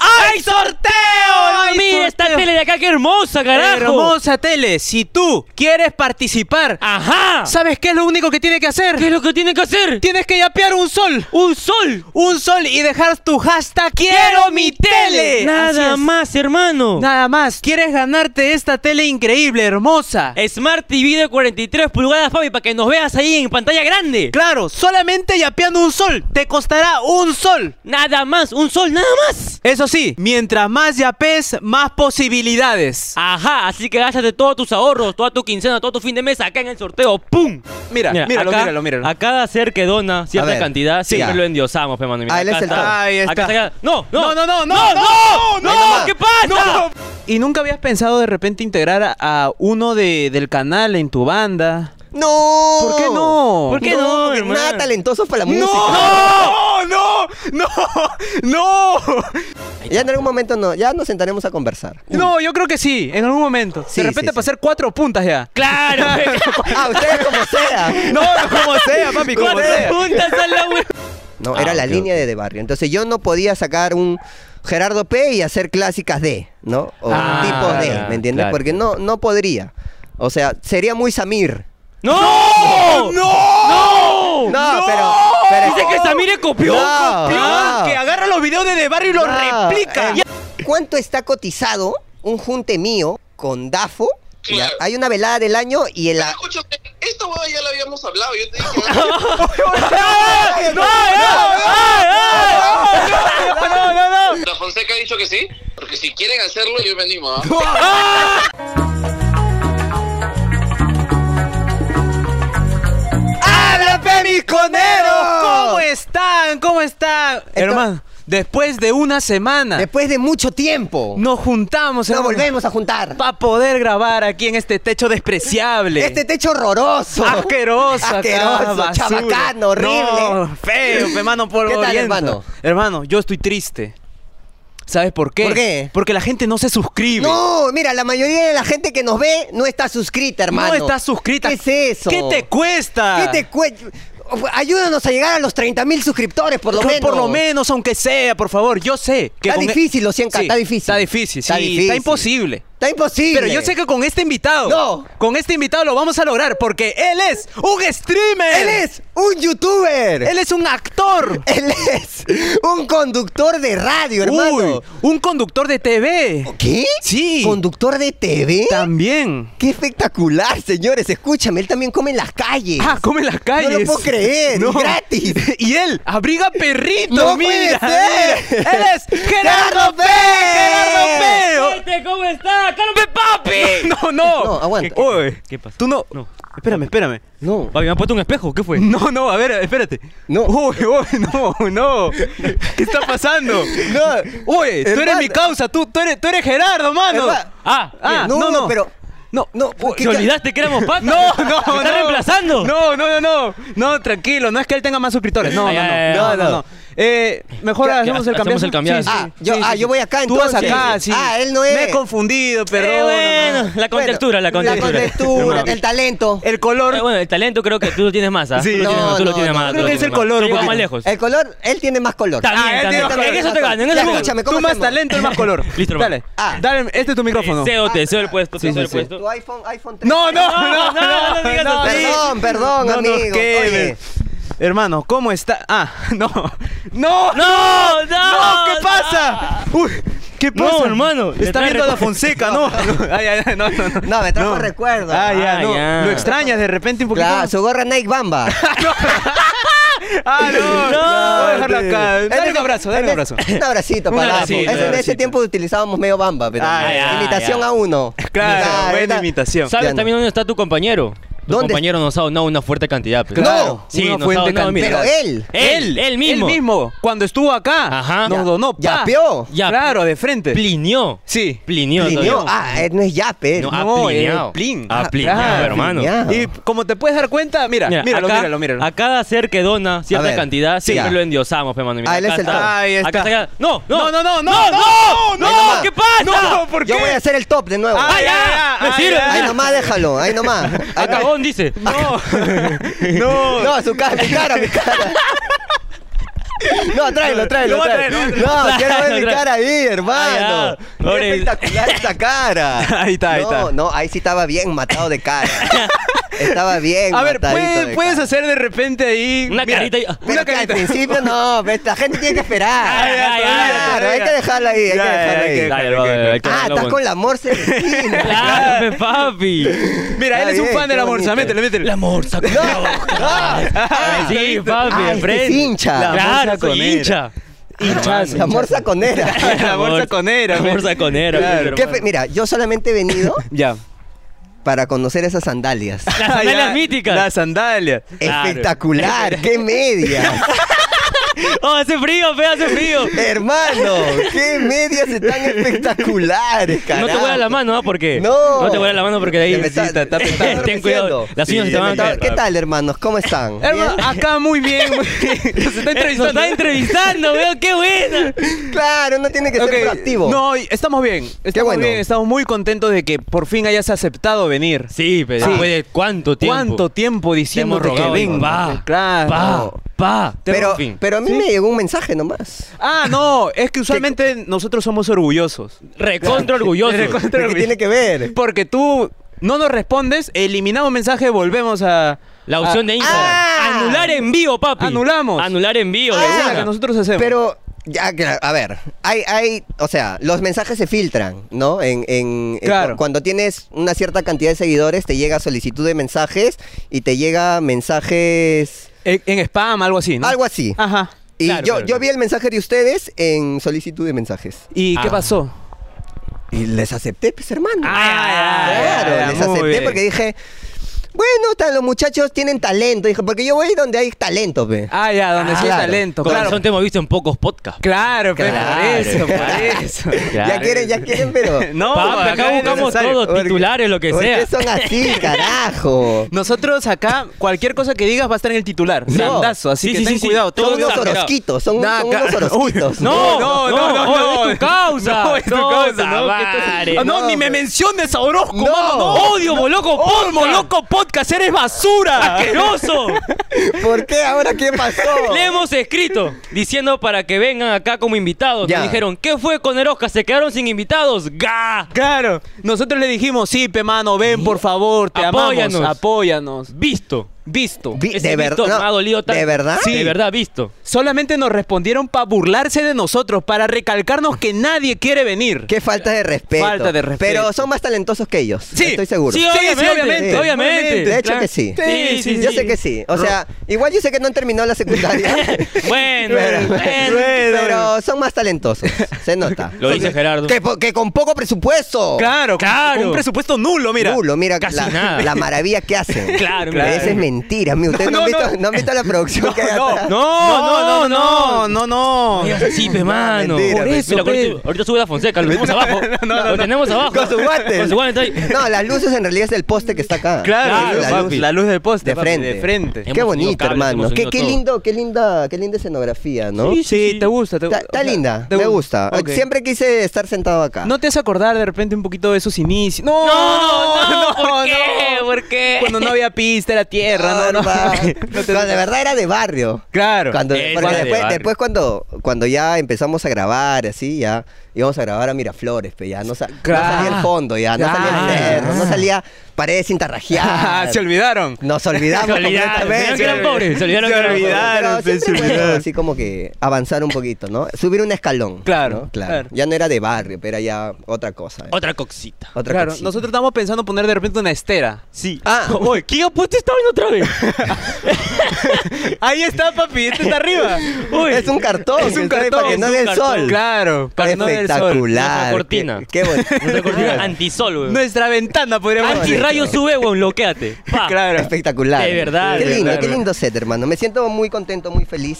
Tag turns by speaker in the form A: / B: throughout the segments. A: hay sorteo!
B: No hay
A: Mira esta
B: sorteo.
A: tele de acá, qué hermosa, carajo.
B: Hermosa tele, si tú quieres participar,
A: Ajá.
B: ¿sabes qué es lo único que tiene que hacer?
A: ¿Qué es lo que tiene que hacer?
B: Tienes que yapear un sol.
A: Un sol.
B: Un sol y dejar tu hashtag Quiero mi tele. Así
A: Nada
B: es.
A: más, hermano.
B: Nada más. ¿Quieres ganarte esta tele increíble, hermosa?
A: Smart TV de 43 pulgadas, papi, para que nos veas ahí en pantalla grande.
B: Claro, solamente yapeando un sol. Te costará un sol.
A: Nada más, un sol, nada más.
B: Eso sí, mientras más yapees, más posibilidades.
A: Ajá, así que gástate todos tus ahorros, toda tu quincena, todo tu fin de mes acá en el sorteo. ¡Pum!
B: Ah,
C: Mira, míralo,
A: acá,
C: míralo, míralo.
A: A cada ser que dona cierta
C: A ver,
A: cantidad, siempre
C: ya.
A: lo endiosamos, hermano. Mira,
C: Ah, él
A: acá
C: es el
A: está.
C: tal.
B: Ahí está.
A: Acá No, no,
B: No, no, no, no,
A: no, no,
B: no,
A: no,
C: no.
A: ¿qué pasa?
B: ¿Y nunca habías pensado de repente integrar a, a uno de- del canal en tu banda?
C: No.
B: ¿Por qué no?
A: ¿Por qué no,
C: porque
A: hermano?
C: Nada talentosos para la música.
B: ¡No! ¡No! ¡No! ¡No!
C: Ya en algún momento no, ya nos sentaremos a conversar.
B: Uh. No, yo creo que sí, en algún momento.
C: Sí,
B: de repente
C: sí, sí.
B: para hacer cuatro puntas ya.
A: Claro, güey.
C: Ah, ustedes como sea.
B: No, no, como sea, papi, como
A: cuatro
B: sea.
A: puntas a la hue-
C: No,
B: Ah,
C: era la
B: ok,
C: línea de de barrio. Entonces yo no podía sacar un Gerardo P y hacer clásicas de, ¿no? O
A: Ah,
C: tipos de,
A: ya,
C: ¿me entiendes?
A: claro.
C: Porque no, no podría. O sea, sería muy Samir.
A: ¡No!
C: No,
A: ¡No!
C: pero. pero
A: Dice que Samir copió.
C: No,
A: copió. Ah,
C: no.
B: Que agarra los videos de De Barrio y los
C: No,
B: replica.
C: eh, ¿Cuánto está cotizado un junte mío con DAFO? Ya, hay una velada del año y el.
D: Escúchame, esta hueá ya la habíamos hablado. Yo te dije.
A: ¡Ay, no, ay, ay!
B: No, no, no.
D: La Fonseca ha dicho que sí. Porque si quieren hacerlo, yo me animo. ¿ah?
B: ¡Habla, Pemiconero! ¿Cómo están? ¿Cómo están? Hermano, después de una semana
C: Después de mucho tiempo.
B: nos juntamos.
C: nos volvemos a juntar.
B: Para poder grabar aquí en este techo despreciable.
C: Este techo horroroso.
B: Asqueroso, acá,
C: Asqueroso,
B: basura. No,
C: chabacano, horrible.
B: feo, hermano, por
C: ¿Qué tal, hermano?
B: Hermano, yo estoy triste. ¿Sabes por qué?
C: ¿Por qué?
B: Porque la gente no se suscribe.
C: No, mira, la mayoría de la gente que nos ve no está suscrita, hermano.
B: No está suscrita.
C: ¿Qué es eso?
B: ¿Qué te
C: ¿Qué
B: cuesta?
C: te cue- Ayúdanos a llegar a los 30 mil suscriptores, por lo
B: Por-
C: menos.
B: Por lo menos, aunque sea, por favor. Yo sé que
C: Está
B: con- e-
C: difícil, los 100K,
B: Sí,
C: está difícil.
B: Está difícil, sí.
C: Está
B: Está,
C: difícil.
B: imposible.
C: Está imposible.
B: Pero yo sé que con este invitado,
C: No.
B: con este invitado lo vamos a lograr porque él es un streamer.
C: Él es un youtuber.
B: Él es un actor.
C: Él es un conductor de radio, hermano.
B: Uy, un conductor de TV.
C: ¿Qué?
B: Sí.
C: ¿Conductor de TV?
B: También.
C: Qué espectacular, señores. Escúchame, él también come en las calles.
B: Ah, come en las calles.
C: No lo puedo creer,
B: No.
C: gratis.
B: Y él abriga perrito,
C: No
B: mira.
C: puede ser.
B: mira. Él es Gerardo P. Gerardo P.
A: Gente, ¿Cómo está? ¡Cálmate, papi!
B: No, no.
C: No, aguanta.
B: ¿Qué- Oye,
A: ¿Qué pasa?
B: Tú no.
A: No.
B: Espérame, espérame.
C: No.
A: Papi, me han puesto un espejo, ¿qué fue?
B: No, no, a ver, espérate.
C: No.
B: Uy, uy, no, no. ¿Qué está pasando?
C: No.
B: Uy, tú eres
C: Hermano.
B: mi causa, tú, tú, eres, tú eres Gerardo, mano.
C: Hermano.
A: Ah,
B: ah,
C: Eh, No,
B: no,
C: no,
B: no.
C: pero-
B: No,
C: No, ¿qué-
A: ¿Te
C: qué-
A: olvidaste que éramos patas?
B: No, no,
A: ¿Te
B: no.
A: estás reemplazando?
B: No, no, no, no. No, tranquilo, no es que él tenga más suscriptores. No,
A: Ay,
B: no,
A: ay,
B: no.
C: ay,
B: No, no,
C: ay.
B: no. Eh, mejor
A: ¿Qué- qué
B: hacemos el
A: hacemos
B: cambiazo.
A: el cambiazo?
B: Sí, sí,
C: Ah, yo-
B: sí,
C: ah,
B: sí,
C: yo
B: sí.
C: voy acá
B: Tú vas
C: entonces.
B: acá, sí.
C: Ah, él no
B: Me
C: es.
B: he confundido, perdón.
A: Eh, bueno, la contextura, la
C: Bueno,
A: contextura.
C: La contextura,
A: Hermano.
C: el talento.
B: El color.
A: Eh, bueno, el talento creo que tú lo tienes más, ¿ah? Tú
B: Sí.
A: lo tienes,
C: No,
A: más, tú lo
C: no,
A: tienes
C: no,
A: más.
B: creo
A: tú
B: que
A: lo
B: es el
A: tienes más.
B: color, Eh,
A: Tú llegas
B: porque-
A: más lejos.
C: El color, él tiene más color.
A: También,
B: Ah, él
A: también.
B: tiene color.
A: En eso te gano, en
C: Ya,
A: eso te gano.
C: escúchame, ¿cómo
B: Tú más
C: hacemos?
B: talento, él más color.
A: Listo, hermano.
B: Dale.
C: Ah.
B: Dale, este es tu micrófono.
A: Te deseo, te deseo el puesto, te
B: ah, Sí,
A: deseo el
B: sí, sí.
C: Tu
A: puesto.
C: iPhone, iPhone 3.
B: No, no,
A: No, no,
B: no, no,
A: no digas eso.
C: Perdón, perdón,
B: no,
C: amigo,
B: No, qué
C: oye.
B: ver. Hermano, ¿cómo está? Ah, no. No,
A: ¡No, no!
B: no, ¿qué pasa? Uy, ¿qué
A: No,
B: pasa?
A: hermano, le
B: Está
A: trae
B: viendo a la
A: recuerdos.
B: Fonseca, ¿no? no, ay, ay, ay, no, no, no.
C: No, me trajo recuerdos.
B: Ah, ya,
A: Ah,
B: no.
A: ya.
B: Lo extrañas de repente un poquito.
C: Claro, su gorra Nike Bamba.
B: Ah,
A: No,
B: no. No, dejarlo acá.
C: este
B: Dale un abrazo, dale un abrazo.
C: Un este, abracito
A: Un
C: para Gabo.
A: abracito,
C: Ese- En ese
B: abracito.
C: tiempo utilizábamos medio bamba, pero
B: Ah,
A: ya,
C: imitación
A: ya.
C: a uno.
B: Claro, buena
C: ahorita-
B: imitación.
A: ¿Sabes
C: Ya no.
A: también dónde está tu compañero? Tu
C: ¿Dónde?
A: compañero nos ha donado una fuerte cantidad. pues.
B: Claro,
A: Sí,
B: una
A: nos ha
B: fuente
A: donado, mira.
C: Pero él.
A: Él, él mismo.
B: Él mismo, cuando estuvo acá,
A: Ajá.
B: nos
A: Ya-
B: donó. pa.
C: yapeó.
A: Ya-
B: Claro, de frente.
A: Plinió.
B: Sí.
A: Plinió.
C: Plinió.
A: todavía.
C: Ah, él no es yape. él.
A: No,
C: No,
A: ah,
B: No, el
A: plineado.
B: plin.
A: Ah,
B: Ah,
A: plineado,
B: claro,
A: hermano.
C: plineado.
B: Y como te puedes dar cuenta, Ah, mira,
A: Mira,
B: míralo,
A: acá-
B: míralo, míralo.
A: A cada ser que dona cierta
C: A ver,
A: cantidad,
C: sí,
A: siempre
C: ya.
A: lo endiosamos, pe, mano. Mira,
C: Ah, él
A: acá
C: es el
A: está.
C: top.
B: Ahí está.
A: Acá No, no,
B: No, no,
A: no,
B: no, no,
A: no,
B: no,
A: no,
C: no.
A: ¿qué pasa?
B: No, ¿por qué?
C: Yo voy a hacer el top de nuevo.
B: Ah,
A: ¡Ay,
B: ya,
A: ay,
B: ya,
A: me
B: ay,
A: sirve!
B: ya.
C: Ahí
A: ay,
C: nomás déjalo, ahí nomás. Ahí nomás.
A: Acabón, dice.
B: No.
C: No, su cara, mi cara, mi cara. No, tráelo, tráelo.
B: Lo voy a
C: tráelo.
B: traer, lo voy a
C: No,
A: traer.
C: quiero ver mi
A: Tráelo,
C: cara ahí, hermano.
A: Ah, ya. Pobre.
C: Qué espectacular esta cara.
B: Ahí está, ahí
C: no,
B: está.
C: No, ahí sí estaba bien matado de cara. Estaba bien
B: A ver,
C: matadito
B: ¿puedes,
C: de
B: puedes
C: cara.
B: hacer de repente ahí.
A: Una carita y-
C: Pero
B: Una
C: que al
B: carita.
C: principio no, pues, la gente tiene que
A: Ah,
C: esperar.
A: ya,
B: Ay,
A: ya,
B: ay,
C: Claro,
B: ay,
C: hay
B: ay.
C: que dejarla ahí, hay
B: Ya,
C: que
B: ya,
C: dejarla
B: ya,
C: ahí.
B: que-
A: Dale, brother,
B: que-
A: hay que
C: Ah,
A: tenerlo
C: estás
A: bueno.
C: con la morse
A: Claro, pe, papi.
B: Mira, él
C: Está
B: es un
C: bien,
B: fan
C: qué
B: del amor,
C: bonito.
B: métele, métele.
A: La morsa con la boca. Sí, papi,
C: Ah,
A: de
C: este
A: frente.
C: es hincha.
A: La
B: La
A: Claro,
B: morsa
A: soy
B: conera.
A: hincha.
B: Hinchazo.
C: La morsa conera.
B: La morsa conera,
A: La
B: pe.
A: morsa conera.
B: Claro.
A: pe,
C: Qué
A: hermano.
C: fe- Mira, yo solamente he venido
B: Ya.
C: para conocer esas sandalias.
A: Las sandalias
B: Ya,
A: míticas.
B: Las sandalias.
A: Claro.
C: Espectacular, qué media.
A: Oh, hace frío, fe, hace frío.
C: Hermano, qué medias tan espectaculares, carajo.
A: No te vuelas la mano, ¿ah? Porque
C: No.
A: no te vuelas la mano porque de ahí
C: Ya me está-
A: Sí, está-
C: me está
A: ten cuidado.
C: adormeciendo.
A: Las uñas
B: Sí,
A: se te
B: ya
A: van
B: me
A: a
B: está-
A: caer.
C: ¿Qué tal, hermanos? ¿Cómo están?
B: Hermano,
A: Ah.
C: ¿Bien?
B: acá muy bien, muy bien. Se está
A: Eh, Nos
B: entrevistando.
A: está entrevistando, veo qué buena.
C: Claro, uno tiene que
B: Ok,
C: ser proactivo.
B: No, y- estamos bien. Estamos
C: bueno.
B: bien, estamos muy contentos de que por fin hayas aceptado venir.
A: Sí, pero
C: Sí.
A: después de cuánto tiempo.
B: ¿Cuánto tiempo
A: Te hemos
B: diciéndote que
A: rogado, hijo.
B: venga?
A: Va,
B: claro.
A: va, va.
C: pero,
A: En fin.
C: pero a mí me llegó un mensaje nomás.
B: Ah, no, es que usualmente nosotros somos orgullosos.
A: recontra orgulloso.
B: Recontra-
C: ¿Qué tiene que ver?
B: Porque tú no nos respondes, eliminamos mensaje, volvemos a...
A: La opción
B: a-
A: de Instagram.
C: Ah.
A: Anular envío, papi.
B: Anulamos.
A: Anular envío. de
C: Ah.
B: Es
A: una.
B: la que nosotros hacemos.
C: Pero, ya, que- a ver, hay, hay, o sea, los mensajes se filtran, ¿no? En, en- en-
B: Claro.
C: cu- cuando tienes una cierta cantidad de seguidores, te llega solicitud de mensajes y te llega mensajes,
B: En, en spam, algo así, ¿no? Ah,
C: algo así.
B: Ajá.
C: y
A: claro,
C: yo,
A: claro,
C: yo
A: claro.
C: vi el mensaje de ustedes en solicitud de mensajes.
B: ¿Y qué
A: Ah.
B: pasó?
C: Y les acepté, pues, hermano.
A: Ah,
B: ya,
C: claro,
B: ya,
C: les
B: muy
C: acepté
B: bien.
C: porque dije, bueno, ta- los muchachos tienen talento. Dije, porque yo voy donde hay talento, pe.
B: Ah, ya, donde
C: Ah,
B: sí hay
C: claro.
B: talento.
A: Con
B: Claro,
A: razón te hemos visto en pocos podcasts.
B: claro, pe,
C: Claro.
B: por eso, por eso.
A: Claro.
C: Ya quieren, ya quieren, pero...
B: No,
A: Papi,
B: acá
A: acá
B: es
A: buscamos
B: necesario.
A: todo,
C: Porque-
A: titulares, lo que
C: ¿Por
A: sea.
C: qué son así, carajo?
B: Nosotros acá, cucualquier cosa que digas va a estar en el titular. Grandazo, así
A: Sí,
B: que
A: sí,
B: ten
A: sí, sí.
B: cuidado.
A: Todo
C: Son
B: Todo
A: lo-
C: unos
A: exagerado.
C: orosquitos, son,
B: Nah,
C: son
B: ca-
C: unos orosquitos.
A: No, no, no, no,
B: no,
A: es tu causa.
B: No, es tu
A: No,
B: causa, no,
A: Tavares,
B: que esto- Ah, no,
C: no,
B: ni me
C: pero-
B: menciones a Orozco,
C: No.
B: mano, no.
A: Odio, Moloco Podcast.
B: Moloco Podcast, eres basura.
A: ¡Asqueroso!
C: ¿Por qué ahora qué pasó?
A: Le hemos escrito diciendo para que vengan acá como invitados.
C: Ya.
A: Nos dijeron, ¿qué fue con Erosca? ¿Se quedaron sin invitados? ¡Ga!
B: Claro, nosotros le dijimos, sí, pe mano, ven por favor, te
A: Apóyanos.
B: amamos, apóyanos.
A: Visto.
B: Visto.
C: Vi-
A: Ese
C: de verdad.
A: visto me ha dolido tanto.
C: ¿De verdad?
A: Sí. De verdad, visto.
B: Solamente nos respondieron para burlarse de nosotros, para recalcarnos que nadie quiere venir.
C: Qué falta de respeto.
B: Falta de respeto.
C: Pero son más talentosos que ellos.
B: Sí.
C: Estoy seguro.
A: Sí,
B: Sí, sí,
A: obviamente.
B: obviamente,
A: obviamente.
B: obviamente.
C: De hecho
A: claro.
C: que sí.
A: Sí, sí,
C: yo
A: sí.
C: sé que sí. O sea, igual yo sé que no han terminado la secundaria.
A: Bueno,
C: pero,
A: bueno.
C: pero son más talentosos. Se nota.
A: Lo dice Gerardo.
C: Que, po- que con poco presupuesto.
B: Claro, con-
A: Claro.
B: con un presupuesto nulo, mira.
C: Nulo, mira
A: Casi
C: la,
A: nada.
C: la maravilla que hacen.
A: Claro,
C: Esa
A: claro.
C: es mentira. mi- Ustedes no,
B: No,
C: han
B: no,
C: visto, no han visto la producción que hay atrás.
B: No, no, no, no, no.
A: Sí, pe, mano.
C: mentira,
A: Por
C: pe.
A: eso,
B: Mira,
A: pe.
B: ahorita-
A: ahorita sube la Fonseca, lo tenemos abajo.
B: no, no.
A: Lo tenemos abajo.
C: Con su guante.
A: Con su guante está ahí.
C: No, las luces en realidad es del poste que está acá.
B: Claro,
A: Claro,
B: la,
C: la
B: luz,
C: luz.
B: la luz del poste,
C: De
B: papi,
C: frente.
B: de frente.
A: Hemos
C: Qué
A: unido
C: bonito,
A: cables,
C: hermano.
A: hemos
C: Qué,
A: unido
C: qué
A: todo.
C: lindo, qué linda, qué linda escenografía, ¿no?
B: Sí, sí,
A: sí.
B: te gusta. Te,
C: Está,
B: o
C: está
B: sea,
C: linda,
B: te
C: me gusta.
B: Ok.
C: Siempre quise estar sentado acá.
B: ¿No te hace acordar de repente un poquito de esos inicios? No,
A: No, no, ¿por qué?
B: no.
A: ¿Por qué?
B: Cuando no había pista, era tierra, no, no.
C: hermano.
B: No te-
C: Cuando de verdad era de barrio.
B: Claro.
C: Cuando,
A: Es
C: porque
A: de
C: después,
A: barrio.
C: después cuando, cuando ya empezamos a grabar, así, ya íbamos a grabar a Miraflores, pero ya no, sa- no
B: Claro.
C: salía el fondo, ya no salía el
B: Claro.
C: cerro, no salía paredes sin
B: Ah,
C: tarrajear.
B: se olvidaron.
C: Nos olvidamos
A: Se olvidaron,
B: Ah,
A: se olvidaron que eran pobres, se olvidaron que eran
C: Pero-
A: pobres.
B: olvidaron,
C: pero
B: se
C: siempre fue
B: olvidaron.
C: así como que avanzar un poquito, ¿no? Subir un escalón.
B: Claro,
C: ¿no?
B: claro.
C: Ya no era de barrio, pero era ya otra cosa. ¿eh?
A: Otra coxita.
C: Otra
B: Claro,
C: cosita.
B: nosotros estábamos pensando poner de repente una estera.
A: Sí.
C: Ah.
A: Oye, ¿quién ha puesto esta vaina otra vez?
B: Ahí está, papi, este está arriba.
A: Uy.
C: Es un cartón.
B: Es un
C: que está ahí
B: cartón,
C: Para que no
A: es
C: dé
A: un
C: el
A: cartón.
C: sol.
B: Claro, para no ver el sol.
C: Espectacular.
A: Nuestra cortina.
C: Qué, qué bonito.
A: Una cortina antisol, weón.
B: Nuestra ventana, podríamos
A: Anti
B: decir.
A: rayo sube, weón, bloqueate. Pa.
B: Claro.
C: Espectacular.
A: De verdad,
C: Qué
A: de
C: lindo,
A: verdad.
C: qué lindo set, hermano. Me siento muy contento, muy feliz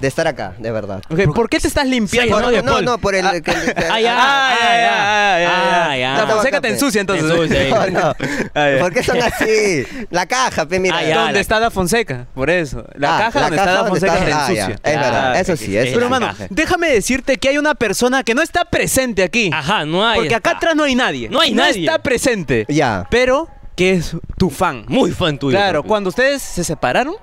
C: de estar acá, de verdad.
B: Ok, ¿Por qué te estás limpiando?
A: Sí,
C: Por-
A: no, de
C: no,
A: Paul.
C: no, por el. que-
A: Ah, ya,
B: Ah, ya, ya,
A: ah,
B: ya,
A: ah,
B: ya.
A: ya.
B: La Fonseca te ensucia entonces.
A: Te ensucia,
C: No, no.
B: Ah, ya.
C: ¿Por qué son así? La caja, pe, mira.
A: Ah, ya,
B: ¿Dónde
A: la-
B: está Da Fonseca? Por eso. La
C: Ah,
B: caja donde está Da Fonseca te
C: ah, ya.
B: ensucia.
C: Es verdad,
A: Ah,
C: eso
A: ok,
C: sí, eso
A: es
B: Pero
A: la
B: hermano,
A: caja.
B: déjame decirte que hay una persona que no está presente aquí.
A: Ajá, no hay.
B: porque acá
A: está.
B: atrás no hay nadie.
A: No hay nadie.
B: está presente.
C: Ya.
B: Pero que es tu fan.
A: Muy fan tuyo.
B: claro,
A: papi.
B: cuando ustedes se separaron,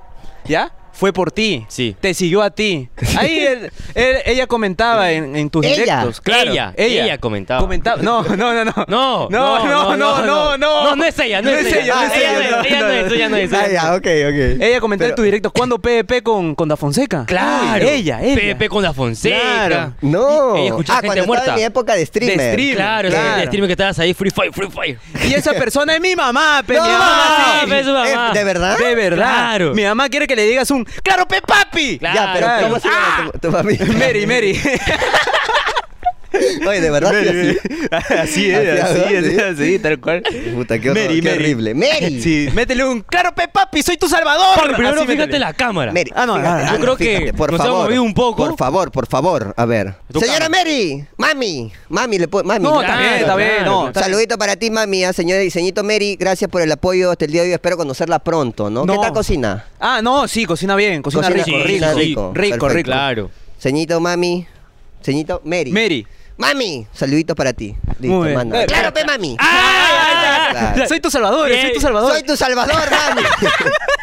B: ¿ya? fue por ti.
A: Sí.
B: Te siguió a ti. Ahí él- él- ella comentaba en, en tus
C: Ella.
B: directos. Claro,
A: Ella, ella comentaba.
B: No, no, no, no.
A: No,
B: no, no, no, no, no.
A: No, no es ella, no, es ella.
B: no es ella,
A: no, ella no es, ella no es.
C: Ah,
A: ella no
C: ya,
A: es.
C: ok, ok.
B: Ella comentaba en
C: Pero-
B: tus directos cuando PDP con, con Da Fonseca.
A: Claro.
B: Ella, ella.
A: Pepe con la Fonseca.
B: Claro.
C: No.
A: Ella escuchaba
C: ah,
A: gente
C: cuando
A: muerta.
C: estaba en mi época de streamer.
B: De streamer.
A: Claro,
C: Claro.
A: el streamer que estabas ahí, Free Fire, Free Fire.
B: Y esa persona es mi mamá, pe,
C: No,
B: mi mamá.
A: sí, pe, su
C: eh,
A: mamá.
C: ¿De verdad?
B: De verdad.
A: Claro.
B: Mi mamá quiere que le digas un ¡Claro, pe papi!
A: Claro.
C: Ya, pero
B: Claro. Ah.
C: ¿cómo se llama tu, tu mami?
B: Mary, Mary.
C: Oye, de verdad. sí, así?
B: así es,
C: Así,
B: así es,
C: así.
B: así, tal cual.
C: Puta, qué, horror,
B: Mary,
C: qué
B: Mary.
C: horrible. Mary.
B: Sí, métele un ¡Claro, pe papi! ¡Soy tu salvador!
A: Papi, primero
B: Así métele.
A: fíjate la cámara.
C: Mary,
B: Ah, no,
C: fíjate,
B: ah, yo
A: creo que
C: por
A: nos hemos
C: favor,
A: movido un poco.
C: Por favor, por favor, a ver.
A: Tu
C: Señora
A: cámara.
C: Mary, mami, mami, le puedo, mami.
B: No,
A: Claro,
B: está bien, está bien,
A: claro,
B: no.
A: claro.
B: está bien.
C: Saludito para ti, mami, a señora Diseñito Mary. Gracias por el apoyo hasta el día de hoy. Espero conocerla pronto, ¿no? ¿Qué
B: No.
C: tal cocina?
B: Ah, no, sí, cocina bien, cocina,
C: Cocina-
B: rico,
A: cocina
B: rico,
C: rico,
B: rico,
C: perfecto.
B: rico.
A: Claro.
C: Señito, mami. Señito Mary.
B: Mary.
C: Mami, saluditos para ti. Listo,
B: Muy bien.
C: manda.
B: Eh,
C: Claro, pe, mami.
A: ¡Ah!
C: Claro.
B: Soy tu salvador, soy tu salvador.
C: Soy tu salvador, mami.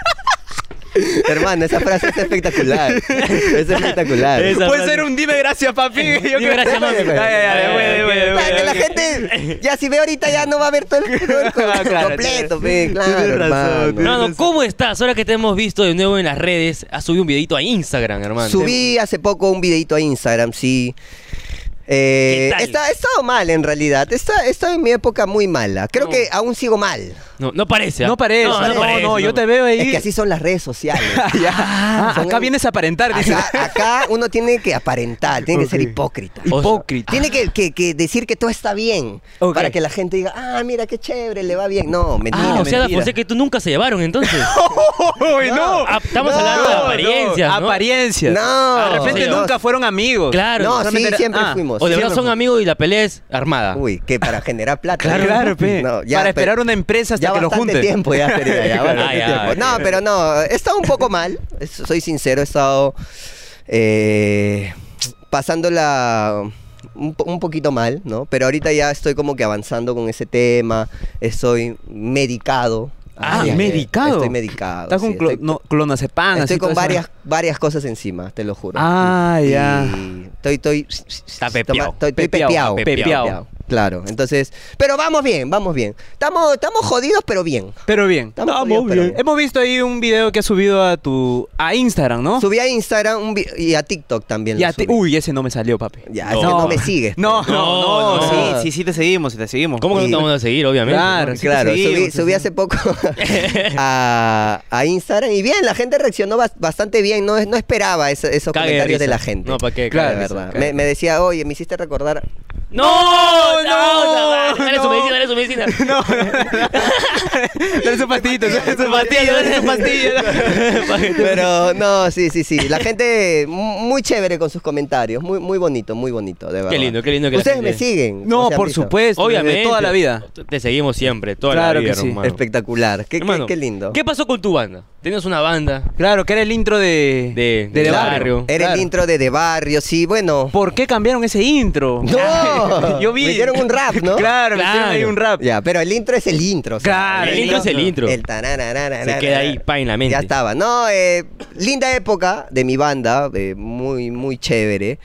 C: Hermano, esa frase es espectacular. Es espectacular.
A: Esa-
B: Puede ser un dime gracias, papi. Yo creo-
A: Dime gracias, mami.
B: Ay, ay, ay, güey, güey,
C: Para
B: güey,
C: que la
B: güey.
C: gente, ya si ve ahorita ya no va a ver todo el, todo el co-
B: Ah, claro,
C: completo,
B: tienes-
C: pe, claro,
B: tienes razón,
C: hermano.
B: tienes
A: Hermano, ¿cómo estás? Ahora que te hemos visto de nuevo en las redes, has subido un videito a Instagram, hermano.
C: Subí hace poco un videito a Instagram, sí. Eh,
A: ¿Qué tal?
C: está, he estado mal en realidad. Está, he estado en mi época muy mala. Creo
A: No.
C: que aún sigo mal.
A: No, no parece. ¿ah?
B: No parece, no, no, yo te veo ahí.
C: Es que así son las redes sociales.
B: Ya. Ah,
C: Son
B: acá
C: el-
B: vienes a aparentar, dice.
C: Acá, acá uno tiene que aparentar, tiene que ser
B: Ok.
C: hipócrita.
A: O sea,
B: Hipócrita.
C: Tiene que, que- que decir que todo está bien.
B: Ok.
C: Para que la gente diga, ah, mira qué chévere, le va bien. No, mentira.
A: Ah, o sea, la
B: mentira.
A: Fonseca que tú nunca se llevaron, entonces.
B: ¡Uy, no!
A: Ah, Estamos
C: No,
A: hablando de
C: no,
A: apariencias, ¿no?
B: Apariencias.
C: No.
B: Ah, De repente
A: Sí,
B: nunca fueron amigos.
A: Claro.
C: No, sí,
B: Solamente era-
C: siempre
B: ah,
C: fuimos.
A: O de verdad
C: siempre
A: son amigos y la pelea es armada.
C: Uy, que para generar plata.
B: Claro,
C: ¿no?
B: claro, pe.
C: No, ya,
B: Para
C: pe-
B: esperar una empresa hasta
C: ya
B: que lo
C: bastante
B: junten.
C: tiempo, ya, pero ya, ya bastante
A: Ah, ya,
C: tiempo.
A: ya,
C: No,
A: ya.
C: pero no, he estado un poco mal, es- soy sincero, he estado eh, pasándola un, po- un poquito mal, ¿no? Pero ahorita ya estoy como que avanzando con ese tema, estoy medicado.
B: Ah,
C: Así es,
B: medicado.
C: Estoy medicado.
B: Estás con
C: sí,
B: clo-
C: estoy-
B: Ah, no, clonazepam.
C: Estoy
B: así, todo
C: con
B: eso.
C: varias, varias cosas encima, te lo juro.
B: Ah,
C: Y-
B: ya.
C: y Estoy, estoy. Está
A: pepeao.
C: Estoy, estoy
B: Pepeao,
C: pepeao,
B: pepeao.
C: pepeao. Claro, entonces. Pero vamos bien, vamos bien. Estamos, estamos jodidos, pero bien.
B: Pero bien.
C: Estamos jodidos, pero bien.
B: Hemos visto ahí un video que has subido a tu a Instagram, ¿no?
C: Subí a Instagram un vi- y a TikTok también.
B: Y
C: lo
B: a ti-
C: subí.
B: Uy, ese no me salió, papi.
C: Ya, es que no me sigues. pues.
B: No,
C: pe.
B: no, no,
C: No,
B: Sí,
C: no.
B: sí, sí te seguimos, sí te seguimos.
A: ¿Cómo que no
C: Sí.
A: te vamos a seguir, obviamente?
B: Claro.
A: ¿no?
B: sí te
C: Claro, subí,
B: seguimos,
C: subí
B: sí.
C: hace poco a, a Instagram y bien, la gente reaccionó bas- bastante bien. No, no esperaba eso- esos
A: Cague de
C: comentarios
A: risa.
C: de la gente.
A: No, ¿para qué?
C: Claro,
A: Cague de
C: verdad.
A: risa,
C: Me, me decía, oye, me hiciste recordar
A: ¡No! ¡No!
B: No,
A: no, Dale su
B: no.
A: medicina, dale su medicina.
B: No, dale su pastillito, dale su
A: Pastilla,
B: pastilla, dale su pastilla.
C: Pero no, sí, sí, sí. La gente mu- muy chévere con sus comentarios. Muy, muy bonito, muy bonito, de verdad.
A: lindo, qué lindo que la
C: Ustedes
A: gente-
C: me siguen.
B: No,
C: o sea,
B: por
C: han visto.
B: supuesto,
A: Obviamente.
B: obviamente. Toda la vida.
A: Te seguimos siempre, toda
B: Claro
A: la vida,
B: que sí.
A: hermano.
C: Espectacular. Qué, qué-
A: Hermano,
C: qué lindo.
A: ¿Qué pasó con tu banda? Tenías una banda.
B: Claro, que era el intro de
A: De-
B: de,
A: de
B: barrio.
A: barrio.
C: Era
B: Claro.
C: el intro de De Barrio, sí, bueno.
B: ¿Por qué cambiaron ese intro?
C: ¡No!
B: Yo vi.
C: Metieron un rap, ¿no?
B: Claro, metieron
A: Claro.
B: ahí un rap.
C: Ya, pero el intro es el intro. o sea,
B: Claro,
A: el intro es el intro.
C: El tararararara.
A: Se queda ahí, pa, en la mente.
C: Ya estaba. No, eh, linda época de mi banda, eh, muy, muy chévere.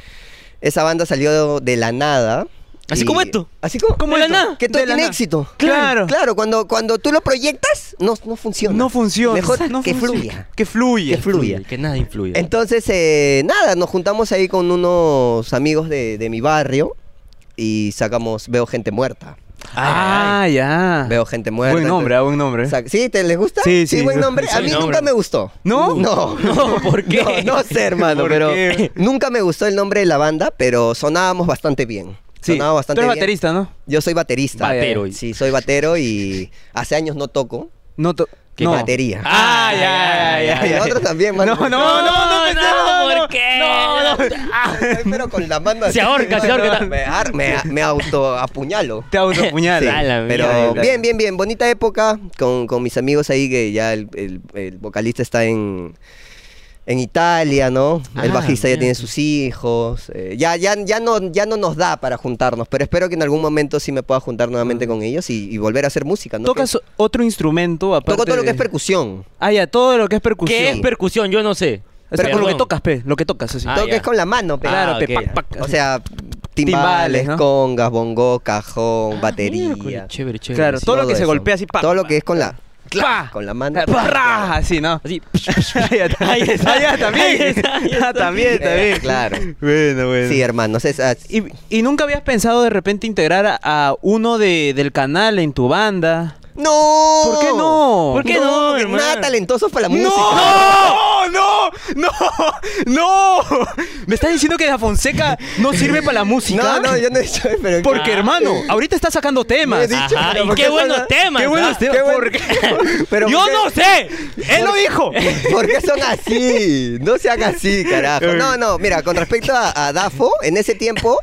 C: Esa banda salió de la nada.
A: Así como esto.
C: Así como,
A: Como de la nada.
C: Que todo
B: De la
C: tiene
B: nada.
C: éxito.
B: Claro.
C: Claro, cuando, cuando tú lo proyectas, no, no funciona.
B: No funciona.
C: Mejor
B: No
C: que
B: funciona.
C: fluya.
B: Que fluya.
C: Que fluya.
A: Que nada influye.
C: Entonces, eh, nada, nos juntamos ahí con unos amigos de, de mi barrio y sacamos Veo Gente Muerta.
B: Ah, ya.
C: Veo Gente Muerta.
B: Buen nombre, ah, buen
C: entonces-
B: nombre.
C: Sa- ¿Sí? ¿Te les gusta?
B: Sí, sí.
C: buen nombre. A
A: Sí,
C: mí
A: nombre.
C: nunca me gustó.
B: ¿No?
C: No.
A: No, ¿por qué?
C: No, no sé, hermano,
B: ¿Por
C: pero
B: qué?
C: nunca me gustó el nombre de la banda, pero sonábamos bastante bien.
B: Sí.
C: Sonaba bastante
B: Tú eres
C: bien.
B: baterista, ¿no?
C: Yo soy baterista. Eh,
A: Batero.
C: Sí, soy batero y hace años no toco.
B: No. to-
C: ¿Qué
B: no.
C: batería?
B: Ah, ya, ya, ya,
C: Y
B: ya.
C: otro también,
B: No,
C: mano.
B: no, no, no, no, no, no,
A: ¿por qué?
B: no, no.
A: Ah,
C: Pero con la banda.
A: Se ahorca, se ahorca.
C: Me, ar- me, me autoapuñalo.
B: Te autopuñalas.
C: Sí,
A: A Ah, la
C: pero
A: mierda.
C: bien, bien, bien. Bonita época con, con mis amigos ahí que ya el, el- el vocalista está en, en Italia, ¿no? el
B: Ah,
C: bajista ya
B: mira
C: tiene
B: tú.
C: sus hijos. eh, ya, ya, ya, no, ya no nos da para juntarnos, pero espero que en algún momento sí me pueda juntar
A: Mm.
C: nuevamente con ellos y, y volver a hacer música, ¿no?
B: ¿Tocas otro instrumento aparte?
C: Toco todo lo que es
B: de-
C: percusión.
B: Ah, ya, todo lo que es percusión.
A: ¿Qué es percusión? Yo no sé.
B: O sea, con lo
A: Perdón.
B: que tocas, pe, lo que tocas así.
A: Ah,
C: todo lo que
A: ya.
C: es con la mano, pe.
B: claro,
A: ah,
B: pe,
A: ok,
B: pac,
A: ya.
B: pac,
C: O
B: así.
C: sea, timbales,
B: Timbales, ¿no?
C: congas, bongo, cajón,
A: Miércoles,
C: batería.
A: Ah, Chévere, chévere.
B: claro,
A: así.
B: todo lo que se
C: eso.
B: golpea así, pa.
C: Todo lo que es con la,
B: ¡Cla!
C: con la mano.
B: ¡Parra! Así, ¿no?
A: Así.
B: Ahí está.
A: Ahí está.
B: Ah, ya, también.
A: Ahí está, ahí está.
B: Ah, también,
C: Eh,
B: también.
C: claro.
B: Bueno, bueno.
C: Sí, hermanos. Es, ah,
B: ¿Y, y nunca habías pensado de repente integrar a, a uno de, del canal en tu banda?
C: ¡No!
B: ¿Por qué no?
A: ¿Por qué no,
C: porque
A: hermano?
C: Nada talentosos para la música.
B: ¡No! ¡No! ¡No! ¡No! ¿Me estás diciendo que Da Fonseca no sirve para la música?
C: No, no, yo no he dicho pero
B: Porque,
A: Ah.
B: hermano, ahorita está sacando temas.
C: No he dicho,
A: Ajá,
C: pero
A: y
C: ¿por
A: qué buenos
C: son-
A: temas,
B: ¡Qué buenos
A: ¿ah?
B: temas!
C: Qué buen-
B: ¿Por qué?
C: Pero
A: Yo
C: ¿por qué-
A: no sé.
B: ¡Él lo dijo!
C: ¿Por qué son así? No sean así, carajo. No, no, mira, con respecto a, a Dafo, en ese tiempo,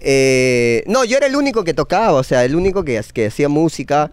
C: eh, no, yo era el único que tocaba, o sea, el único que, que hacía música.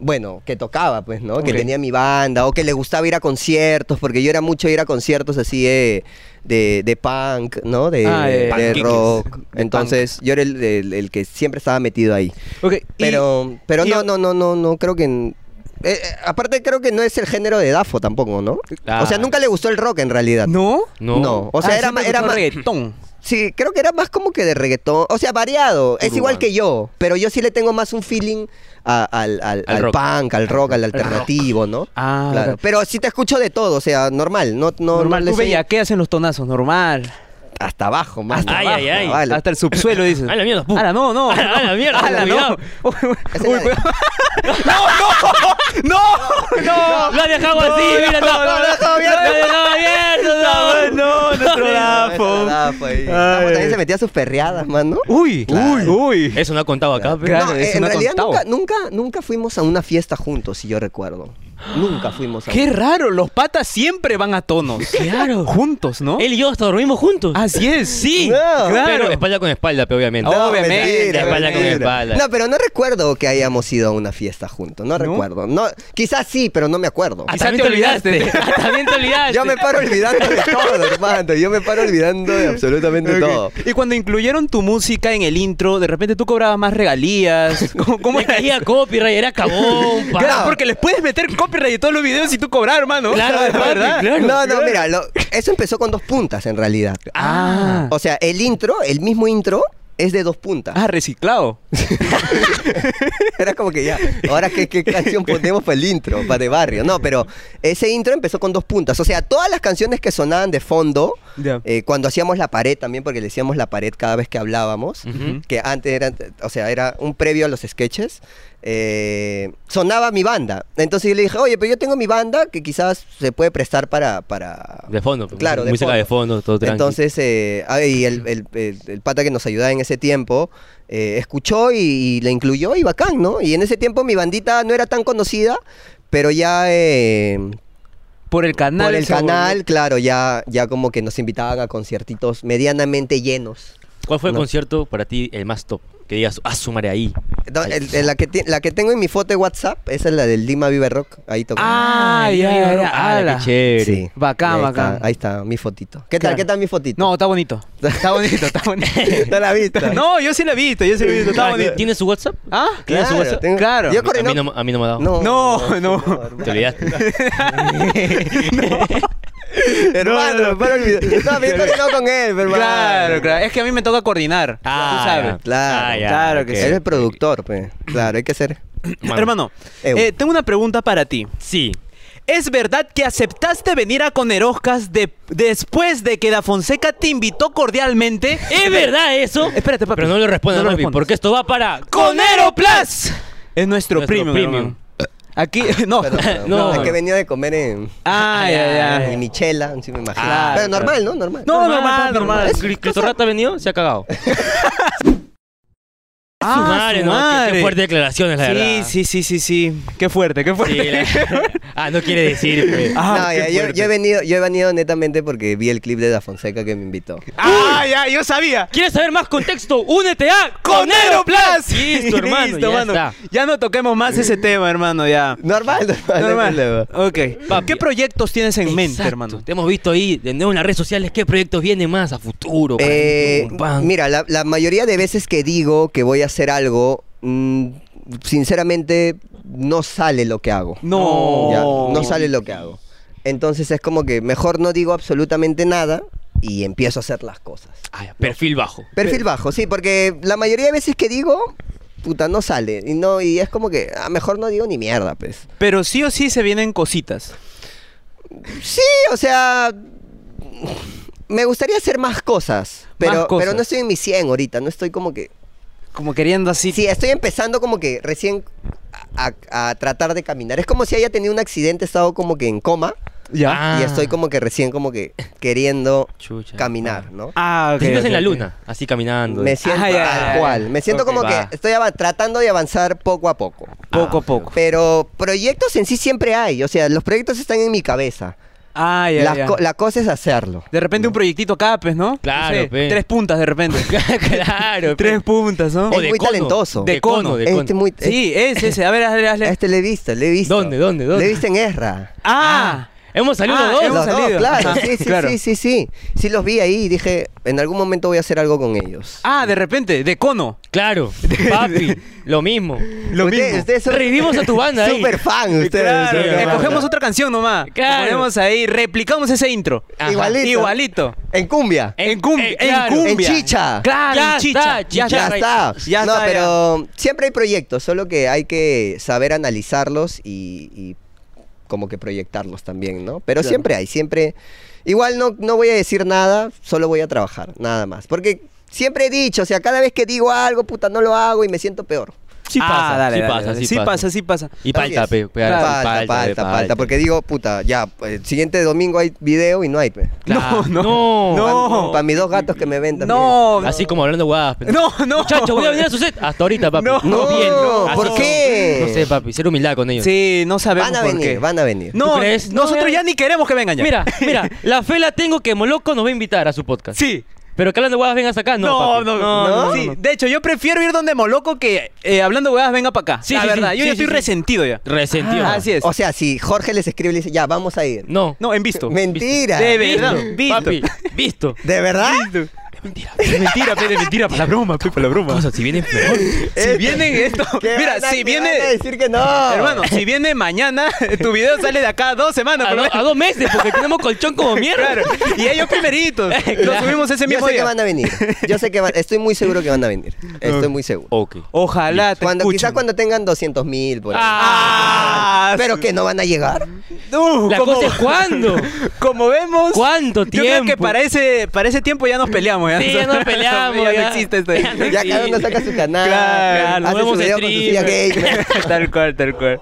C: Bueno, que tocaba, pues, ¿no? Que
B: Ok.
C: tenía mi banda, o que le gustaba ir a conciertos, porque yo era mucho de ir a conciertos así de, de, de punk, ¿no? De,
B: Ah,
C: de
B: eh,
A: panqueques.
C: rock. Entonces, yo era el, el- el que siempre estaba metido ahí.
B: Ok, y-
C: Pero, pero
B: y-
C: no, no, no, no, no, creo que... en- eh, eh, aparte creo que no es el género de Dafo tampoco, ¿no?
A: Claro.
C: O sea, nunca le gustó el rock en realidad.
B: ¿No?
A: No.
C: No. O sea,
B: Ah,
C: era,
B: siempre
C: ma- era
B: escuchó
C: más...
B: reggaetón.
C: Sí, creo que era más como que de reggaetón. O sea, variado. Es igual que yo. Pero yo sí le tengo más un feeling a- al, al-
A: Al
C: al
A: rock.
C: punk, al rock, al alternativo, ¿no?
B: Ah,
C: Claro.
B: ok.
C: Pero sí te escucho de todo. O sea, normal. No, no,
B: normal.
C: no le
B: Tú
C: soy-
B: veías qué hacen los tonazos, normal.
C: Hasta abajo, más.
A: Hasta Ay, abajo, ay, ay.
C: vale.
B: Hasta el subsuelo, dices.
A: A la mierda, pum.
B: ¡Hala, no, no!
A: A la- a la mierda,
B: ¡Hala, no!
A: cuidado.
C: Esa
B: Uy,
C: es la de-
B: ¡No! ¡No!
A: Lo ha dejado así, mira, no,
B: no,
A: lo ha dejado abierto. Lo ha dejado abierto,
B: No, no, nuestro
C: Nuestro
B: Dafo.
C: Dafo ahí.
B: Ay.
C: Dafo también se metía sus perreadas, mano.
B: Uy,
C: Claro.
B: uy, uy.
A: Eso no ha contado acá,
B: Claro.
A: pero.
B: Claro.
C: No, eh,
B: eso
C: en
B: no ha
C: realidad
B: contado.
C: nunca, nunca, nunca fuimos a una fiesta juntos, si yo recuerdo. Nunca fuimos a
B: Qué
C: una.
B: raro, los patas siempre van a tonos. Claro. Juntos, ¿no?
A: Él y yo hasta dormimos juntos.
B: Así es, sí.
C: No,
A: Pero
B: Ah, claro.
A: espalda con espalda, pero obviamente.
B: No, obviamente,
A: espalda con espalda.
C: No, pero no recuerdo que hayamos ido a una fiesta juntos. No,
B: ¿No?
C: recuerdo. No, quizás sí, pero no me acuerdo.
A: Ah,
B: quizá
A: también
B: te
A: te olvidaste.
B: olvidaste.
A: Ah, también te olvidaste.
C: Yo me paro olvidando de todo, hermano. Yo me paro olvidando de absolutamente
B: Ok.
C: todo.
B: Y cuando incluyeron tu música en el intro, de repente tú cobrabas más regalías. ¿Cómo, cómo
A: Me
B: era
A: caía
B: eso?
A: copyright, era cabón, pa.
B: Claro, porque les puedes meter copyright de todos los videos y tú cobrar, hermano.
A: Claro,
B: ¿Sabes?
A: papi,
B: ¿verdad?
A: claro.
C: no, no, mira, lo- eso empezó con dos puntas en realidad.
B: Ah,
C: O sea, el intro, el mismo intro, es de dos puntas.
B: ah, reciclado.
C: Era como que ya, ahora qué, qué canción ponemos para el intro, para de barrio. No, pero ese intro empezó con dos puntas. O sea, todas las canciones que sonaban de fondo,
B: Ya.
C: eh, cuando hacíamos la pared también, porque le decíamos la pared cada vez que hablábamos, que antes era, o sea, era un previo a los sketches, eh, sonaba mi banda. Entonces yo le dije, oye, pero yo tengo mi banda que quizás se puede prestar para... para
A: De fondo, pues,
C: claro, de
A: música
C: fondo.
A: de fondo, todo tranqui.
C: Entonces, eh, ah, y el, el- el- el pata que nos ayudaba en ese tiempo eh, escuchó y, y la incluyó y bacán, ¿no? Y en ese tiempo mi bandita no era tan conocida, pero ya eh,
B: Por el canal.
C: por el
B: se
C: canal,
B: volvió-
C: claro, ya, ya como que nos invitaban a conciertitos medianamente llenos.
A: ¿Cuál fue el
C: No.
A: concierto para ti el más top? Que digas, ah, sumaré ahí.
C: No, el- el- la, que ti- la que tengo en mi foto de WhatsApp, esa es la del Lima Vive Rock, ahí toca.
B: Ah, ya, ya, ya, ala.
A: qué chévere.
C: Sí.
B: Bacán,
C: Y ahí está,
B: bacán.
C: ahí está mi fotito. ¿Qué
B: Claro.
C: tal, qué tal mi fotito?
B: No, está bonito. Está bonito, está bonito.
C: no la viste.
B: no, yo sí la he visto, yo sí la he visto, está
A: Ah,
B: bonito.
A: ¿Tienes su WhatsApp?
B: ¿Ah?
A: ¿Tiene su WhatsApp?
C: tengo-
B: Claro.
C: Yo
A: A mí,
C: coordino-
A: no, a mí no me ha dado.
C: No,
B: No, no.
C: hermano.
A: Te olvidaste.
C: Hermano,
B: No,
C: no,
B: no.
C: para olvidar. No, me he coordinado con él, hermano.
B: Claro, claro. Es que a mí me toca coordinar.
A: Ah,
B: tú sabes.
A: ya.
C: Claro,
A: Ah, ya,
B: claro que
A: ok.
B: sí.
C: Eres productor, pues. Claro, hay que ser.
A: Mano.
B: Hermano,
C: Ew.
B: eh, tengo una pregunta para ti.
A: Sí.
B: ¿Es verdad que aceptaste venir a Coneroscas de- después de que Da Fonseca te invitó cordialmente?
A: ¿Es verdad eso?
B: Espérate, papi.
A: Pero no lo respondas,
B: No lo
A: papi,
B: respondas.
A: porque esto va para...
B: ¡Conero Plus! Es nuestro,
A: Nuestro
B: premium.
A: premium.
B: hermano. Aquí, no.
C: Pero, pero,
A: No.
C: Es que venía de comer en.
B: Ah, ya,
C: En
B: ya.
C: Michela, sí me imagino.
A: Claro,
C: pero normal, ¿no? Normal.
B: No, normal, normal.
A: Cristo Rata ha venido, se ha cagado. Ah, su madre, ¿no? Qué- Qué,
B: madre.
A: fuertes declaraciones, la
B: Sí,
A: verdad.
B: sí, sí, sí, sí. Qué fuerte, qué fuerte.
A: Sí, la- Ah, no quiere decir. pues.
B: Ah,
C: no,
B: qué
C: ya, yo,
B: fuerte.
C: yo he venido, yo he venido netamente porque vi el clip de Da Fonseca que me invitó.
B: Ah, ya, yo sabía.
A: ¿Quieres saber más contexto? Únete a
B: Conero Plus.
A: Listo, hermano. ya está.
B: Ya no toquemos más ese tema, hermano, ya.
C: Normal, normal. no hay problema.
B: Normal. Ok.
A: Papi.
B: ¿Qué proyectos tienes en mente,
A: Exacto.
B: hermano?
A: Te hemos visto ahí de nuevo en las redes sociales qué proyectos vienen más a futuro.
C: Eh,
A: carito, pan.
C: mira, la, la mayoría de veces que digo que voy a hacer algo, mm, sinceramente no sale lo que hago.
B: No.
C: Ya, no sale lo que hago. Entonces es como que mejor no digo absolutamente nada y empiezo a hacer las cosas.
A: Ay, Ah, perfil bajo.
C: Perfil bajo, sí, porque la mayoría de veces que digo, puta, no sale. Y no, y es como que, ah, mejor no digo ni mierda, pues.
B: Pero sí o sí se vienen cositas.
C: Sí, o sea. Me gustaría hacer más cosas. Pero,
B: cosas.
C: pero no estoy en mi 100 ahorita, no estoy como que.
B: Como queriendo así.
C: Sí, estoy empezando como que recién a, a- a tratar de caminar. Es como si haya tenido un accidente, he estado como que en coma.
B: Ya.
A: Ah.
C: Y estoy como que recién como que queriendo
A: Chucha.
C: caminar, ¿no?
B: Ah, ok.
A: Te sientas en
B: ok,
A: la
B: ok.
A: luna, así caminando.
C: Me siento
B: Ah, ya, ya,
C: tal
B: ya.
C: cual. Me siento
B: Ok,
C: como
B: va.
C: que estoy ava- tratando de avanzar poco a poco. Ah,
B: Poco a poco.
C: Pero proyectos en sí siempre hay. O sea, los proyectos están en mi cabeza.
B: Ah, ya,
C: Las
B: ya.
C: co- la cosa es hacerlo.
B: De repente un proyectito acá, pues, ¿no?
A: Claro,
B: No sé,
A: pe.
B: Tres puntas de repente.
A: claro.
B: Tres puntas, ¿no?
A: O
C: Es muy
A: cono,
C: talentoso.
A: De cono, de cono.
C: Este muy,
B: Sí, ese, ese. A ver, hazle, hazle.
C: este, este le he visto, le he visto.
A: ¿Dónde, dónde, dónde?
C: Le he visto en Ezra.
B: Ah.
A: Hemos salido
B: Ah,
A: los dos.
B: hemos
C: Los dos,
B: salido.
C: claro,
B: Ajá.
C: sí, sí,
B: Claro.
C: sí, sí, sí. Sí los vi ahí y dije, en algún momento voy a hacer algo con ellos.
B: Ah, de repente, de cono.
A: Claro. Papi, lo mismo.
B: Lo
C: Ustedes-
B: mismo.
C: ustedes son-
A: Revivimos a tu banda ahí.
C: Super fan ustedes.
B: Claro,
A: sí, claro.
B: escogemos otra canción nomás.
A: Claro.
B: Ponemos ahí, replicamos ese intro.
A: Ajá.
C: Igualito.
B: Igualito.
C: En cumbia.
B: En cumbia.
A: eh, claro.
B: En cumbia.
C: En chicha.
B: Claro,
A: Ya
B: en chicha.
A: está,
B: ya
A: chicha.
B: está.
C: Ya está.
B: Ya
C: no,
B: está, ya.
C: pero siempre hay proyectos, solo que hay que saber analizarlos y, y como que proyectarlos también, ¿no? Pero
B: Claro.
C: siempre hay, siempre. Igual no, no voy a decir nada, solo voy a trabajar, nada más. Porque siempre he dicho, o sea, cada vez que digo algo, puta, no lo hago y me siento peor.
A: Sí pasa,
B: Ah, dale,
A: sí
B: dale,
A: pasa,
B: dale.
A: sí pasa.
B: sí pasa.
A: Y palta,
C: Así es.
A: pe. pe,
B: Claro.
A: palta,
C: Falta,
A: pe,
C: falta, falta.
A: palta.
C: Porque digo, puta, ya, el siguiente domingo hay video y no hay. pe.
A: Claro.
B: No, no.
A: No.
B: No.
C: Para mis dos gatos que me vendan.
B: No,
A: Así como hablando guadas. pe.
B: No, no.
A: Muchacho, voy a venir a su set. Hasta ahorita, papi.
B: No.
A: bien.
C: No,
A: Así
C: ¿por
A: son.
C: qué?
A: No sé, papi. Ser humildad con ellos.
B: Sí, no sabemos
C: Van a
B: por
C: venir,
B: qué.
C: van a venir.
B: No,
A: ¿Tú crees? No,
B: nosotros
A: ya-
B: ya ni queremos que vengan ya.
A: Mira, mira, la fe la tengo que Moloco nos va a invitar a su podcast.
B: Sí.
A: Pero que hablando guadas vengas acá, no.
B: No,
A: papi.
B: no,
C: No,
B: no,
C: no,
B: sí.
C: no.
B: De hecho, yo prefiero ir donde Moloco que eh, hablando huevadas venga para acá.
A: Sí,
B: la
A: sí, sí,
B: verdad,
A: sí,
B: yo ya
A: sí,
B: estoy
A: sí.
B: resentido ya.
A: Resentido.
B: Ah, Así es.
C: O sea, si Jorge les escribe y le dice, ya, vamos a ir.
A: No.
B: No, en visto.
C: Mentira.
B: De
A: Visto,
B: verdad. Visto.
A: Papi, visto.
C: ¿De verdad?
A: Es mentira.
B: Es mentira, pe, es mentira, para la broma, pe, para la broma.
A: Cosa, si viene peor.
B: Si
A: Eh,
B: vienen esto,
C: ¿Qué
B: mira,
C: van a-
B: si
C: qué van a
B: viene,
C: decir que
A: "Oh".
C: no.
B: hermano, si viene mañana, tu video sale de acá a dos semanas.
A: A,
B: por lo
A: do- a dos meses, porque tenemos colchón como mierda.
B: Claro. Y ellos primeritos. Lo
A: Claro.
B: subimos ese
C: Yo
B: mismo
C: sé que
B: día.
C: van a venir. Yo sé que van. Estoy muy seguro que van a venir. Estoy muy seguro.
A: Ok.
B: Ojalá Oh, te
C: Cuando,
B: escuchen.
C: quizás cuando tengan 200 mil por ahí.
B: Ah,
C: Pero que no van a llegar.
B: Uh,
A: La
B: como-
A: cosa es cuándo.
B: Como vemos.
A: ¿Cuánto
B: Yo creo
A: tiempo?
B: que para ese, para ese tiempo ya nos peleamos. Ya,
A: Sí, ya nos peleamos,
B: ya, no
A: ya.
B: existe este. esto.
A: Ya no
C: Ya
A: Sí.
C: cada uno saca su canal.
B: Claro,
A: nos
C: hace su
A: vemos en
C: video con su silla
A: streamer.
C: gamer.
B: tal cual, tal cual.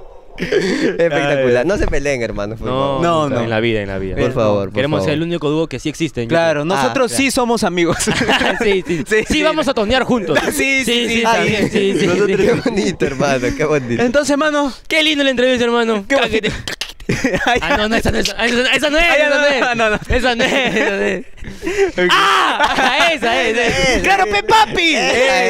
C: Espectacular. No se peleen, hermanos. por
A: No,
C: favor.
B: No,
A: no,
B: no.
A: En la vida, en la vida.
C: Por favor, por
A: Queremos ser
C: favor.
A: el único dúo que sí existe. en
B: Claro, nosotros
C: Ah,
B: sí somos amigos.
A: YouTube. sí, sí, sí, vamos a tonear juntos.
B: Sí, sí, sí,
A: sí,
B: sí,
A: también, sí, sí,
C: Nosotros-
A: sí.
C: Qué bonito, hermano. Qué bonito.
B: Entonces, hermano.
A: Qué lindo la entrevista, hermano.
B: Qué
A: Cáguete.
B: ay,
A: Ah, no, no, esa no es. Esa esa no es.
B: Ay,
A: Esa no es.
B: Ah, no, no, no, no.
A: Esa no es. esa no es.
B: ok.
A: ¡Ah! Esa es. esa es.
B: ¡Claro, pe papi!
C: Esa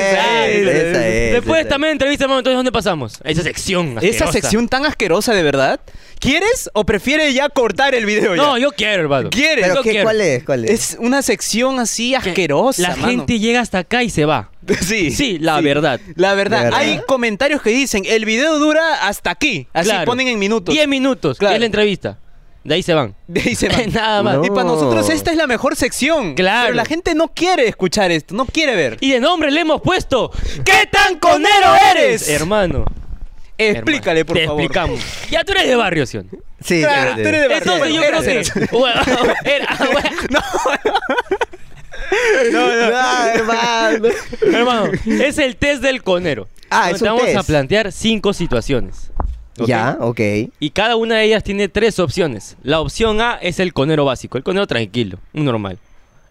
C: es, esa es,
A: Después
C: esa
A: también entrevista, hermano. Entonces, ¿dónde pasamos? Esa sección.
B: Esa
A: asquerosa.
B: sección tan asquerosa, de verdad. ¿Quieres o prefieres ya cortar el video? ya?
A: No, yo quiero, hermano.
B: ¿Quieres?
C: ¿Pero
A: yo
C: qué,
A: quiero.
C: cuál es? ¿Cuál es?
B: Es una sección así asquerosa.
A: La
B: mano.
A: gente llega hasta acá y se va.
B: Sí.
A: Sí, la verdad.
B: La verdad,
C: La verdad.
B: hay comentarios que dicen, el video dura hasta aquí. Así
A: Claro.
B: ponen en minutos.
A: 10 minutos,
B: Claro.
A: que es la entrevista. De ahí se van.
B: De ahí se van.
A: Nada más.
C: No.
B: Y para nosotros esta es la mejor sección.
A: Claro.
B: Pero la gente no quiere escuchar esto, no quiere ver.
A: Y de nombre le hemos puesto ¿Qué tan conero eres? Hermano.
B: Explícale,
A: hermano,
B: por
A: te
B: favor.
A: explicamos. Ya tú eres de barrio, ¿sí? o no?
C: Sí,
B: Claro,
C: sí,
B: tú eres
C: sí.
B: de barrio.
A: Entonces yo
B: Eras,
A: creo que...
B: eras.
A: Bueno, era- bueno,
C: Ah, hermano.
A: hermano, es el test del conero.
C: Ah,
A: Donde
C: es
A: te
C: un
A: vamos a
C: test.
A: plantear cinco situaciones. ¿ok?
C: Ya, ok.
A: Y cada una de ellas tiene tres opciones. La opción A es el conero básico, el conero tranquilo, un normal.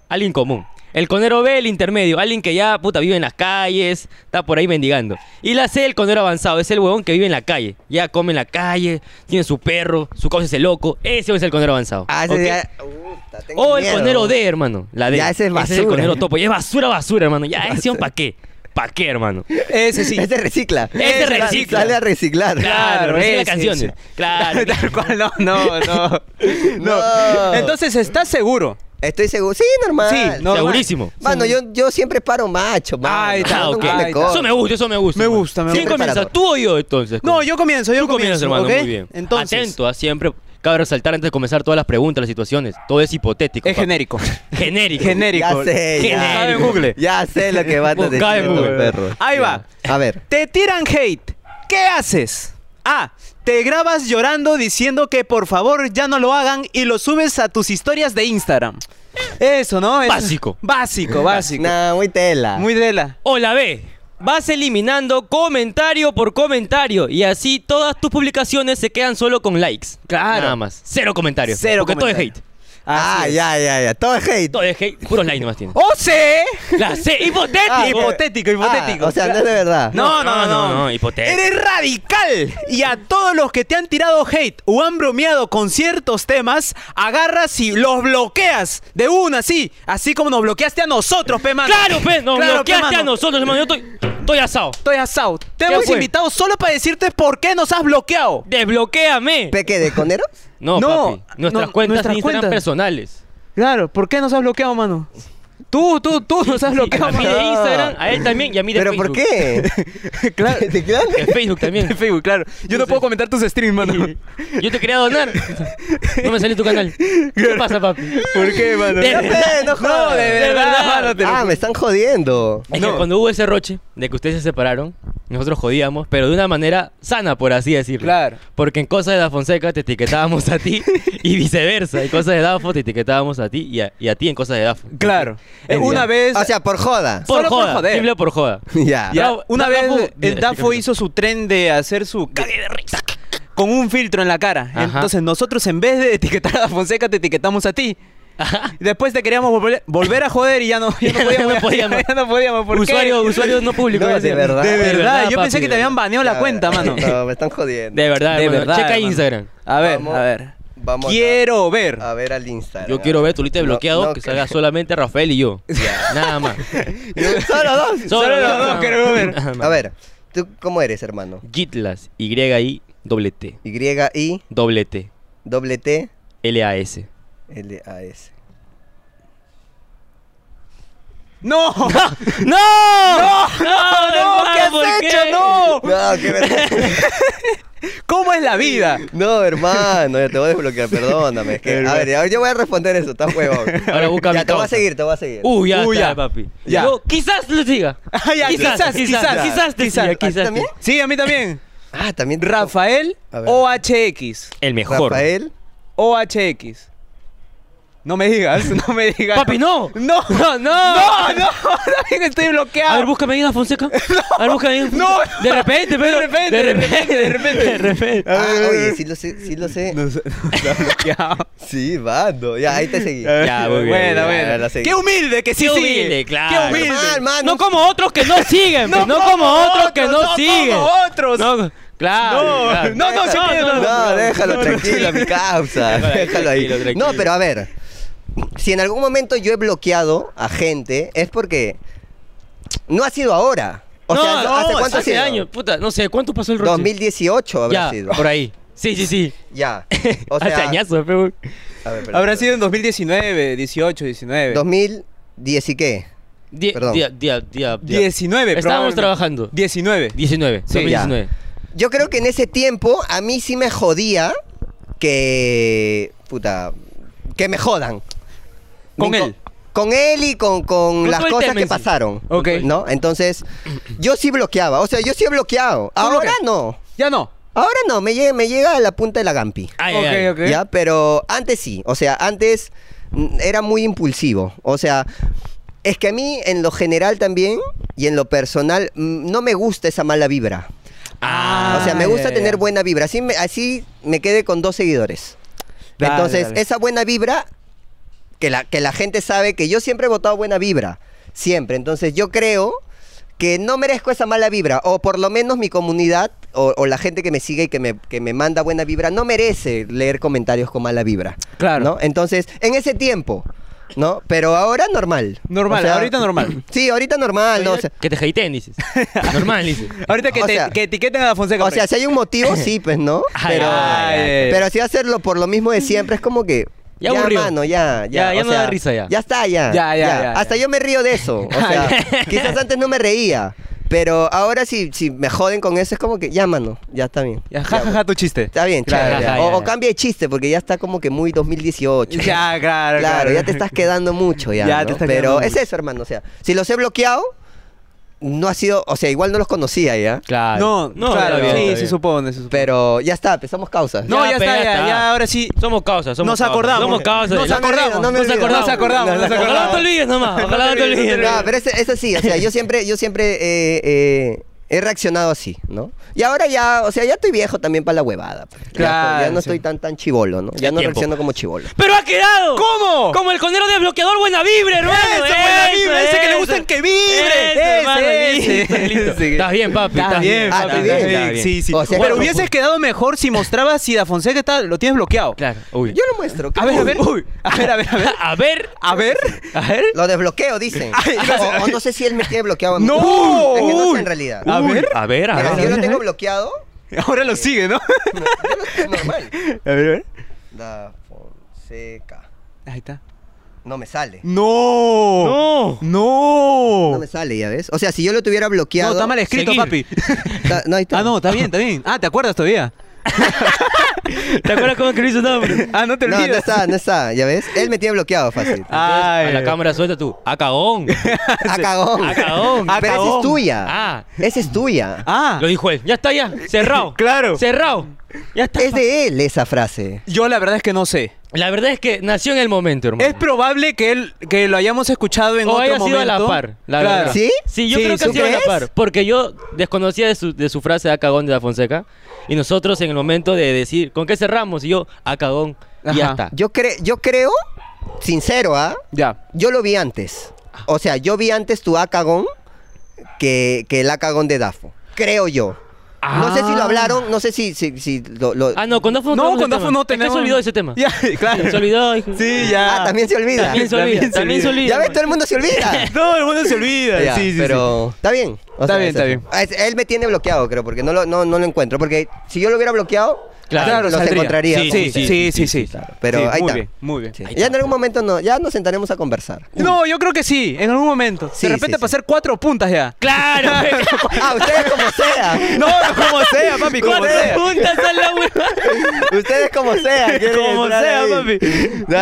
A: Alguien común. El conero B, el intermedio, alguien que ya, puta, vive en las calles, está por ahí mendigando. Y la C, el conero avanzado, es el huevón que vive en la calle. Ya come en la calle, tiene su perro, su causa es el loco. Ese es el conero avanzado.
C: Ah, ese
A: ¿ok?
C: ya- Uta, tengo
A: O el
C: miedo.
A: conero D, hermano. La D.
C: Ya, ese es
A: el
C: basura.
A: conero topo. Ya es basura, basura, hermano. Ya, ese ¿para qué? ¿Para qué, hermano?
B: Ese sí.
C: Ese recicla.
A: Ese
C: Sale-
A: recicla.
C: Sale a reciclar.
A: Claro,
B: Claro,
A: recicla
B: ese,
A: canciones.
B: ese.
A: Claro.
B: Tal cual, no, no, no.
C: No.
B: Entonces, ¿estás seguro?
C: Estoy seguro. Sí, normal.
B: Sí, no,
C: Normal.
A: Segurísimo.
C: Mano, yo, yo siempre paro macho, mano.
B: Ahí está,
A: Ah,
C: Mando un
A: ok.
C: montón de
B: ahí está.
C: cosas.
A: Eso me gusta, eso me gusta.
B: Me gusta, me
A: ¿Quién
C: gusta.
A: comienza? ¿Tú o yo entonces?
B: No, yo comienzo, yo
A: Tú comienzas,
B: comienzo,
A: hermano,
B: ¿ok?
A: muy bien.
B: Entonces,
A: Atento, ah, siempre cabe resaltar antes de comenzar todas las preguntas, las situaciones. Todo es hipotético.
B: es
A: papi.
B: genérico.
A: Genérico.
B: genérico.
C: Ya sé, ya.
B: Buscado en Google.
C: Ya sé lo que van a decir
A: Buscado en
C: los
A: Google.
C: perros.
B: Ahí va.
C: A ver.
B: Te tiran hate. ¿Qué haces? A. Te grabas llorando diciendo que por favor ya no lo hagan y lo subes a tus historias de Instagram. Eso, ¿no? Eso-
A: Básico.
B: Básico, básico.
C: No, muy tela.
B: Muy dela.
A: O la B. Vas eliminando comentario por comentario y así todas tus publicaciones se quedan solo con likes.
B: Claro.
A: Nada más. Cero comentarios.
B: Cero
A: Porque
B: comentario.
A: todo es hate.
C: ah,
B: Así es. ¡Oh,
C: ya, ya, ya. Todo es hate.
A: Todo es hate. Puros likes nomás tiene.
B: O C.
A: La C. Hipotético.
C: Ah,
B: hipotético, hipotético.
C: Ah, o sea, no es de verdad.
B: No, no, no, Ah, no.
A: hipotético.
B: Eres radical. Y a todos los que te han tirado hate o han bromeado con ciertos temas, agarras y los bloqueas de una, así. Así como nos bloqueaste a nosotros, pe mano.
A: Claro, pues, nos
B: Claro, pe,
A: bloqueaste
B: mano.
A: a nosotros, hermano. Yo estoy, estoy asado.
B: Estoy asado. Te hemos
A: fue?
B: invitado solo para decirte por qué nos has bloqueado.
A: Desbloquéame.
C: ¿Peque de conero?
A: no,
B: No,
A: papi. Nuestras
B: no,
A: cuentas
B: nuestras
A: de Instagram
B: cuentas.
A: personales.
B: Claro, ¿por qué nos has bloqueado, mano? Tú, tú, tú nos has bloqueado,
A: A mí de
B: mano.
A: Instagram, a él también y a mí de
C: ¿Pero
A: Facebook.
C: por qué?
B: Claro.
C: ¿Te quedan?
A: De Facebook también.
B: Facebook, claro. Yo no puedo comentar tus streams, mano.
A: Yo te quería donar. No me salió tu canal. ¿Qué pasa, papi?
B: ¿Por qué, mano?
A: De
C: Ya
A: verdad.
C: sé, no
B: No,
C: jodas.
B: de
A: De verdad.
B: verdad, mano. te lo- Eh,
C: Ah, me están jodiendo.
A: Es
B: No.
A: que cuando hubo ese roche de que ustedes se separaron, nosotros jodíamos, pero de una manera sana, por así decirlo.
B: Claro.
A: Porque en cosas de la Fonseca te etiquetábamos a ti y viceversa. En cosas de Dafo te etiquetábamos a ti y a, y a ti en cosas de Dafo.
B: Claro.
A: Es
B: Una
A: ya.
B: vez.
C: O sea, por joda.
A: Por
B: solo por
A: joda,
B: joder.
A: simple por joda.
C: Ya.
B: Ya,
A: Bravo.
B: una vez
A: Dafo-
B: el Dafo hizo su tren de hacer su cague de risa con un filtro en la cara.
A: Ajá.
B: Entonces nosotros en vez de etiquetar a la Fonseca te etiquetamos a ti.
A: Ajá.
B: Después te queríamos volver, volver a joder y ya no, ya no podíamos.
A: no podíamos.
B: ya no podíamos, ¿por qué?
A: Usuario, usuarios no públicos.
C: No, de
A: decía.
C: verdad.
B: De
C: De
B: verdad, yo
A: papi,
B: pensé que
A: de
B: te habían
A: verdad.
B: baneado la
C: Ya,
B: cuenta,
C: verdad.
B: mano.
C: No, me están jodiendo.
A: De verdad,
B: De
A: hermano.
B: verdad,
A: Checa
B: hermano.
A: Instagram.
B: A ver,
C: Vamos-
B: a ver.
C: vamos Ah. acá.
B: Quiero ver.
C: A ver al Instagram.
A: Yo quiero ver tu lista de
C: No,
A: bloqueados
C: no
A: que
C: creo.
A: salga solamente Rafael y yo. Nada más.
C: Solo dos.
B: Solo los
A: nada
B: dos
A: más.
B: queremos ver.
A: Nada más.
C: A ver, ¿tú cómo eres, hermano?
A: Gitlas, Y-I, doble T,
C: Y-I,
A: doble T,
C: doble T,
A: L-A-S.
C: L-A-S.
B: ¡No! ¡No!
A: ¡No!
B: ¡No! ¿Qué
A: hermano, ¿por
B: has
A: qué?
B: hecho? ¡No!
C: No, qué vergüenza.
B: ¿Cómo es la vida?
C: No, hermano, ya te voy a desbloquear, perdóname. es que- a ver, a ver, yo voy a responder eso, estás huevón.
A: Ahora busca
C: ya,
A: mi
C: te voy a
A: causa.
C: seguir, te voy a seguir.
A: Uh, ya
B: Uy,
A: está,
B: ya.
A: papi.
B: Ya.
A: Yo quizás lo diga.
B: Ah, ya, quizás, quizás,
A: quizás, te
B: quizás.
A: siga,
B: ¿A ti
A: quizás
C: también?
A: te-
B: Sí, a mí también.
C: Ah, también.
B: Rafael
C: A ver.
B: OHX.
A: El mejor.
C: Rafael.
B: OHX. No me digas, no me digas.
A: Papi, no.
B: No, no, no, no, también estoy bloqueado.
A: A ver, búscame ahí a Fonseca. A ver, búscame ahí a
B: No.
A: Fonseca. De repente, pero.
B: De repente, de repente, de repente.
A: De repente.
C: Ah, oye, sí lo sé, sí lo sé.
B: No sé, no, está bloqueado.
C: Sí, mando. Ya, ahí te seguí.
A: Ya, muy bien,
B: Bueno,
C: ya,
B: bueno.
C: la seguí.
B: Qué humilde que sí
A: Qué
B: sigue.
A: humilde, claro.
B: Qué humilde.
C: Mal, man,
A: No como otros que no siguen. No, no como otros que no, siguen.
B: No como otros.
A: No, claro.
B: No,
A: claro.
B: no, no, sí, no,
C: No, déjalo
B: no,
C: tranquilo, mi causa.
A: Déjalo ahí,
C: Déjalo ahí.
A: tranquilo, tranquilo.
C: No, pero a ver. Si en algún momento yo he bloqueado a gente, es porque no ha sido ahora. O sea,
A: no,
C: ¿hace cuánto ha
A: hace
C: sido?
A: años, puta, no sé, ¿cuánto pasó el roche?
C: 2018 habrá
A: ya,
C: sido.
A: por ahí. Sí, sí, sí.
C: Ya. O
A: hace
C: sea,
A: añazo, pero...
C: a ver, espera,
B: Habrá
C: espera.
B: sido en 2019, 18, 19.
C: 2010 y qué?
A: Die-
C: Perdón.
A: dia- dia- dia- dia-
B: 19,
A: Estábamos
B: probablemente.
A: trabajando.
B: 19.
A: 19,
B: Sí,
A: 2019.
C: Yo creo que en ese tiempo a mí sí me jodía que. Puta. Que me jodan.
B: Con
C: Ni
B: él.
C: Con él y con, con
A: Con
C: las
A: todo el
C: cosas
A: tema
C: que
A: en sí.
C: pasaron.
B: Ok.
C: ¿No? Entonces, yo sí bloqueaba. O sea, yo sí he bloqueado. Ahora
B: bloqueas?
C: no.
B: Ya no.
C: Ahora no. Me llega, me llega a la punta de la Gampi.
A: Ay,
B: Ok,
A: ay, ay.
B: ok.
C: ¿Ya? Pero antes sí. O sea, antes mm, era muy impulsivo. O sea, es que a mí en lo general también y en lo personal mm, no me gusta esa mala vibra.
A: Ah,
C: o sea, me
B: ya,
C: gusta
B: ya.
C: tener buena vibra. Así me, así me quedé con dos seguidores.
B: Dale,
C: Entonces,
B: dale.
C: esa buena vibra que la, que la gente sabe que yo siempre he votado buena vibra. Siempre. Entonces yo creo que no merezco esa mala vibra. O por lo menos mi comunidad o, o la gente que me sigue y que me, que me manda buena vibra no merece leer comentarios con mala vibra.
B: Claro.
C: ¿no? Entonces, en ese tiempo. ¿No? Pero ahora normal.
B: Normal,
C: O sea,
B: ahorita normal.
C: Sí, ahorita normal. ¿no? O sea,
A: Que te hateen, dices. Normal, dices.
B: Ahorita que,
C: O
B: te-
C: sea-
B: que etiqueten a la Fonseca.
C: O sea, si hay un motivo, sí, pues, ¿no?
A: Ay,
C: Pero,
A: ay,
B: ay.
C: pero si hacerlo por lo mismo de siempre, es como que.
A: Ya aburrió.
C: hermano, ya,
A: Ya,
C: ya.
A: ya
C: o
A: no
C: sea,
A: da risa ya.
C: Ya está, ya.
B: Ya, ya, ya,
C: Hasta
B: ya.
C: yo me río de eso. O sea, quizás antes no me reía. Pero ahora si, si me joden con eso, es como que, ya, mano, ya está bien.
B: Ya, ja, ja, ja, tu chiste.
C: Está bien,
B: Claro,
C: chévere.
A: ya,
C: o,
A: ya,
C: o
A: ya.
C: cambia de chiste, porque ya está como que muy 2018.
B: Ya, claro,
C: Claro,
B: claro.
C: ya te estás quedando mucho ya.
B: Ya
C: ¿no?
B: te estás
C: Pero
B: quedando
C: es
B: mucho.
C: eso, hermano. O sea, si los he bloqueado, no ha sido. O sea, igual no los conocía ya.
A: Claro.
B: No, no, claro,
A: está bien,
B: sí,
A: está
B: se
A: bien.
B: supone, se supone.
C: Pero ya está, empezamos causas.
B: no,
A: Ya,
B: ya,
A: pero
B: está,
A: ya
B: ya,
A: está.
B: ya, ahora sí.
A: Somos causas, somos
B: Nos
A: causas.
B: acordamos.
A: Somos causas.
B: Nos
A: La-
B: acordamos.
C: No
A: Nos
C: me olvido,
A: acordamos.
B: Nos acordamos, nos
A: Ojalá no te
B: acordamos.
A: olvides nomás. Ojalá no te olvides.
C: No, Ah, pero es, es así, o sea, yo siempre, yo siempre eh, eh, he reaccionado así, ¿no? Y ahora ya, o sea, ya estoy viejo también para la huevada. pues. Ya estoy- ya,
B: Claro,
C: no
B: sí.
C: estoy tan tan chivolo, ¿no? Ya no
A: tiempo.
C: reacciono como chivolo.
A: Pero ha quedado.
B: ¿Cómo?
A: Como el conero desbloqueador buena vibra, hermano.
B: Eso, buena vibra, ese que le
A: eso.
B: gustan que vibre.
A: Eso,
B: Ese,
A: hermano,
B: ese,
A: listo, listo.
B: ese.
A: Estás bien, papi.
B: Está bien,
C: Ah,
B: papi,
C: está
B: está
C: bien.
B: bien. Sí, sí.
C: O sea,
B: Pero
C: que-
B: hubieses quedado mejor si mostrabas si Da Fonseca está, lo tienes bloqueado.
A: Claro. Uy.
C: Yo lo muestro. ¿qué
B: A ver, a
C: pasa?
B: ver. Uy, a ver, a ver, a ver.
A: A ver.
B: A ver.
A: A ver.
C: Lo desbloqueo, dicen.
B: Ay,
C: O- o, no sé si él me tiene bloqueado a mí.
B: ¡No!
C: Es que no sé
B: Uy.
C: en realidad.
B: A
A: Uy,
B: ver.
A: A ver, a
C: Pero si
A: ver.
C: yo lo tengo bloqueado,
B: Ahora lo sigue, ¿no? A
C: yo lo tengo normal.
B: ver, a ver.
C: Da Fonseca.
B: Ahí está.
C: No me sale.
B: ¡No!
A: No.
C: No
B: ¡No!
C: me sale, ya ves. O sea, si yo lo tuviera bloqueado.
B: No, está mal escrito,
A: Seguir.
B: papi.
C: Está- no, ahí está.
B: Ah, no, está bien, está bien. Ah, ¿te acuerdas todavía?
A: ¿Te acuerdas cómo escribí su nombre?
B: Ah, no te
C: No,
B: olvides.
C: no está, no está, ya ves. Él me tiene bloqueado fácil.
B: Ay.
A: A la cámara suelta tú. ¡A cagón!
C: A cagón.
A: A cagón.
B: A
C: Pero esa
B: cagón.
C: es tuya.
A: Ah.
C: Esa es tuya.
B: Ah,
A: Lo dijo él. Ya está, ya. Cerrado.
B: Claro.
A: Cerrado. Ya está.
C: Es de él esa frase.
B: yo la verdad es que no sé.
A: La verdad es que nació en el momento, hermano.
B: Es probable que él que lo hayamos escuchado Este en
A: o
B: otro
A: haya
B: momento.
A: sido a la par, la
B: Claro.
A: verdad.
C: ¿Sí?
A: Sí, yo
B: Sí,
A: creo que
B: ¿tú
A: ha sido a la
C: crees?
A: par. Porque yo desconocía de su, de su frase de acagón de la Fonseca. Y nosotros en el momento de decir, ¿con qué cerramos? Y yo, acagón. Y ya
B: Ajá.
A: está.
C: Yo, cre- yo creo, sincero, ¿ah?
B: Ya.
C: Yo lo vi antes. O sea, yo vi antes tu acagón que, que el acagón de Dafo. Creo yo. No sé si lo hablaron, no sé si... si, si lo- lo-
A: Ah, no, con Dafo no
B: No,
A: tenemos ese
B: con Dafo
A: tema.
B: no
A: Es que
B: tenemos.
A: se olvidó ese tema.
B: Ya, claro.
A: Se olvidó, hijo.
B: Sí, ya.
C: Ah, también se olvida.
A: También se
B: También
A: olvida.
B: se
A: También se olvida.
C: Ya ves, todo el mundo se olvida.
B: Todo el mundo se olvida.
C: Ya,
B: sí, sí,
C: pero está bien. O
B: Está bien,
C: es
B: está
C: eso.
B: bien.
C: Ah, es- Él me tiene bloqueado, creo, porque no lo, no, no lo encuentro. Porque si yo lo hubiera bloqueado,
A: Claro,
C: los
B: saldría.
C: encontraría.
B: Sí,
C: con
B: sí,
C: usted.
B: sí, sí, sí, sí.
C: Pero
B: Sí,
C: ahí
B: muy
C: está.
B: bien, muy bien.
C: Sí. Ya en algún momento no, ya nos sentaremos a conversar.
B: No, yo creo que sí, en algún momento.
C: Sí,
B: de repente
C: sí, sí.
B: pasar cuatro puntas ya.
A: Claro, pe-
C: Ah, ustedes como sean.
B: No, como sea, papi, como
A: cuatro
B: sea.
A: puntas a la hueva.
C: Ustedes como sean. quieren
B: Como
C: entrar
B: sea,
C: ahí.
B: papi.
C: Está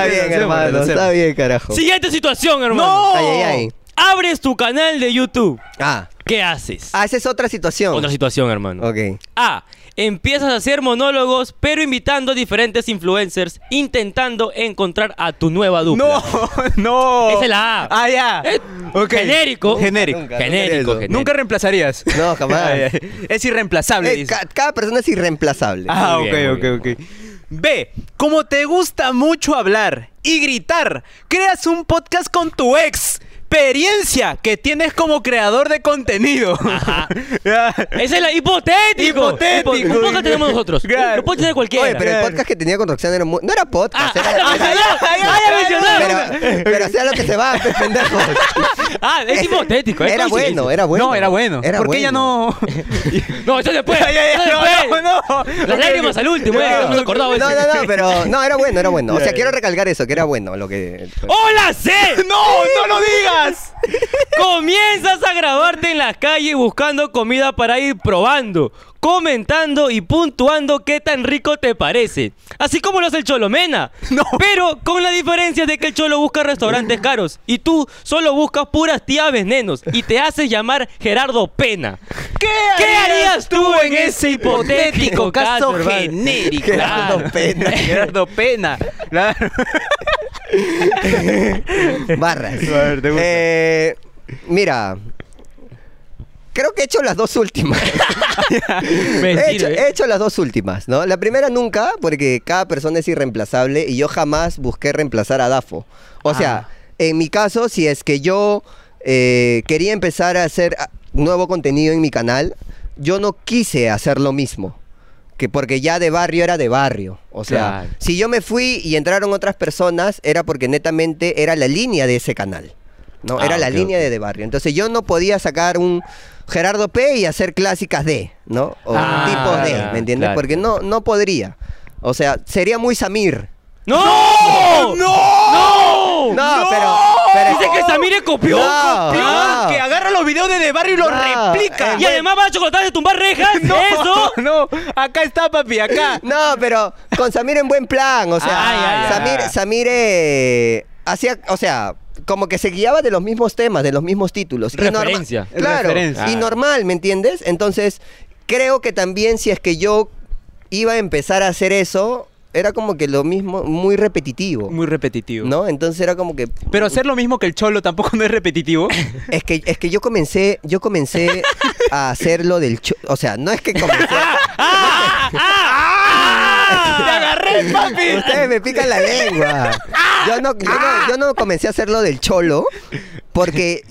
B: Lo
C: bien,
B: hacemos,
C: hermano.
B: lo hacemos.
C: Está bien, carajo.
A: Siguiente situación, hermano.
B: No.
C: Ay, ay, ay.
A: Abres tu canal de YouTube.
C: Ah,
A: ¿Qué haces?
C: ah, esa es otra situación.
A: Otra situación, hermano.
C: Ok.
A: A. Empiezas a hacer monólogos, pero invitando a diferentes influencers, intentando encontrar a tu nueva dupla.
B: No, no.
A: Esa es la A.
B: Ah, ya.
A: Eh,
B: Ok.
A: Genérico.
B: Genérico.
C: Nunca,
A: genérico,
C: nunca.
A: genérico.
B: Nunca reemplazarías.
C: No, jamás.
B: Ay, ay. Es irreemplazable.
C: Eh,
B: dice.
C: ca- cada persona es irreemplazable.
B: Ah,
A: Este, Muy
B: ok,
A: bien, muy
B: ok, ok. B. Como te gusta mucho hablar y gritar, creas un podcast con tu ex. Experiencia que tienes como creador de contenido.
A: Ajá.
B: Ya.
A: Esa es la hipotético.
B: Hipotético.
A: Hipo- Un podcast tenemos nosotros.
B: Claro.
A: Lo puede tener cualquiera.
C: Oye, pero el
B: Claro.
C: podcast que tenía con Roxana era mu- no era
A: Ah,
C: podcast.
A: ah,
C: era-
A: lo mencionaron, ah, ya mencionaron.
C: pero, pero sea lo que se va, pues, pendejo.
A: Ah, es hipotético. es
C: Era
A: coincidencia.
C: bueno, era bueno.
B: No, era bueno.
C: Era
B: ¿Por qué
C: bueno.
B: ya no? Pues,
A: No, eso después.
B: Ya, ya, ya,
A: eso
B: no,
A: después.
B: no, no.
A: Pues, Las lágrimas al último, eh,
B: No,
A: que no me acordaba.
C: No,
A: ese.
C: no, no, pero no, era bueno, era bueno. O sea, quiero recalcar eso, que era bueno lo que.
A: ¡Hola, C!
B: ¡No, no lo digas!
A: Comienzas a grabarte en las calles buscando comida para ir probando, comentando y puntuando qué tan rico te parece. Así como lo hace el Cholomena.
B: No.
A: Pero con la diferencia de que el Cholo busca restaurantes caros y tú solo buscas puras tías venenos y te haces llamar Gerardo Pena.
B: ¿Qué
A: ¿Qué harías tú en
B: este
A: ese hipotético caso, hermano?
B: genérico?
A: Gerardo
B: Claro.
C: Pena.
B: Gerardo Pena. Claro.
C: Barras.
B: A ver, te gusta.
C: Eh, mira. Creo que he hecho las dos últimas.
A: Me
C: he, hecho,
A: sirve.
C: he hecho las dos últimas, ¿no? La primera nunca, porque cada persona es irreemplazable y yo jamás busqué reemplazar a Dafo. O sea, en mi caso, si es que yo eh, quería empezar a hacer ah, nuevo contenido en mi canal, yo no quise hacer lo mismo. Que porque ya de barrio era de barrio. O sea,
A: Claro.
C: si yo me fui y entraron otras personas, era porque netamente era la línea de ese canal. ¿no?
A: Ah,
C: era la
A: ok,
C: línea de, de barrio. Entonces yo no podía sacar un Gerardo P y hacer clásicas de, ¿no? O
A: Ah,
C: tipos de,
A: claro,
C: ¿me entiendes?
A: claro.
C: Porque no, no podría. O sea, sería muy Samir.
A: ¡No! ¡No! ¡Oh, ¡No!
C: No, pero. pero
A: Dice que Samir es copión.
C: No,
A: copión.
C: no.
B: Que agarra los videos de De Barrio y los
C: No,
B: replica.
C: Ah. eh,
A: Y además va a chocolatar de tumbar rejas. ¿Eso?
B: No, acá está, papi, acá.
C: No, pero con Samir en buen plan. O sea,
A: Ah,
B: ya, ya.
C: Samir, Samir eh, hacía, o sea, como que se guiaba de los mismos temas, de los mismos títulos. Y norma-
A: Referencia.
C: claro.
B: Referencia.
C: Y normal, ¿me entiendes? Entonces, creo que también si es que yo iba a empezar a hacer eso, era como que lo mismo, muy repetitivo.
B: Muy repetitivo.
C: ¿No? Entonces era como que.
B: Pero hacer lo mismo que el cholo tampoco no es repetitivo.
C: Es que, es que yo comencé, yo comencé a hacer lo del cho- O sea, no es que comencé.
B: Ah,
C: Ah.
B: ¡Te agarré, papi!
C: Ustedes me pican la lengua.
A: Ah.
C: Yo no, yo no, yo no comencé a hacer lo del cholo porque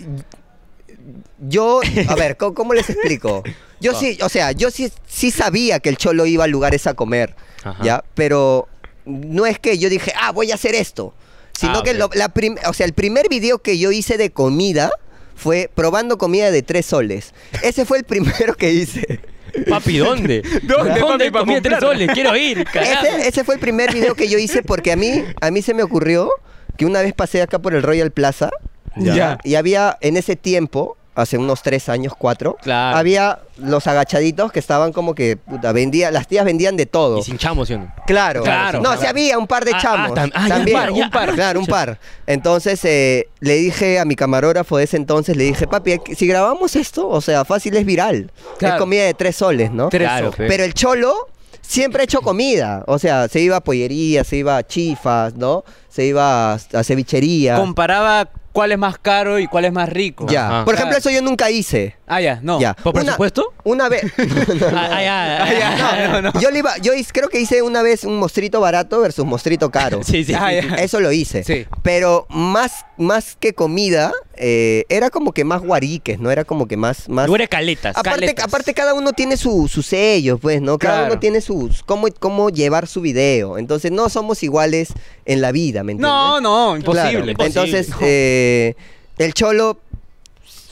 C: yo, a ver, ¿cómo, cómo les explico? Yo sí, o sea, yo sí, sí sabía que el cholo iba a lugares a comer,
A: Ajá.
C: ¿ya? Pero no es que yo dije, ah, voy a hacer esto. Sino
A: Ah,
C: que,
A: ok.
C: lo- la prim- o sea, el primer video que yo hice de comida fue probando comida de tres soles. Ese fue el primero que hice.
A: Papi, ¿dónde?
B: ¿Dónde, papi, para
A: comí tres
B: comprar?
A: soles? Quiero ir, carajo.
C: Ese, ese fue el primer video que yo hice porque a mí, a mí se me ocurrió que una vez pasé acá por el Royal Plaza
A: Ya.
C: y había en ese tiempo, hace unos tres años, cuatro,
A: Claro.
C: había los agachaditos que estaban como que, puta, vendía, las tías vendían de todo.
A: Y sin chamos, ¿sí o no?
C: Claro.
A: Claro.
C: No, sí había un par de
A: Ah,
C: chamos.
A: ah, tam- ah, ya,
C: también.
A: un par, ya.
C: un par, claro, un par. Entonces eh, le dije a mi camarógrafo de ese entonces, le dije, papi, si grabamos esto, o sea, fácil es viral.
B: Claro.
C: Es comida de tres soles, ¿no?
B: Tres
A: Claro,
B: soles.
A: pe.
C: Pero el cholo siempre ha hecho comida. O sea, se iba a pollería, se iba a chifas, ¿no? Se iba a, a cevichería.
B: Comparaba cuál es más caro y cuál es más rico.
C: ya.
A: Ajá.
C: Por ejemplo,
B: Claro.
C: eso yo nunca hice.
B: Ah, ya, no.
C: Ya.
A: ¿Por
C: Una-
A: presupuesto?
C: Una vez.
A: Ah, ah, ya, ah, ya.
B: no, no, no.
C: Yo le iba, yo hice- creo que hice una vez un mostrito barato versus mostrito caro.
A: Sí, sí.
B: Ah,
A: sí,
B: ya.
A: sí.
C: Eso lo hice.
B: Sí.
C: Pero más, más que comida, eh, era como que más guariques, ¿no? Era como que más. más...
A: Lugares caletas.
C: Aparte,
A: caletas.
C: aparte cada uno tiene su, sus sellos, pues, ¿no? Cada
B: Claro.
C: uno tiene sus cómo, cómo llevar su video. Entonces no somos iguales en la vida, ¿me entiendes?
B: No, no,
C: Claro.
B: imposible.
A: Imposible.
C: Entonces, eh, el Cholo,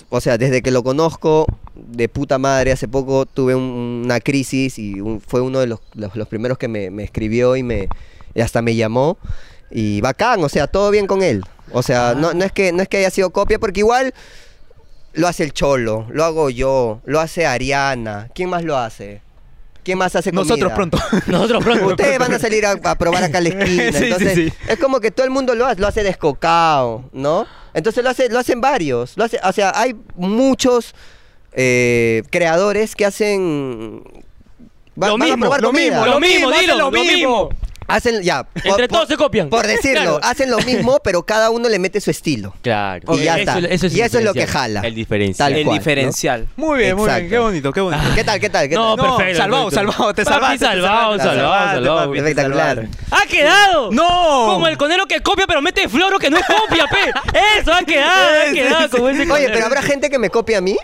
C: o sea, desde que lo conozco, de puta madre, hace poco tuve un- una crisis y un- fue uno de los, los- los primeros que me, me escribió y me y hasta me llamó. Y bacán, o sea, todo bien con él. O sea, no, no, es que, no es que haya sido copia, porque igual lo hace el Cholo, lo hago yo, lo hace Ariana. ¿Quién más lo hace? ¿Quién más hace comida?
B: Nosotros pronto.
A: Nosotros pronto.
C: Ustedes van a salir a, a probar acá a la esquina.
B: Sí, sí,
C: Entonces,
B: sí.
C: es como que todo el mundo lo hace, lo hace descocado, ¿no? Entonces lo, hace, lo hacen varios. Lo hace, o sea, hay muchos eh, creadores que hacen. va-
A: Lo
C: van a
A: mismo,
C: probar
A: lo
C: comida.
A: mismo, lo mismo,
B: hacen
A: dilo, lo mismo.
C: Hacen, ya.
A: Entre todos se copian.
C: Por
A: Claro.
C: decirlo, hacen lo mismo, pero cada uno le mete su estilo.
A: Claro.
C: Y ya está. Y
A: el
C: eso es lo que
A: diferencial.
C: jala.
A: El diferencial.
C: Tal
B: El
C: cual, ¿no?
B: diferencial. Muy bien, muy bien.
C: Exacto.
B: Qué bonito, qué bonito.
C: ¿Qué tal, qué tal? ¿Qué
A: No,
C: tal?
A: pero- perfecto,
B: salvado,
A: perfecto.
B: salvado, te
A: Papi,
B: salvaste. te
A: salvado,
B: salvaste,
A: salvado,
B: salvaste,
A: salvado.
B: papi, te
C: Espectacular.
B: salvaste.
A: ¡Ha quedado!
B: ¡No!
A: Como el conero que copia pero mete floro que no es copia, pe. Eso ha quedado, ha quedado como ese
C: Oye,
A: conero.
C: pero ¿habrá gente que me copie a mí?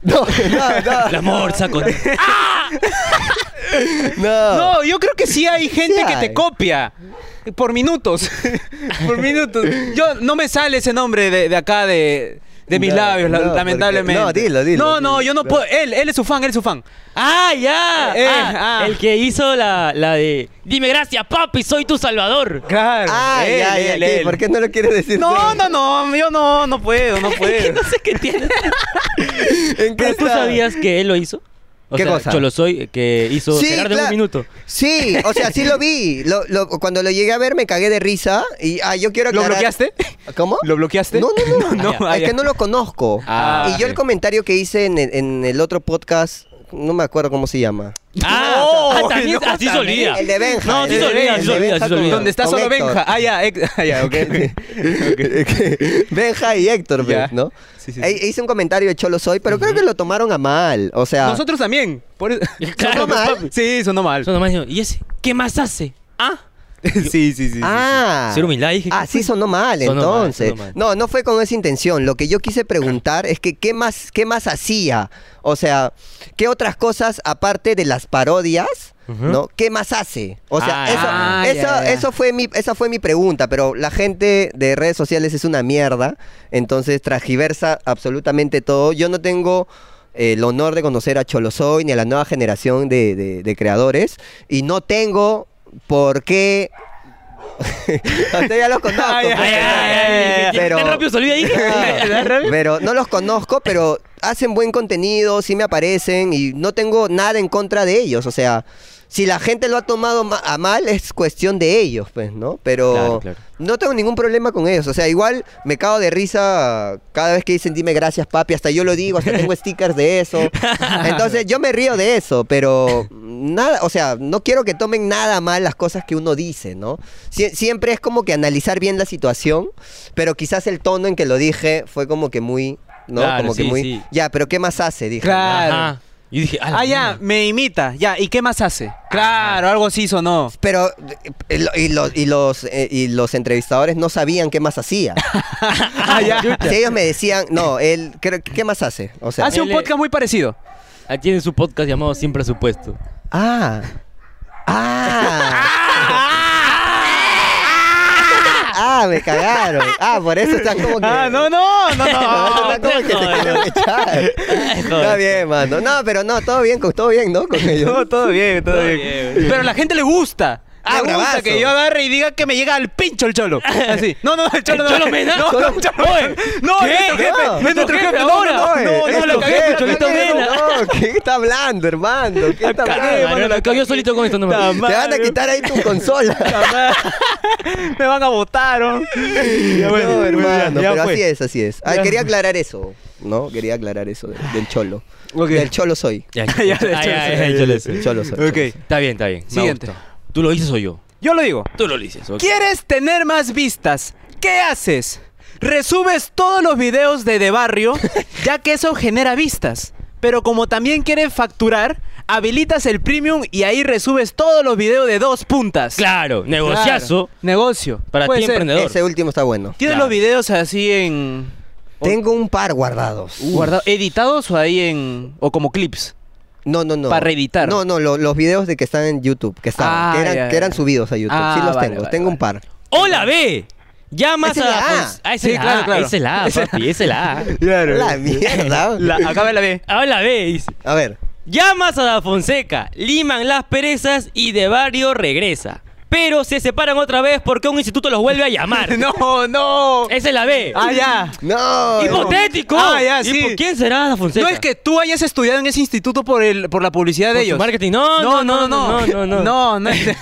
C: No, no, no.
A: La morsa con...
C: No.
B: No, yo creo que sí hay gente
C: Sí
B: que
C: hay.
B: te copia. Por minutos. por minutos. Yo no me sale ese nombre de, de acá de. de mis
C: No,
B: labios, la-
C: no, porque-
B: lamentablemente.
C: no, dilo, dilo,
B: No, no,
C: dilo.
B: yo no puedo. Él, él es su fan, él es su fan.
A: ¡Ah, ya!
B: Eh,
A: Ah,
B: ah.
A: El que hizo la, la de... Dime gracias, papi, soy tu salvador.
B: Claro.
C: Ay,
B: él,
C: ay,
B: él,
C: ay,
B: él.
C: ¿por qué no lo quieres decir?
B: No, no, no, yo no, no puedo, no
A: Que
B: puedo.
A: no sé qué tiene.
C: ¿En
A: ¿Pero tú
C: está?
A: sabías que él lo hizo? O
C: ¿Qué
A: sea,
C: cosa?
A: Cholo Soy, que hizo Gerardo en
C: cla-
A: un minuto.
C: Sí, o sea, sí lo vi. Lo- lo- cuando lo llegué a ver me cagué de risa y ah, yo quiero
B: ¿Lo
C: aclarar-
B: bloqueaste?
C: ¿Cómo?
B: ¿Lo bloqueaste?
C: No, no, no.
B: No, no, ah,
C: es
B: ya.
C: que no lo conozco.
B: Ah,
C: y yo el
B: ok.
C: comentario que hice en el, en el otro podcast, no me acuerdo cómo se llama.
A: Ah,
B: No,
A: ah, también,
B: no,
A: así se
B: también.
A: olvida.
C: El de Benja.
A: No,
C: el
A: sí
C: de
A: se olvida, sí
C: Benja, el
A: se
C: de
A: olvida, sí se
C: con-
A: olvida.
B: ¿Dónde está
C: con
B: solo
C: Héctor.
B: Benja? Ah, ya, ex- ah, ya, ok.
C: Benja y Héctor,
B: Ya.
C: pues, ¿no?
B: Sí, sí, sí.
C: E- hice un comentario de Cholo Soy, pero creo que lo tomaron a mal. O sea,
B: Nosotros también. Por eso-
A: Claro,
C: ¿Sonó mal?
B: Sí, sonó mal.
A: Son nomás diciendo, ¿y ese? ¿Qué más hace? Ah,
B: Sí, sí, sí, sí.
C: Ah,
A: Ser humildad, dije,
C: Ah,
A: ¿qué
C: sí,
A: fue?
C: sonó mal,
A: Sonó mal,
C: entonces.
A: sonó mal.
C: No, no fue con esa intención. Lo que yo quise preguntar es que qué más, qué más hacía. O sea, ¿qué otras cosas, aparte de las parodias, ¿no? ¿Qué más hace? O sea,
A: Ah,
C: eso,
B: ya,
C: eso,
B: ya, ya.
C: eso fue mi, esa fue mi pregunta, pero la gente de redes sociales es una mierda. Entonces transgiversa absolutamente todo. Yo no tengo. eh, El honor de conocer a Cholosoy ni a la nueva generación de- de- de creadores. Y no tengo por qué a usted ya los conozco.
B: Ay,
C: pues,
A: ay,
C: ¿no?
A: ay, ay,
C: Pero-
A: tan rápido se olvida, dije.
C: Pero no los conozco, pero hacen buen contenido, sí me aparecen y no tengo nada en contra de ellos. O sea, si la gente lo ha tomado ma- a mal, es cuestión de ellos, pues, ¿no? Pero
A: Claro, claro.
C: no tengo ningún problema con ellos. O sea, igual me cago de risa cada vez que dicen dime gracias, papi. Hasta yo lo digo, hasta tengo stickers de eso. Entonces yo me río de eso, pero nada, o sea, no quiero que tomen nada mal las cosas que uno dice, ¿no? Sie- siempre es como que analizar bien la situación, pero quizás el tono en que lo dije fue como que muy. ¿No?
A: Claro,
C: como que
A: sí,
C: muy.
A: sí.
C: Ya, pero ¿qué más hace? Dije.
B: Claro.
A: Ajá. Y dije, "A la
B: Ah, ya,
A: mierda". Ah.
B: me imita. Ya, ¿y qué más hace? Claro, algo sí sonó.
C: Pero eh, lo- y los, y los, eh, y los entrevistadores no sabían qué más hacía.
B: Ah, ya. Ah,
C: Si ellos me decían, no, él, creo, ¿qué más hace? O sea,
B: Hace un
A: Él-
B: podcast muy parecido.
A: Ah, Tiene su podcast llamado Sin Presupuesto.
C: ah, ah, ah, me cagaron. Ah, por eso están como que.
B: Ah, no, no, no,
C: Por eso
B: no.
C: están como que te
A: joder.
C: quieren echar. Está bien, mano. No, pero no, todo bien, con- todo bien, ¿no? Con ellos.
B: No, todo bien, todo
A: Todo
B: bien.
A: bien.
B: Pero a la gente le gusta.
C: Ah,
B: le gusta
C: bravazo.
B: que yo agarre y diga que me llega al pincho el cholo. Así. No, no, el cholo no.
A: cholo Mena?
B: No, no, el cholo. No,
A: ¿Qué?
B: es nuestro jefe. No, es nuestro jefe. No,
A: ahora.
B: no, no.
A: no, no,
C: esto
A: la cagué,
C: qué,
A: Cholito
C: no,
A: Mena.
C: No, ¿qué está hablando, hermano?
B: Ah,
C: ¿Qué está
A: Cagué,
C: hablando?
A: mano, la cagué yo solito con esto
B: Puta
A: nomás.
C: Te van a
B: madre.
C: quitar ahí tu consola.
B: Me van a votar, ¿no? Ya, bueno,
C: no,
B: ya,
C: hermano,
B: ya
C: pero
B: fue.
C: así es, así es. Ah, quería aclarar eso, ¿no? Quería aclarar eso de- del cholo.
B: Ok.
C: Del cholo soy.
A: Ya,
B: Ya, ya,
A: ya, ya,
B: ya,
A: ya,
B: ya,
A: ya,
B: ya,
A: ya,
C: El
A: ya.
C: cholo soy.
B: Ok.
A: Está bien, está bien. me
B: Siguiente.
A: gustó. ¿Tú lo dices o yo?
B: Yo lo digo.
A: Tú lo dices. ok.
B: ¿Quieres tener más vistas? ¿Qué haces? Resubes todos los videos de De Barrio, ya que eso genera vistas. Pero como también quieres facturar, habilitas el premium y ahí resubes todos los videos de dos puntas.
A: Claro,
B: Claro.
A: negociazo.
B: Negocio.
A: Para
B: Puede
A: ti,
B: ser.
A: emprendedor.
C: Ese último está bueno.
B: ¿Tienes
A: Claro.
B: los videos así en.
C: Tengo un par guardados.
B: guarda- editados o ahí en. o como clips?
C: No, no, no.
B: Para reeditar.
C: No, no, lo- los videos de que están en YouTube, que estaban,
B: Ah,
C: que, eran,
B: ya,
C: que eran
B: ya.
C: subidos a YouTube. sí
B: Ah,
C: los
B: vale,
C: tengo,
B: vale,
C: tengo un par.
A: ¡Hola, B! Llamas
C: Esa es la
A: a.
C: A.
A: pues, Ah, esa
B: Sí,
A: es
B: claro,
A: la A.
B: claro.
A: Esa es la A, papi. Esa es la A.
C: La mierda.
B: La, acá me la ve.
A: Hola, B. Dice.
C: A ver.
A: Llamas a Da Fonseca, liman las perezas y de barrio regresa. Pero se separan otra vez porque un instituto los vuelve a llamar.
B: No, no.
A: Esa es la B.
B: Ah, ya.
C: No.
A: ¡Hipotético!
B: Ah, ya, sí.
A: ¿Y por quién será Da Fonseca?
B: No es que tú hayas estudiado en ese instituto por el por la publicidad
A: Por
B: de
A: su
B: ellos.
A: marketing. No, no, no, no, no, no.
B: No, no es-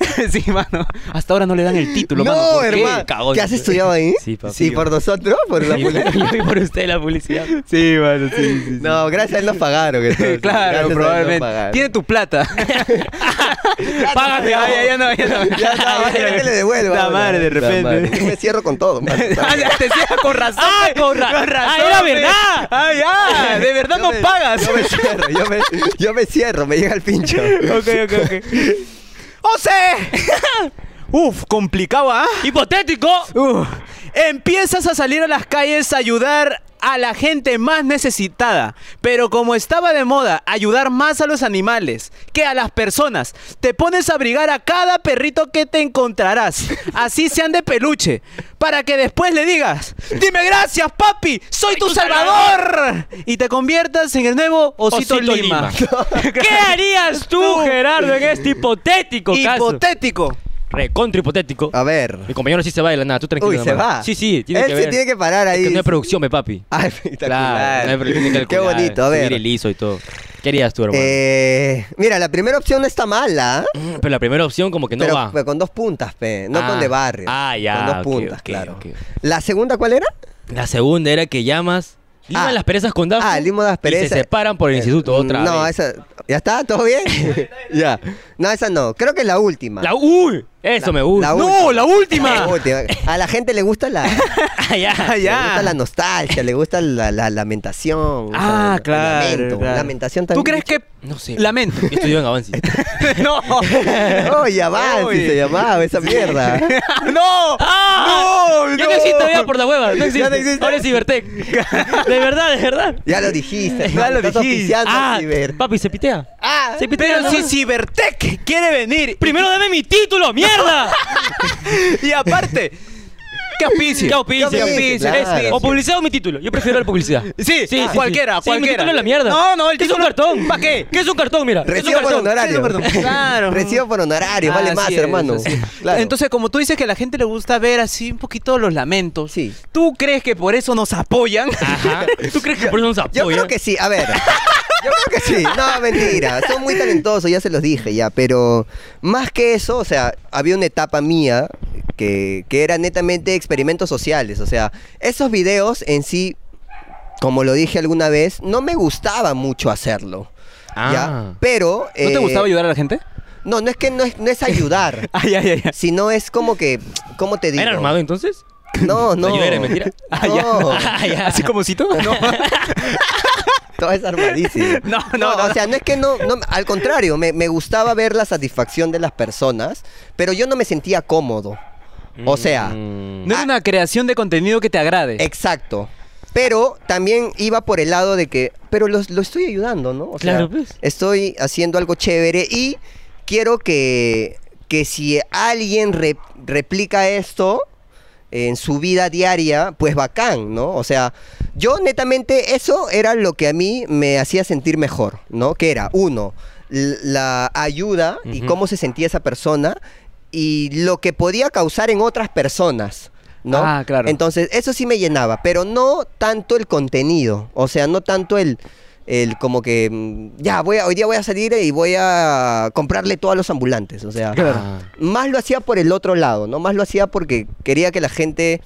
B: Sí, mano. Hasta ahora no le dan el título,
C: No,
B: mano. ¿por qué?
C: hermano.
A: Cagón.
C: ¿Qué has estudiado ahí?
A: Sí, papi.
C: Sí, por nosotros, por la
A: Sí, yo vi por usted la publicidad.
B: Sí, mano, sí, sí.
C: No, gracias a él nos pagaron. entonces. Gracias a él
B: claro,
C: nos
B: probablemente.
C: pagaron.
B: Tiene tu plata.
A: Págame.
B: ya, ya, ya no, ya no.
C: Ya está, va a tener que le devuelva.
B: La
C: ahora.
B: madre, de
C: La madre. Yo
B: repente.
C: me cierro con todo, mano.
B: Ah, ya, te cierra con razón.
A: Ah,
B: pe.
A: con ra-
B: razón.
A: ah, era
B: pe.
A: verdad.
B: Ah, ya. De verdad
C: Yo
B: no
C: me-
B: pagas.
C: Yo me cierro, yo me, yo me cierro, me llega el pincho.
B: Ok, ok, ok. ¡José! ¡Oh, Uf, complicado, ¿ah?
A: ¡Hipotético!
B: Uf. Empiezas a salir a las calles a ayudar a la gente más necesitada. Pero como estaba de moda ayudar más a los animales que a las personas, te pones a abrigar a cada perrito que te encontrarás. Así sean de peluche. Para que después le digas, dime gracias papi, soy tu
A: tu
B: salvador. Y te conviertas en el nuevo Osito,
A: Osito
B: Lima.
A: Lima. ¿Qué harías tú, Gerardo, en este hipotético caso?
B: Hipotético.
A: Recontra hipotético.
C: A ver.
A: Mi compañero sí se va de la nada, tú tranquilo.
C: Ah. Uy,
A: nada
C: se
A: más.
C: va.
A: Sí, sí, tiene
C: Él
A: que
C: sí
A: ver.
C: tiene que parar
A: Es
C: ahí.
A: que no hay producción, pe, papi.
C: Ah, espectacular.
A: Claro, no hay- tiene que
C: Qué
A: calcular,
C: bonito, a ver.
A: Subir el ISO y todo. ¿Qué harías tú, hermano?
C: Eh, mira, la primera opción no está mala, ¿ah?
A: Pero la primera opción como que no
C: pero,
A: va.
C: pero con dos puntas, pe, no
A: Ah.
C: con de barrio.
A: Ah, ya,
C: Con dos
A: ok,
C: puntas,
A: ok,
C: claro.
A: ok.
C: ¿La segunda cuál era?
A: La segunda era que llamas... Liman
C: Ah.
A: las perezas con Dafo.
C: Ah, limo las perezas.
A: Y se separan por el instituto
C: Mm,
A: otra
C: No,
A: vez.
C: esa. ¿Ya está? ¿Todo bien? ya. No, esa no. Creo que es la última.
A: La uy, eso me gusta.
C: la
B: ¡No! ¡La última!
C: La última. A la gente le gusta la,
A: Ah, ya.
B: Ah,
C: le gusta la
B: ya.
C: nostalgia, le gusta la, la lamentación. o sea,
B: Ah,
C: el
B: claro.
C: Lamento.
B: claro.
C: Lamentación
B: ¿Tú
C: también.
B: crees que.?
A: No sé.
B: Lamento.
A: Yo estudio en Avansis.
B: no.
C: Oye, avance,
B: Oye.
C: se llamaba esa mierda.
B: ¡No!
A: ¡Ah!
B: ¡No!
A: Ya
B: no.
A: no existe todavía por la hueva. No
C: Ya
A: existe.
C: no existe.
A: Ahora es Cibertec. De verdad, de verdad.
C: Ya lo dijiste.
B: Ya lo
C: estás
B: dijiste.
C: auspiciando a
A: Ah,
C: Ciber.
A: papi, se pitea.
C: Ah,
A: Se pitea.
B: Pero
A: ¿no?
B: si Cibertech quiere venir.
A: Primero dame mi título, mierda.
B: Y aparte. ¡Qué auspicio!
A: ¿Qué auspicio?
C: ¿Qué auspicio?
A: Es-
C: Claro.
A: O publicidad o mi título. Yo prefiero la publicidad.
B: Sí, cualquiera,
A: sí. Sí, mi
B: cualquiera.
A: título es la mierda.
B: No, no, el
A: ¿Qué es
B: título-
A: un cartón?
B: ¿Pa' qué?
A: ¿Qué es un cartón? Mira. ¿qué es un
C: Recibo por
A: cartón?
C: honorario.
B: Eso, perdón. Claro.
C: Recibo por honorario,
B: Así
C: vale más,
B: es,
C: hermano.
B: así es.
C: Claro.
B: Entonces, como tú dices que a la gente le gusta ver así un poquito los lamentos,
C: Sí.
B: ¿tú crees que por eso nos apoyan?
A: Ajá. ¿Tú crees que por eso nos apoya?
C: Yo creo que sí, a ver. Yo creo que sí. No, mentira. Son muy talentosos, ya se los dije, ya. Pero más que eso, o sea, había una etapa mía que, que era netamente experimentos sociales. O sea, esos videos en sí, como lo dije alguna vez, no me gustaba mucho hacerlo.
A: Ah.
C: ¿ya? Pero. eh,
B: ¿No te gustaba ayudar a la gente?
C: No, no es que no es, no es ayudar.
B: Ay, ay, ay. ay.
C: sino es como que. ¿Cómo te digo?
A: ¿Era armado entonces?
C: No, no.
A: No, yo era mentira.
B: Ah, ya.
C: No.
A: Ah, ya.
B: ¿Así como cito? No.
C: Todo es armadísimo.
B: No, no, no.
C: O sea, no es que no. no, al contrario, me, me gustaba ver la satisfacción de las personas, pero yo no me sentía cómodo. O sea,
A: Mm.
B: No es una creación de contenido que te agrade.
C: Eh, exacto. Pero también iba por el lado de que. Pero lo, lo estoy ayudando, ¿no? O
A: Claro, pues.
C: Estoy haciendo algo chévere y quiero que. Que si alguien re- replica esto en su vida diaria, pues bacán, ¿no? O sea, yo netamente eso era lo que a mí me hacía sentir mejor, ¿no? Que era, uno, l- la ayuda y
A: Ujú.
C: cómo se sentía esa persona y lo que podía causar en otras personas. ¿No?
B: Ah, claro.
C: Entonces, eso sí me llenaba, pero no tanto el contenido, o sea, no tanto el, el como que, mm, ya, voy a- hoy día voy a salir y voy a comprarle todo a los ambulantes, o sea,
A: Ah.
C: más lo hacía por el otro lado, ¿no? Más lo hacía porque quería que la gente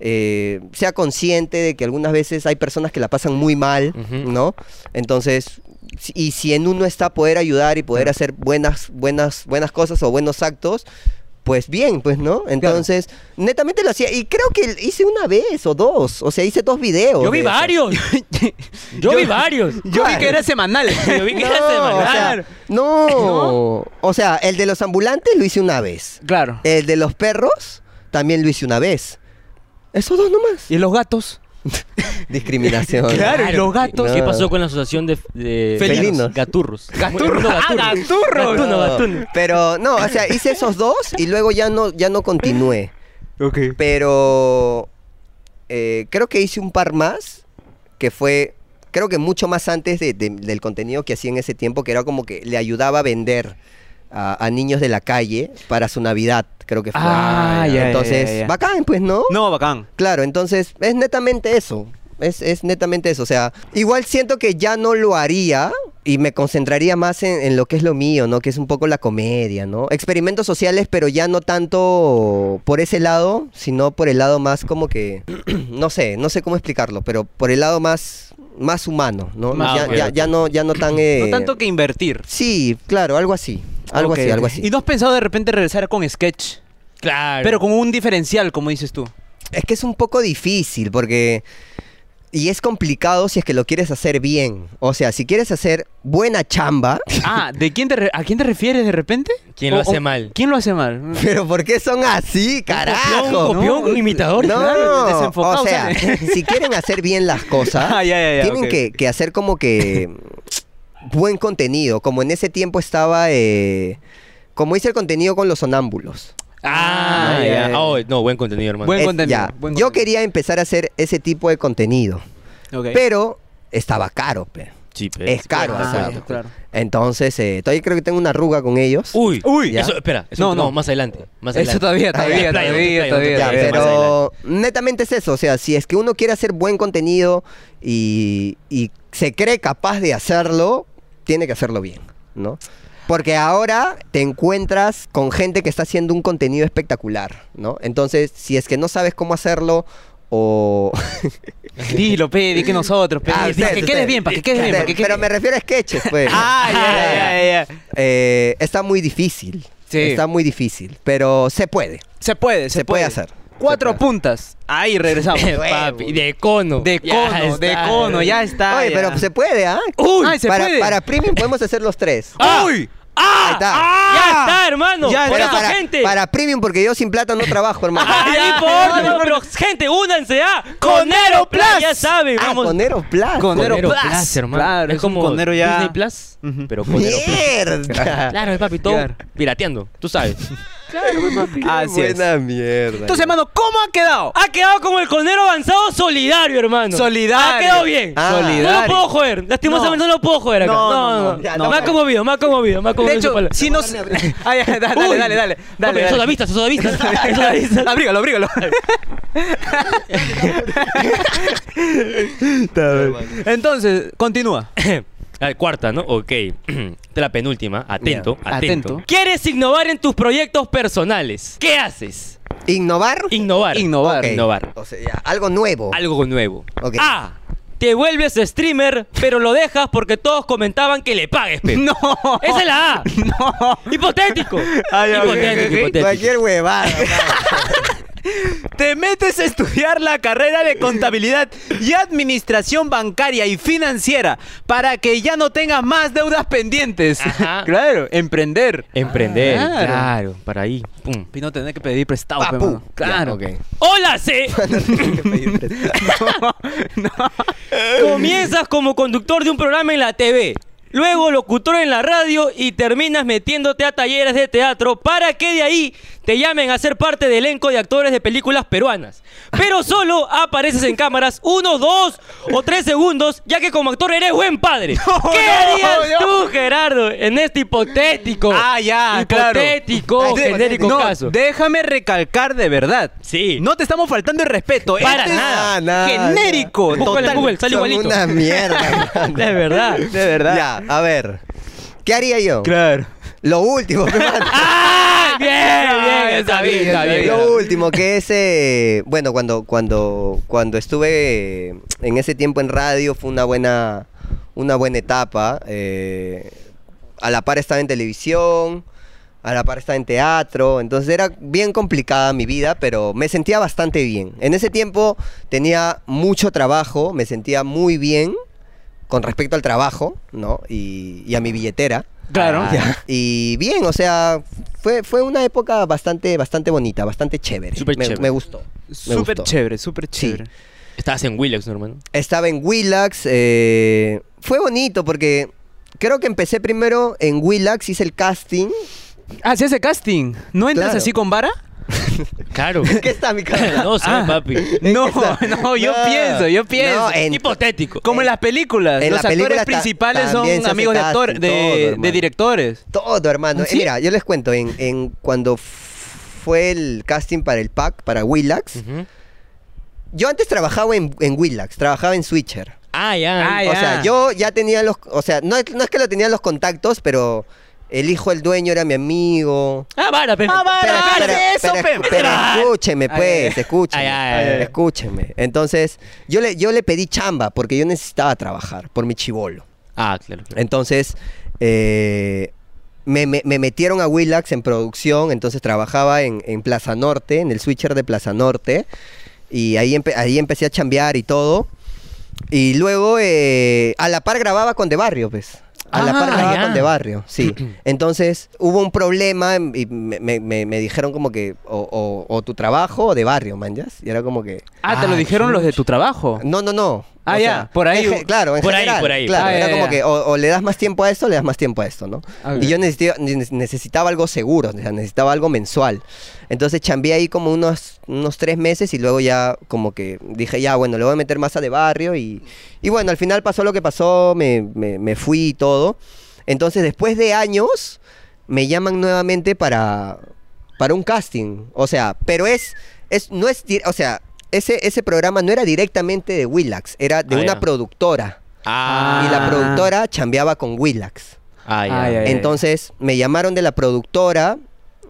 C: eh, sea consciente de que algunas veces hay personas que la pasan muy mal,
A: Ujú.
C: ¿no? Entonces, si- y si en uno está poder ayudar y poder hacer buenas, buenas, buenas cosas o buenos actos, pues bien, pues, ¿no? Entonces, netamente lo hacía. Y creo que hice una vez o dos. O sea, hice dos videos.
A: Yo vi
C: de eso.
A: varios. Yo vi varios.
B: Yo vi que era semanal.
A: Yo vi que era
C: No, o
A: semanal.
C: sea, no. O sea, el de los ambulantes lo hice una vez.
B: Claro.
C: El de los perros también lo hice una vez. Esos dos nomás.
B: ¿Y los gatos?
C: Discriminación.
B: Claro, y los gatos.
A: ¿Qué
C: No.
A: pasó con la asociación de, de
C: Felinos.
A: Gaturros.
B: Gaturros. Ah, gaturros.
A: Gatuno,
C: No,
A: gatuno.
C: Pero no, o sea, hice esos dos y luego ya no, ya no continué.
B: Ok.
C: Pero eh, creo que hice un par más que fue, creo que mucho más antes de- de- del contenido que hacía en ese tiempo, que era como que le ayudaba a vender a, a niños de la calle para su Navidad, creo que fue.
B: Ah, ya, ya,
C: Entonces,
B: ya, ya.
C: bacán, pues, ¿no?
B: No, bacán.
C: Claro, entonces es netamente eso. Es, es netamente eso. O sea, igual siento que ya no lo haría y me concentraría más en, en lo que es lo mío, ¿no? Que es un poco la comedia, ¿no? Experimentos sociales, pero ya no tanto por ese lado, sino por el lado más como que. no sé, no sé cómo explicarlo, pero por el lado más, más humano, ¿no?
A: Más
C: ya,
A: humano.
C: ya- ya no, ya no tan.
B: No
C: eh,
B: tanto que invertir.
C: Sí, claro, algo así. Algo
B: Ok,
C: así,
B: ok.
C: algo así.
B: ¿Y no has pensado de repente regresar con sketch?
A: Claro.
B: Pero con un diferencial, como dices tú.
C: Es que es un poco difícil porque... Y es complicado si es que lo quieres hacer bien. O sea, si quieres hacer buena chamba...
B: Ah, ¿de quién te re- ¿a quién te refieres de repente?
A: ¿Quién lo hace mal?
B: ¿Quién lo hace mal?
C: Pero ¿por qué son así,
A: Un
C: carajo?
A: copión, un
B: No.
A: imitador.
C: No,
B: claro, desenfocado
C: o sea,
B: sale.
C: si quieren hacer bien las cosas,
B: Ah, ya, ya, ya,
C: tienen
B: ok.
C: que, que hacer como que buen contenido. Como en ese tiempo estaba, eh, como hice el contenido con los sonámbulos.
A: Ah,
B: Ah,
A: ya.
B: ya.
A: Oh, no, buen contenido, hermano.
B: Buen
C: Es-
B: contenido,
C: ya.
B: buen contenido.
C: Yo quería empezar a hacer ese tipo de contenido,
B: Ok.
C: pero estaba caro, pe.
A: Sí, pe.
C: Es caro
B: Ah,
C: hacerlo.
B: claro.
C: Entonces, eh, todavía creo que tengo una arruga con ellos.
B: Uh,
A: Uy,
B: Uy,
A: Eso,
C: ya.
A: espera. Eso,
B: No,
A: no,
B: no.
A: más adelante. Más
B: Eso
A: adelante.
B: todavía, todavía,
A: Ah, ya,
B: todavía,
A: playa, no te
B: todavía.
C: Ya,
A: playa, no te playa, más adelante.
C: pero netamente es eso, o sea, si es que uno quiere hacer buen contenido y, y se cree capaz de hacerlo, tiene que hacerlo bien, ¿no? Porque ahora te encuentras con gente que está haciendo un contenido espectacular, ¿no? Entonces, si es que no sabes cómo hacerlo o...
B: Dilo, pe, di que nosotros, pe.
C: Ah,
B: Di-
C: ustedes,
B: que quedes
C: ustedes.
B: bien, para que quedes bien, para que
C: Ustedes, Pero
B: quedes
C: me
B: bien.
C: refiero a sketches, pues.
B: Ah, ya, ya, ya, ya.
C: Eh, está muy difícil.
B: Sí.
C: Está muy difícil, pero se puede.
B: Se puede, se,
C: Se puede hacer.
B: Cuatro
C: Se puede.
B: puntas. Ahí regresamos.
A: Eh, Papi, de cono.
B: De
A: Ya
B: cono, de
A: está.
B: cono, ya está.
C: Oye,
B: ya.
C: pero se puede, ¿ah?
B: Uy, Ay, se
C: para,
B: puede.
C: para premium podemos hacer los tres.
A: ¡Ah!
B: ¡Uy!
C: Ahí está.
A: ¡Ya está, hermano!
B: Ah, Ya
A: ¡Por
B: está.
A: eso,
C: para,
A: gente!
C: para premium, porque yo sin plata no trabajo, hermano.
A: ¡Ah,
B: ya,
A: no
B: ya,
A: importa!
B: ya.
A: Pero, gente, únanse a Conero Plus. Ya saben,
C: Ah,
A: vamos.
C: Conero Plus.
B: Conero Plus,
A: hermano.
B: claro,
A: es
B: es un
A: como
B: Conero ya-
A: Disney Plus,
B: Ujú.
A: pero Conero Plus.
C: ¡Mierda!
A: Claro, mi papi, todo
B: Claro.
A: pirateando, tú sabes.
B: Así es.
C: Buena mierda.
B: Entonces, hermano, ¿cómo ha quedado?
A: Ha quedado como el Conero avanzado solidario, hermano.
B: Solidario.
A: Ha quedado bien.
C: Ah.
A: No lo
B: Solidario.
A: puedo joder, lastimosamente no, lo puedo joder acá.
B: No,
A: No,
B: no,
A: no,
B: no.
C: Ya, no.
A: me ha conmovido, me ha conmovido, me ha
B: De
A: conmovido.
B: hecho, si nos. Ay, ay, dale, dale, dale, dale. dale, dale.
A: Sodavistas, sodavistas, sodavistas.
B: Abrígalo, abrígalo. Entonces, continúa.
A: La cuarta, ¿no? Ok. Esta es la penúltima. Atento, atento.
B: Ya. Atento.
A: ¿Quieres innovar en tus proyectos personales? ¿Qué haces?
C: ¿Innovar?
A: Innovar.
B: Innovar.
C: Ok.
A: Innovar.
C: O sea, ya, algo nuevo.
A: Algo nuevo.
C: Ok.
A: A. Te vuelves streamer, pero lo dejas porque todos comentaban que le pagues, Pepe.
B: No.
A: Esa es la A.
B: No.
A: Hipotético.
B: Ah, ya, ok,
A: hipotético,
B: ok, ok.
A: hipotético.
C: Cualquier huevada.
B: Te metes a estudiar la carrera de contabilidad y administración bancaria y financiera para que ya no tengas más deudas pendientes.
A: Ajá.
B: claro, emprender.
A: Emprender.
B: Claro.
A: Claro. Para ahí. Pum.
B: Y no tener que pedir prestado,
C: Papu.
B: pe, mano.
C: Ya,
B: Claro.
C: ok.
A: Hola, C. Comienzas como conductor de un programa en la TV, luego locutor en la radio y terminas metiéndote a talleres de teatro para que de ahí te llamen a ser parte del elenco de actores de películas peruanas. Pero solo apareces en cámaras uno, dos o tres segundos, ya que como actor eres buen padre.
B: No,
A: ¿Qué
B: no,
A: harías
B: no.
A: tú, Gerardo, en este hipotético?
B: Ah, ya, claro.
A: hipotético,
B: Ah, de-
A: genérico
B: no,
A: caso.
B: Déjame recalcar de verdad.
A: Sí.
B: No te estamos faltando el respeto.
A: Para
B: Este es
A: nada.
C: Ah, Nada,
B: Genérico.
A: nada. Búscalo en
B: total.
A: Google, sale
C: Son
A: igualito.
C: una mierda.
A: De verdad.
B: De verdad.
C: Ya, a ver. ¿Qué haría yo?
B: Claro.
C: Lo último, hermano.
A: ¡Ah! Bien, bien, está bien, está bien.
C: Lo último que ese, bueno, cuando cuando cuando estuve eh, en ese tiempo en radio fue una buena una buena etapa. eh, a la par estaba en televisión, a la par estaba en teatro, entonces era bien complicada mi vida, pero me sentía bastante bien. En ese tiempo tenía mucho trabajo, me sentía muy bien con respecto al trabajo, ¿no? Y, y a mi billetera.
B: Claro.
A: Ah,
C: Ya. Y bien, o sea, fue, fue una época bastante, bastante bonita, bastante chévere.
A: Súper
C: me,
A: chévere.
C: me gustó. me
B: Súper
C: gustó.
B: chévere, súper chévere.
A: Estabas en Willax, ¿no, hermano?
C: Estaba en Willax. eh, fue bonito porque creo que empecé primero en Willax, hice el casting.
B: Ah, ¿se hace casting. ¿No entras
C: Claro.
B: así con vara?
A: Claro.
C: ¿Qué está mi cara?
A: No sé,
B: Ah.
A: papi.
B: No,
C: Está-
B: no, yo
C: No.
B: pienso, yo pienso.
C: No, en-
A: Hipotético.
B: Como en las películas,
C: en
B: los
C: la película
B: actores
C: ta-
B: principales son
C: también se hace
B: amigos de
C: casting,
B: actores,
C: todo,
B: de,
C: hermano.
B: de directores.
C: Todo, hermano. Eh,
B: ¿Sí?
C: mira, yo les cuento, en, en cuando f- fue el casting para el pack, para Willax,
A: Ujú.
C: yo antes trabajaba en, en Willax, trabajaba en Switcher.
A: Ah, ya.
B: Ah,
C: O
B: ya.
C: sea, yo ya tenía los. O sea, no, es- no es que lo tenía los contactos, pero el hijo del dueño era mi amigo.
A: Ah, vara, pe.
B: Ah, vara.
C: Pero-
B: Ah,
C: pero-
B: sí, eso,
C: pero-
B: pe-
C: pero
A: Ah.
C: escúcheme,
B: Ay,
C: pues,
B: ay.
C: escúcheme.
A: Ay, ay, ay.
C: Escúcheme. Entonces, yo le, yo le pedí chamba porque yo necesitaba trabajar por mi chivolo.
A: Ah, claro. claro.
C: Entonces, eh, me, me- me metieron a Willax en producción, entonces trabajaba en, en Plaza Norte, en el switcher de Plaza Norte, y ahí, empe- ahí empecé a chambear y todo. Y luego, eh, a la par grababa con De Barrio, pues. A la par
A: Ah,
C: grababa
A: ya.
C: con De Barrio, sí. Entonces, hubo un problema y me, me- me- me dijeron como que, o, o- o tu trabajo o De Barrio, manjas. Y era como que...
B: Ah, te lo
A: Ah,
B: dijeron los de tu trabajo.
C: No, no, no.
B: Ah, ya, por ahí.
C: en ge- claro, en
A: Por ahí,
C: general,
A: por ahí.
C: Claro,
B: Ah,
C: era
B: ya,
C: como
B: ya. Ah,
C: que o, o le das más tiempo a esto o le das más tiempo a esto, ¿no?
B: Ok.
C: Y yo necesitaba, ne- necesitaba algo seguro, o sea, necesitaba algo mensual. Entonces chambeé ahí como unos, unos tres meses y luego ya como que dije, ya, bueno, le voy a meter masa de barrio y, y bueno, al final pasó lo que pasó, me, me- me fui y todo. Entonces después de años me llaman nuevamente para, para un casting. O sea, pero es, es no es, di- o sea, ese, ese programa no era directamente de Willax, era de
A: Ah,
C: una
A: ya.
C: productora.
A: Ah,
C: Y la
B: Ah.
C: productora chambeaba con Willax.
A: ah, ya.
B: Ah, ya, ya.
C: Entonces me llamaron de la productora,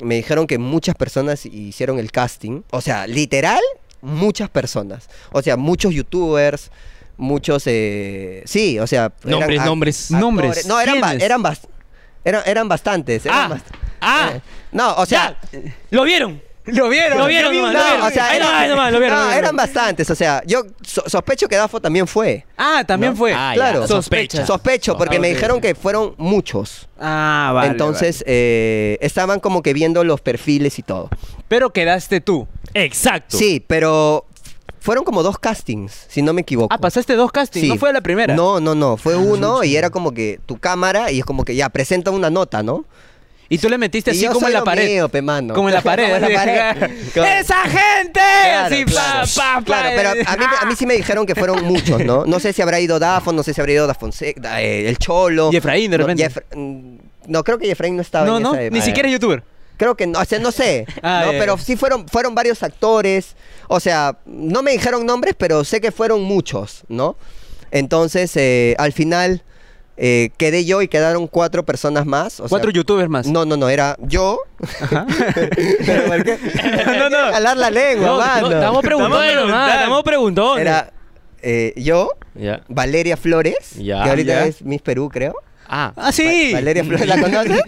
C: me dijeron que muchas personas hicieron el casting. O sea, literal, muchas personas. O sea, muchos youtubers, muchos... eh, sí, o sea... eran
A: Nombres,
C: ac-
A: nombres.
C: actores.
B: Nombres,
C: No, eran, ba-
B: ¿quiénes?
C: eran, bas- eran, eran bastantes. eran
A: Ah,
C: bast-
A: ah,
C: eh, no, o sea...
A: ya. ¿Lo vieron?
B: Lo vieron.
A: Lo vieron,
B: yo vi un
A: nomás, lo
B: lado.
A: vieron.
C: o sea,
A: Ahí
C: eran-
A: nomás, ahí nomás, lo vieron,
C: no,
A: lo vieron.
C: eran bastantes. O sea, yo so- sospecho que Dafo también fue.
B: Ah, también
C: ¿No?
B: fue.
A: Ah, ya,
C: claro.
A: sospecha.
C: Sospecho, porque me dijeron que fueron muchos.
B: Ah, vale.
C: Entonces, eh, estaban como que viendo los perfiles y todo.
B: vale. Pero quedaste tú.
A: Exacto.
C: Sí, pero fueron como dos castings, si no me equivoco.
B: Ah, pasaste dos castings.
C: Sí.
B: No fue la primera. Ah,
C: No, no, no. Fue uno y era como que tu cámara y es como que ya presenta una nota, ¿no?
B: Y tú le metiste
C: Y
B: así
C: yo
B: como
C: soy
B: en la
C: lo
B: pared.
C: mío, pe, mano.
B: Como en la pared.
C: Como en la
B: así.
C: pared. Claro.
B: ¡Esa gente!
C: Claro,
B: así,
C: claro.
B: pa, ¡Ah! pa, pa.
C: Claro, pero a mí, a mí sí me dijeron que fueron muchos, ¿no? No sé si habrá ido Dafon, no sé si habrá ido Dafonse, da- eh, el Cholo.
B: Y Efraín, de
C: No,
B: repente.
C: Jeffra- mm, No, creo que Efraín no estaba
B: No,
C: en
B: no,
C: esa
B: ni
C: época.
B: siquiera es youtuber.
C: Creo que no, o sea, no sé.
B: Ah,
C: no,
B: ya,
C: pero
B: ya.
C: sí fueron, fueron varios actores. O sea, no me dijeron nombres, pero sé que fueron muchos, ¿no? Entonces, eh, al final eh, quedé yo y quedaron cuatro personas más. o
B: Cuatro
C: sea,
B: youtubers más.
C: No, no, no, era yo. pero ¿por qué?
B: No, no.
C: Jalar la
A: No,
C: lengua,
A: no,
C: mano.
A: Estamos preguntones
B: Estamos
A: nomás,
B: preguntando.
A: estamos preguntones.
C: Era eh, yo,
A: Ya.
C: Valeria Flores,
A: Ya.
C: que ahorita
B: Ya.
C: es Miss Perú, creo.
A: Ah,
B: Ah,
C: Va-
B: sí.
C: Valeria Flores, ¿la conoces?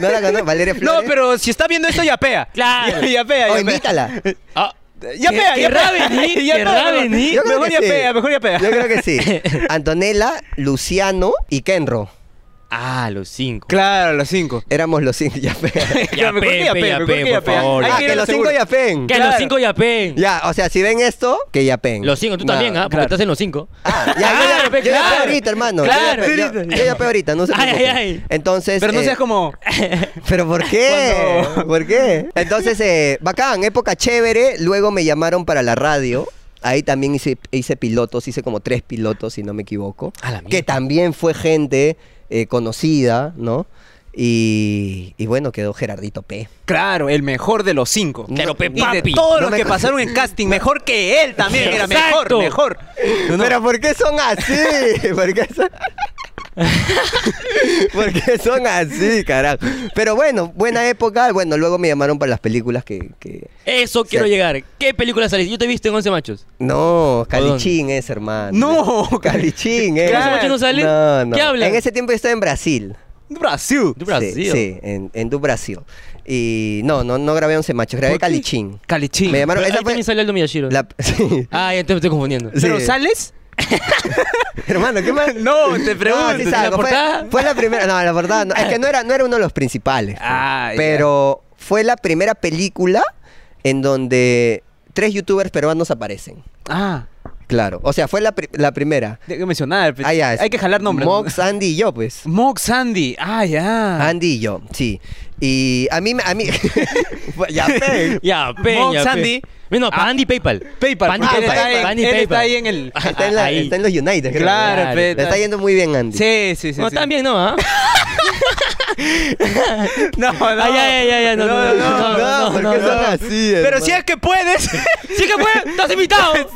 C: ¿No la conoces? Valeria
B: No,
C: Flores.
B: pero si está viendo esto, ya pea.
A: Claro.
B: Ya pea,
C: Oh,
B: ya pea.
C: invítala.
A: ah,
B: Ya
A: Que-
B: pea, ya
A: querrá
B: pea.
A: venir,
B: Ya
A: querrá
B: pea, mejor-
A: venir.
C: Yo creo
B: Mejor
C: que
B: ya
C: sí.
B: pea, mejor ya pea.
C: Yo creo que sí. Antonella, Luciano y Kenro.
A: ah, los cinco.
B: Claro, los cinco.
C: Éramos los cinco yapes.
A: Ya,
B: Mejor que
A: pe,
B: ya
A: pe,
B: pea,
A: ya,
B: mejor
A: pe,
B: que ya
A: por
B: pea.
A: favor.
B: Hay
C: Ah,
B: que ir
C: que
B: a lo
C: los cinco
B: seguro.
C: yapen.
A: Que
B: Claro.
A: los cinco ya pen.
C: Ya, o sea, si ven esto, que yapen.
A: Los cinco, tú también, ¿ah? Porque
B: claro.
A: estás en los cinco.
C: Ah, ya, yo ya-
A: Claro, pe,
C: yo ya
A: claro.
C: yapeo ahorita, hermano.
A: Claro.
C: Yo, ya yo, yo yapeo ahorita, no se
A: Ay, ay,
C: preocupen.
A: ay.
C: Entonces...
B: Pero no
C: eh,
B: seas como.
C: ¿Pero por qué?
B: Cuando-
C: ¿Por qué? Entonces, eh, bacán, época chévere. Luego me llamaron para la radio. Ahí también hice, hice pilotos, hice como tres pilotos, si no me equivoco.
A: A la mierda.
C: que también fue gente eh, conocida, ¿no? Y, y bueno, quedó Gerardito P.
B: Claro, el mejor de los cinco.
A: Claro, pe,
B: Y de
A: papi.
B: todos
C: No
B: los
C: me-
B: que pasaron en casting, mejor que él también. Era
A: Exacto.
B: mejor, mejor. No, no.
C: Pero ¿por qué son así? ¿Por qué son... ¿Por qué son así, carajo? Pero bueno, buena época. Bueno, luego me llamaron para las películas que... que-
A: Eso quiero
C: Sí.
A: llegar. ¿Qué película saliste? Yo te he visto en Once Machos.
C: No, Calichín es, hermano.
B: No,
C: Calichín es.
B: Claro. ¿Ese
A: macho no sale?
C: No, no.
A: ¿Qué habla?
C: En ese tiempo yo estaba en Brasil.
B: Brasil.
A: De Brasil.
C: Sí, sí, en, en Du Brasil. Y no, no, no grabé Once Machos, grabé
B: ¿Por qué?
C: Calichín.
B: Calichín.
C: Me llamaron,
A: Pero
C: esa
A: ahí
C: fue
A: también sale Aldo Miyashiro.
C: la- sí.
A: Ah, ya te me estoy confundiendo.
B: ¿Pero
C: sí.
B: sales?
C: Hermano, ¿qué más?
B: No, te pregunto.
C: No, sí salgo. Fue,
A: portada?
C: fue la primera. No, la verdad, no. es que no era, no era uno de los principales.
B: Ah, ya.
C: pero fue la primera película en donde tres youtubers peruanos aparecen.
B: Ah,
C: Claro. O sea, fue la, pri- la primera.
B: tengo que mencionar. pues,
C: Ah, ya, es-
B: Hay que jalar nombres.
C: Mox, Andy y yo, pues.
B: Mox Sandy. Ah, ya.
C: Andy y yo, sí. Y a mí, me- a mí, ya pe.
A: Ya,
B: Mon
A: Peña.
B: Sandy.
A: No,
B: Ah.
A: Andy PayPal.
B: PayPal.
A: Andy
B: Ah,
A: PayPal.
B: está ahí,
A: Andy
B: él
A: PayPal.
B: está ahí en el-
C: Está en, la-
A: Ahí.
C: está en los United. creo.
B: Claro,
A: Claro.
B: pe,
C: Le está yendo muy bien Andy.
B: Sí, sí, sí.
A: No,
B: sí.
A: también no, ¿ah?
B: No, no.
A: Ay, ay, ay, ay, ay, no, no, no,
C: No,
A: no,
C: ¿por
A: no,
C: qué
A: no,
C: son
A: no.
C: así?
B: Pero
C: hermano?
B: si es que puedes.
A: ¡Sí que fue! ¡Estás invitado!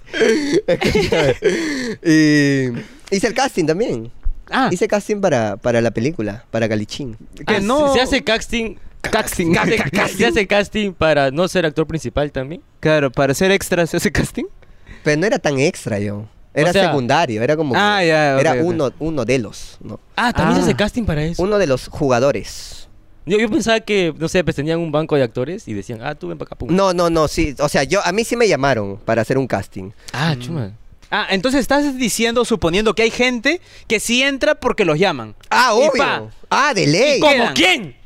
C: y, hice el casting también.
B: Ah,
C: Hice casting para, para la película, para Calichín.
B: que
A: Ah,
B: no.
A: Se hace casting.
B: casting.
A: se- Se hace casting para no ser actor principal también.
B: Claro, para ser extra se hace casting.
C: Pero no era tan extra yo. Era
A: O sea-
C: secundario, era como. que-
B: Ah, ya, ok,
C: era
B: ok.
C: uno, uno de los, ¿no?
A: Ah, también
B: Ah.
A: se hace casting para eso.
C: Uno de los jugadores.
A: Yo, yo pensaba que, no sé, pues tenían un banco de actores y decían, ah, tú ven para acá. pum.
C: No, no, no, sí. O sea, yo a mí sí me llamaron para hacer un casting.
A: Ah, chuma.
B: Ah, entonces estás diciendo, suponiendo que hay gente que sí entra porque los llaman.
C: Ah,
B: Y
C: obvio.
B: pa.
C: Ah, de ley.
B: cómo?
A: ¿Como quién?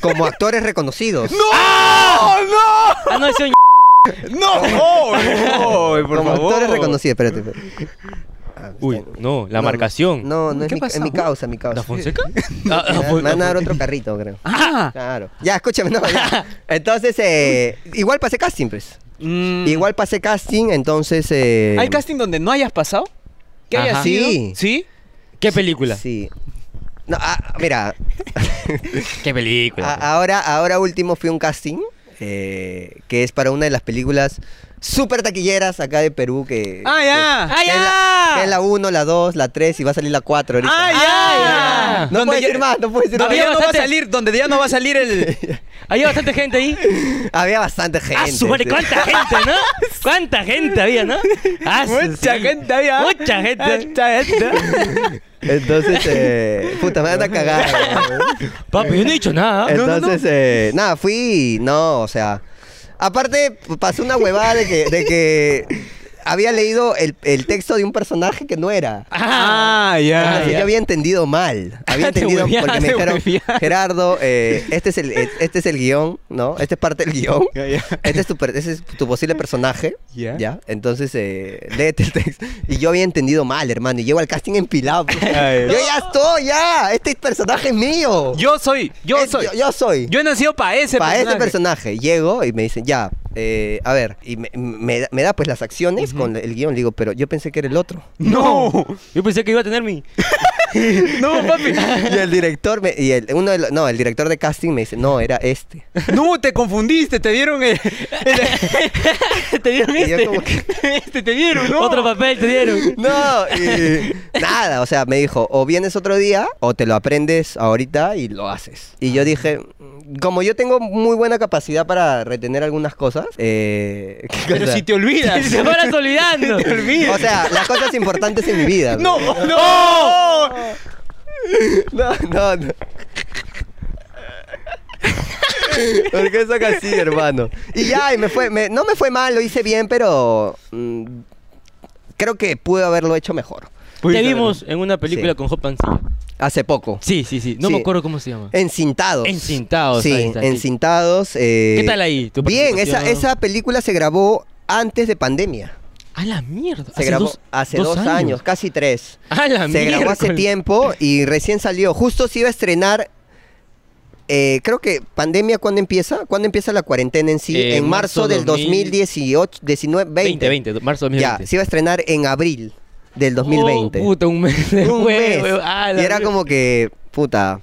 C: Como actores reconocidos.
B: ¡No! ¡Ah!
A: Ah, no, ese
B: ¡No! ¡No! ¡No! Por
C: como
B: favor.
C: actores reconocidos, espérate. espérate. Ah,
A: Uy,
C: está-
A: no, la
C: no,
A: marcación.
C: No, no es
B: ¿Qué
C: mi,
B: pasó?
C: es mi causa, mi
A: ¿La
C: causa.
A: Fonseca? Ah, ah,
C: Me van-
A: Fon-
C: me van a dar otro carrito, creo.
B: Ah.
C: Claro. Ya, escúchame, no, ya. Entonces, eh, igual pasé casting, pues.
B: Mm.
C: Igual pasé casting, entonces... eh,
B: ¿Hay casting donde no hayas pasado? ¿Que hayas
A: Ajá.
B: sido?
C: Sí.
B: ¿Sí?
A: ¿Qué película?
C: Sí. No, ah, mira,
A: ¿Qué película?
C: a- ahora, ahora último fui a un casting eh, que es para una de las películas súper taquilleras acá de Perú que...
B: ¡Ah, ya!
C: que- que es la- que es la 1, la 2, la 3 y va a salir la 4 ahorita.
B: ¡Ah, ya!
A: Ah,
C: No
B: Donde
C: puedes
B: ya-
C: decir más, no puedes decir
B: Donde
C: más.
B: ya no va a
A: bastante-
B: salir, donde ya no va a salir el...
A: Había bastante gente ahí.
C: Había bastante gente.
A: ¡Ah, su madre!
C: sí.
A: ¡Cuánta gente, no! ¡Cuánta gente había, no! Ah, su-
B: Mucha
A: sí.
B: gente había.
A: ¡Mucha gente!
B: Mucha gente.
C: Entonces, eh, puta, me anda cagada.
A: Papi, yo no he dicho nada.
C: Entonces, eh, nada, fui, no, o sea. Aparte, pasó una huevada de que, de que había leído el, el texto de un personaje que no era.
B: Ah, ya.
C: Entonces,
A: ya.
C: yo había entendido mal. Había
B: Te
C: entendido
B: hueveaste,
C: porque me dijeron,
B: hueveaste.
C: Gerardo, eh, este, es el, este es el guión, ¿no? Este es parte del guión.
B: Ya, ya.
C: Este es tu, per- ese es tu posible personaje.
B: Ya.
C: ¿Ya? Entonces, eh, léete el texto. Y yo había entendido mal, hermano. Y llego al casting empilado. pues.
B: Ay.
C: yo ya estoy, ya. Este personaje es mío.
B: Yo soy, yo
C: Es-
B: soy.
C: Yo, yo soy.
B: Yo he nacido para ese
C: para
B: personaje.
C: ese personaje. Llego y me dicen, ya, eh, a ver. Y me, me- me da pues las acciones con el guión. Le digo, pero yo pensé que era el otro.
B: No.
A: Yo pensé que iba a tener mi.
B: No, papi.
C: Y el director, me- y el, uno de los- no, el director de casting me dice, no, era este.
B: No, te confundiste, te dieron el...
A: te dieron
C: Y yo
A: este.
C: como que-
B: Este te dieron, ¿no?
A: Otro papel te dieron.
C: No, y nada, o sea, me dijo, o vienes otro día o te lo aprendes ahorita y lo haces. Y yo dije, "Mm, como yo tengo muy buena capacidad para retener algunas cosas, eh, ¿qué
B: Pero
C: cosa?
B: si te olvidas.
A: Se van olvidando.
B: Te olvidas.
C: o sea, las cosas importantes en mi vida.
B: no,
C: no,
B: no.
A: ¡Oh!
B: no.
C: no, no. no. Porque eso así, hermano. Y ya, y me fue, me- no me fue mal, lo hice bien, pero mm, creo que pude haberlo hecho mejor.
A: Te vimos en una película
C: Sí.
A: con Hop Pancilla.
C: Hace poco.
A: Sí, sí, sí. No
C: Sí. Eh,
A: me acuerdo cómo se llama.
C: Encintados.
A: Encintados,
C: Sí,
A: ahí está, sí.
C: Encintados. eh,
A: ¿Qué tal ahí? tu
C: Bien, esa,
A: participación?
C: esa película se grabó antes de pandemia.
A: A la mierda.
C: Se grabó hace dos, años. casi tres.
A: A la
C: se grabó hace
A: miércoles.
C: tiempo y recién salió. Justo se iba a estrenar. eh, creo que pandemia, ¿cuándo empieza? ¿Cuándo empieza la cuarentena en sí?
A: Eh,
C: en marzo,
A: marzo
C: del 2018, 19, 20.
A: 20, 20, marzo de 2020.
C: Ya, se iba a estrenar en abril del 2020.
A: Oh, puta, un mes
C: un
A: después,
C: mes.
A: weón. Ah,
C: y
A: la
C: era
A: mierda.
C: como que, puta.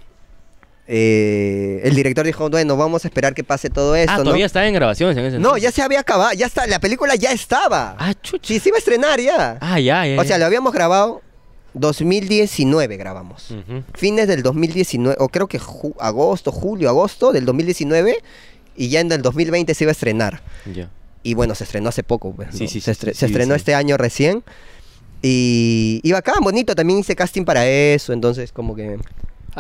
C: eh, el director dijo, bueno, vamos a esperar que pase todo esto,
A: Ah,
C: ¿no?
A: todavía estaba en grabaciones en ese
C: No,
A: entonces.
C: ya se había acabado, ya está, la película ya estaba.
A: Ah, chucha.
C: Sí, se iba a estrenar ya.
A: Ah, ya, ya.
C: o sea,
A: ya.
C: lo habíamos grabado 2019 grabamos.
A: Ujú.
C: Fines del 2019, o creo que ju- agosto, julio, agosto del 2019 y ya en el 2020 se iba a estrenar.
A: Ya.
C: Y bueno, se estrenó hace poco. pues,
A: Sí,
C: ¿no?
A: sí,
C: se,
A: sí,
C: estre-
A: sí,
C: se estrenó
A: sí.
C: este año recién. Y, y bacán, bonito. También hice casting para eso. Entonces, como que.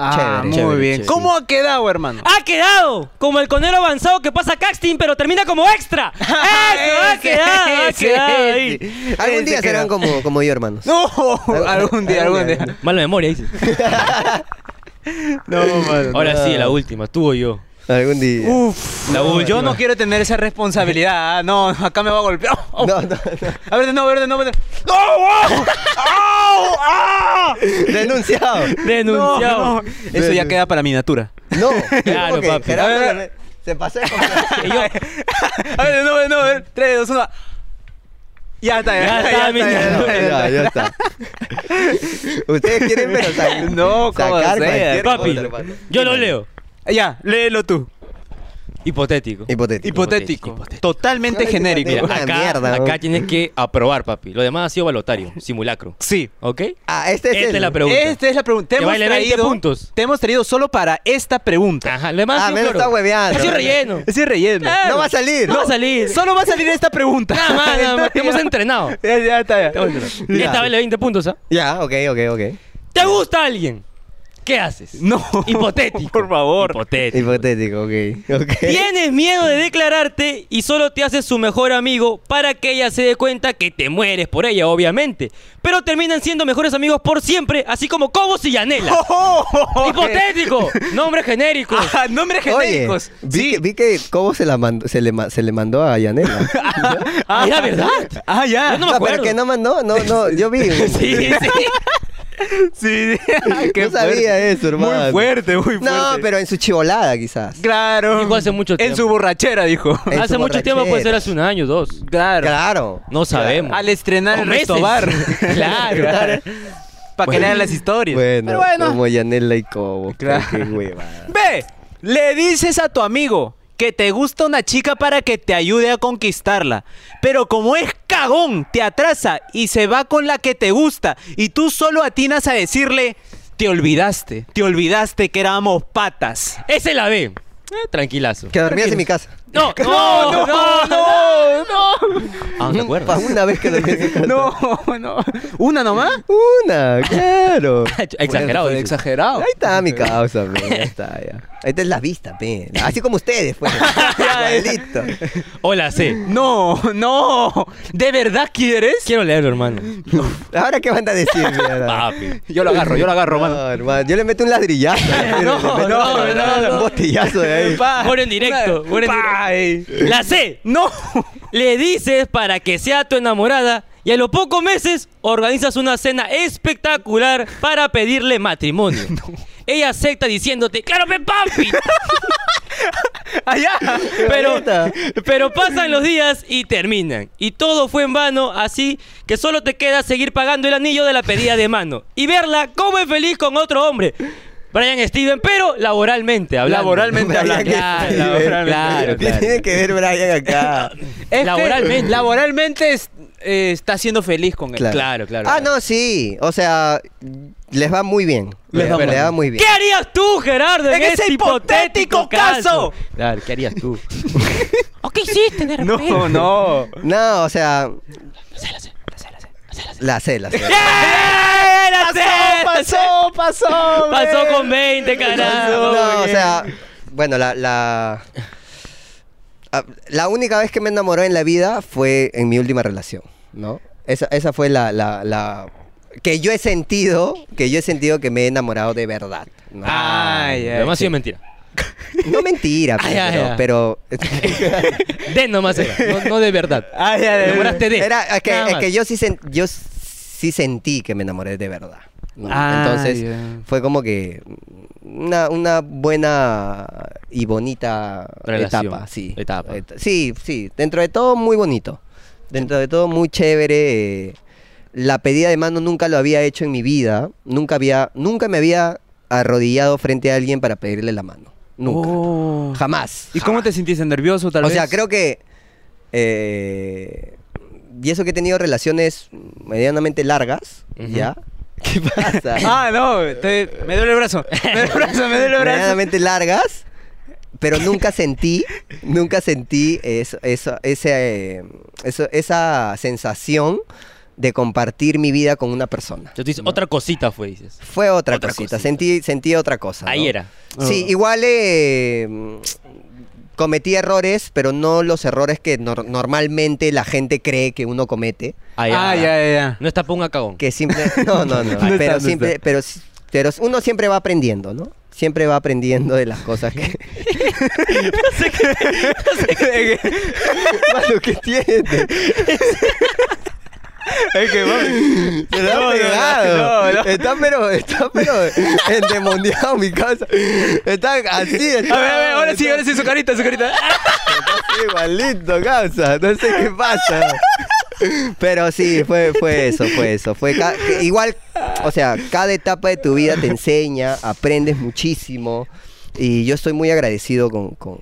B: Ah,
C: Chévere,
B: muy
A: chévere,
B: bien. Ah.
A: chévere.
B: ¿Cómo ha quedado, hermano?
A: Ha quedado como el conero avanzado que pasa casting, pero termina como extra. Eso,
C: Ah,
A: ha
B: Ese,
A: quedado, ha
B: ese,
A: quedado ahí.
B: ese.
C: Algún día
B: Ese
C: serán
B: queda.
C: como, como yo, hermanos.
B: No, algún día, algún
C: algún día.
B: día.
A: Mala memoria, dice.
B: No, Uh. mano.
A: Ahora sí, la última, tú o yo.
C: Algún día.
B: Uf,
A: La última.
B: yo no quiero tener esa responsabilidad. ah, No, acá me va a golpear. Oh, oh.
C: No, no, no.
B: A ver, de nuevo, a ver, de nuevo. de- ¡No! wow!
A: ¡Oh!
B: ¡Au! ¡Ah!
C: Denunciado.
A: Denunciado.
B: No, no. Eso ya queda para miniatura.
C: No.
A: Claro,
C: ¿Cómo que
A: papi.
C: Gerardo
B: A ver,
C: Leone- se pasó.
A: Y yo-
B: A ver, de nuevo, de nuevo, a ver. 3, 2, 1. Ya está, ya,
A: Ya está,
B: ya está, ya está, ya está.
C: ya, ya está. Ustedes quieren pero sa-
B: No, como sea,
C: sacar cualquier cosa,
A: Papi,
C: hermano.
A: yo lo leo.
B: Ya, léelo tú.
A: Hipotético.
C: Hipotético.
B: Hipotético. Totalmente
C: Hipotético.
B: genérico.
A: Mira,
C: Una
A: acá,
C: mierda,
A: acá
C: weón.
A: tienes que aprobar, papi. Lo demás ha sido balotario, simulacro.
B: Sí.
A: ¿Ok?
C: Ah, este es
A: Esta
C: el-
A: es la pregunta.
B: Esta es la pregunta. Te
A: Que
B: hemos
A: vale 20
B: traído,
A: puntos.
B: Te hemos traído solo para esta pregunta.
A: Ajá, lo demás ha
C: Ah,
A: sido
C: me lo
A: floro.
C: está hueveando.
A: Ha sido relleno.
B: Ese relleno.
A: Claro.
C: No va a salir.
A: No va a salir.
B: Solo va a salir esta pregunta.
A: Nada más, nada más. Te hemos
B: Ya.
A: entrenado.
B: Ya, ya está, ya.
A: Y esta vale 20 puntos, ¿ah?
C: Ya, ok, ok, ok.
A: ¿Te gusta alguien? ¿Qué haces?
B: No.
A: Hipotético.
B: Por favor.
A: Hipotético.
C: Hipotético, ok. ok.
A: Tienes miedo de declararte y solo te haces su mejor amigo para que ella se dé cuenta que te mueres por ella, obviamente. Pero terminan siendo mejores amigos por siempre, así como Cobos y Yanela. ¡Hipotético! Nombre genérico.
B: Ajá, nombres
C: Oye,
B: genéricos.
C: vi, que, vi que Cobo se, la mandó, se, le, ma- se le mandó a Yanela.
A: Ah, ¿Era verdad?
B: Ah, ya.
A: Yo no me acuerdo.
C: pero que no mandó, no, no, yo vi.
A: Sí, sí.
B: Sí, sí. Qué
C: no sabía
B: fuerte.
C: eso, hermano.
B: Muy fuerte, muy fuerte.
C: No, pero en su chivolada quizás.
B: Claro.
A: Dijo hace mucho
B: En
A: tiempo.
B: su borrachera, dijo.
C: En su
A: Hace mucho tiempo, puede ser hace un año, dos.
B: Claro.
C: Claro.
A: No sabemos.
B: Al estrenar
A: O
B: el
A: meses.
B: restobar.
A: Claro.
B: Para que
A: Bueno.
B: lean las historias.
C: Bueno,
B: Pero bueno.
C: como Yanela y Cobo.
B: Claro.
C: Qué huevada.
B: Ve, le dices a tu amigo que te gusta una chica para que te ayude a conquistarla. Pero como es cagón, te atrasa y se va con la que te gusta. Y tú solo atinas a decirle, te olvidaste, te olvidaste que éramos patas.
A: Ese la ve. Eh, tranquilazo.
C: Que dormías en mi casa.
A: No, no, no, no, no, Ah, ¿te
C: Pa'
A: acuerdas?
C: una vez que dormías en mi casa.
B: No, no. ¿Una nomás?
C: Una, claro.
A: Exagerado.
B: Fue
A: dices.
B: Exagerado.
C: Ahí está mi causa, pe, ya está, ya. Ahí está la vista, pe. Así como ustedes, pues. Igualito.
A: Hola, C.
B: No, no. ¿De verdad quieres?
A: Quiero leerlo, hermano.
C: Ahora, ¿qué van a decir, mierda?
A: Papi.
B: Yo lo agarro, yo lo agarro,
C: No,
B: mano.
C: hermano, Yo le meto un ladrillazo. le meto-
B: no,
C: le meto
B: no, no, no.
C: Un botellazo de ahí.
B: Pa.
A: Muere en directo, muere en
B: Pa.
A: La C.
B: No.
A: Le dices para que sea tu enamorada y a los pocos meses organizas una cena espectacular para pedirle matrimonio. Ella acepta diciéndote, claro, pe papi.
B: Allá.
A: Pero,
C: bonita.
A: pero pasan los días y terminan. Y todo fue en vano, así que solo te queda seguir pagando el anillo de la pedida de mano y verla como es feliz con otro hombre. Brian Steven, pero laboralmente hablando.
B: Laboralmente
C: Brian
B: hablando.
A: Claro,
C: Steven.
A: laboralmente.
C: ¿Qué
A: Claro, claro.
C: tiene que ver Brian acá?
B: Es que
A: Laboralmente.
B: laboralmente es- eh, está siendo feliz con él.
C: Claro.
A: Claro, claro.
C: Ah, no, sí. O sea, les va muy bien.
B: Les va muy bien.
C: muy bien.
A: ¿Qué harías tú, Gerardo, en,
B: En ese
A: este hipotético,
B: hipotético caso?
A: caso? Claro, ¿qué harías tú? ¿O qué hiciste de repente?
B: No, no.
C: No, o sea, la sé, la sé.
A: ¡Eh, la sé!
B: Pasó, pasó, pasó.
A: Pasó
B: güey.
A: con 20, carajo.
C: No, o
B: bien.
C: sea, bueno, la, la, a- la única vez que me enamoré en la vida fue en mi última relación, ¿no? Esa, esa fue la, la, la- que yo he sentido, que yo he sentido que me he enamorado de verdad. No,
B: Ay, ay,
A: Lo más
B: sí.
A: sido mentira.
C: No mentira,
A: Ay, ay, ay.
C: pero, pero-
A: De nomás era, no, no de verdad.
B: Ay, ay, ay.
A: Enamoraste de.
C: Eh, Era, es que,
A: nada
C: es
A: más.
C: que yo sí sen- yo sí sentí que me enamoré de verdad. ¿no?
B: Ah,
C: Entonces,
B: ya.
C: fue como que una, una buena y bonita
A: Relación,
C: etapa, sí.
A: etapa.
C: Et- sí, sí. Dentro de todo, muy bonito. Dentro de todo, muy chévere. eh, La pedida de mano nunca lo había hecho en mi vida. Nunca había, nunca me había arrodillado frente a alguien para pedirle la mano. Nunca.
B: Oh.
C: Jamás.
B: ¿Y cómo te sentiste nervioso tal
C: O
B: vez?
C: sea, creo que. eh, y eso que he tenido relaciones medianamente largas, ¿ya? ¿Qué pasa?
B: Ah, no, te- me duele el brazo. Me duele el brazo, me duele el brazo.
C: medianamente largas, pero nunca sentí, nunca sentí eso, eso, ese, eh, eso- esa sensación de compartir mi vida con una persona.
A: Yo te dices, otra cosita fue, dices.
C: Fue otra,
A: Otra
C: cosita,
A: cosita.
C: Sentí, sentí otra cosa. ¿no?
A: Ahí era.
C: Sí,
B: Ah.
C: igual eh, mm, cometí errores, pero no los errores que nor- normalmente la gente cree que uno comete.
A: Ahí
B: ah,
A: era.
B: ya, ya, ya.
A: No está ponga cagón.
C: Que simple. No, no, no.
B: No está,
C: pero,
B: no
C: simple,
B: está.
C: Pero, s- pero s- uno siempre va aprendiendo, ¿no? Siempre va aprendiendo de las cosas que. Mano, ¿qué tiene?
B: Es que, mami.
C: Se la
B: No, no,
C: ha pegado.
B: no, no.
C: Está pero, está pero endemoniado mi casa. Está así, está.
B: A ver, a ver, ahora sí, ahora sí, su carita, su carita.
C: Está igualito, causa. No sé qué pasa. Pero sí, fue, fue eso, fue eso. Fue ca- que igual, o sea, cada etapa de tu vida te enseña, aprendes muchísimo. Y yo estoy muy agradecido con, con-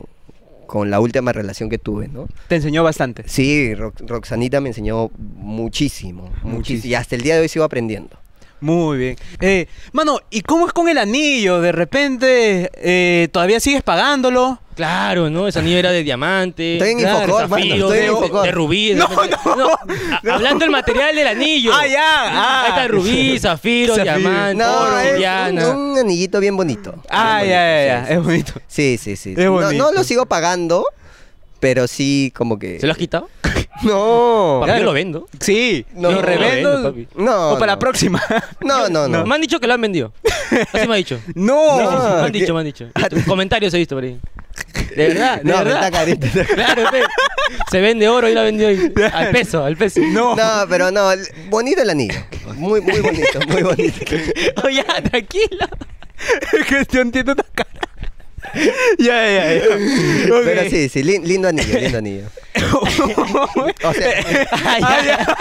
C: con la última relación que tuve, ¿no?
B: Te enseñó bastante.
C: Sí, Ro- Roxanita me enseñó muchísimo, muchísimo. Y hasta el día de hoy sigo aprendiendo.
B: Muy bien. Eh, mano, ¿y cómo es con el anillo? De repente, eh, ¿todavía sigues pagándolo?
A: Claro, ¿no? Esa nieve era de diamante.
C: Estoy en
A: claro,
C: Infocor, mano,
A: zafiro,
C: estoy en
A: de-
C: Infocor.
A: De rubí. de-
B: No,
A: de-
B: no,
A: a-
B: no.
A: Hablando del material del anillo.
B: Ah, ya, ah.
A: Ahí está rubí, zafiro,
B: Zafiro.
A: diamante,
C: No,
A: oro,
C: es un,
A: diana.
C: un anillito bien bonito.
B: Ah,
C: Bien
B: ya,
C: bonito,
B: ya,
C: sí,
B: ya. Es bonito.
C: Sí, sí, sí.
B: Es
C: No,
B: bonito.
C: no lo sigo pagando, pero sí como que...
A: ¿Se lo has quitado?
C: No.
A: Papi,
B: Claro.
A: yo lo vendo.
B: Sí,
C: No,
B: lo
C: no,
B: revendo.
A: no, papi.
C: No,
B: o para la
C: no.
B: próxima.
C: No, no, no.
A: Me han dicho que lo han vendido. Así me ha dicho.
B: no.
A: me han
C: ¿qué?
A: dicho, me han dicho. Tus Comentarios he visto por ahí. De verdad, de
C: No, pero
A: verdad.
C: está carito, está carito.
A: Claro, pe. se vende oro y la vendió ahí. Al peso, al peso.
B: No.
C: No, pero no, el- bonito el anillo. Muy, muy bonito, muy bonito.
A: Oh, ya, tranquilo.
B: que yo entiendo tu cara. ya, ya, ya. Ok.
C: Pero sí, sí, lin- lindo anillo, lindo anillo. O sea,
A: Ah, ya.
B: Ah, ya.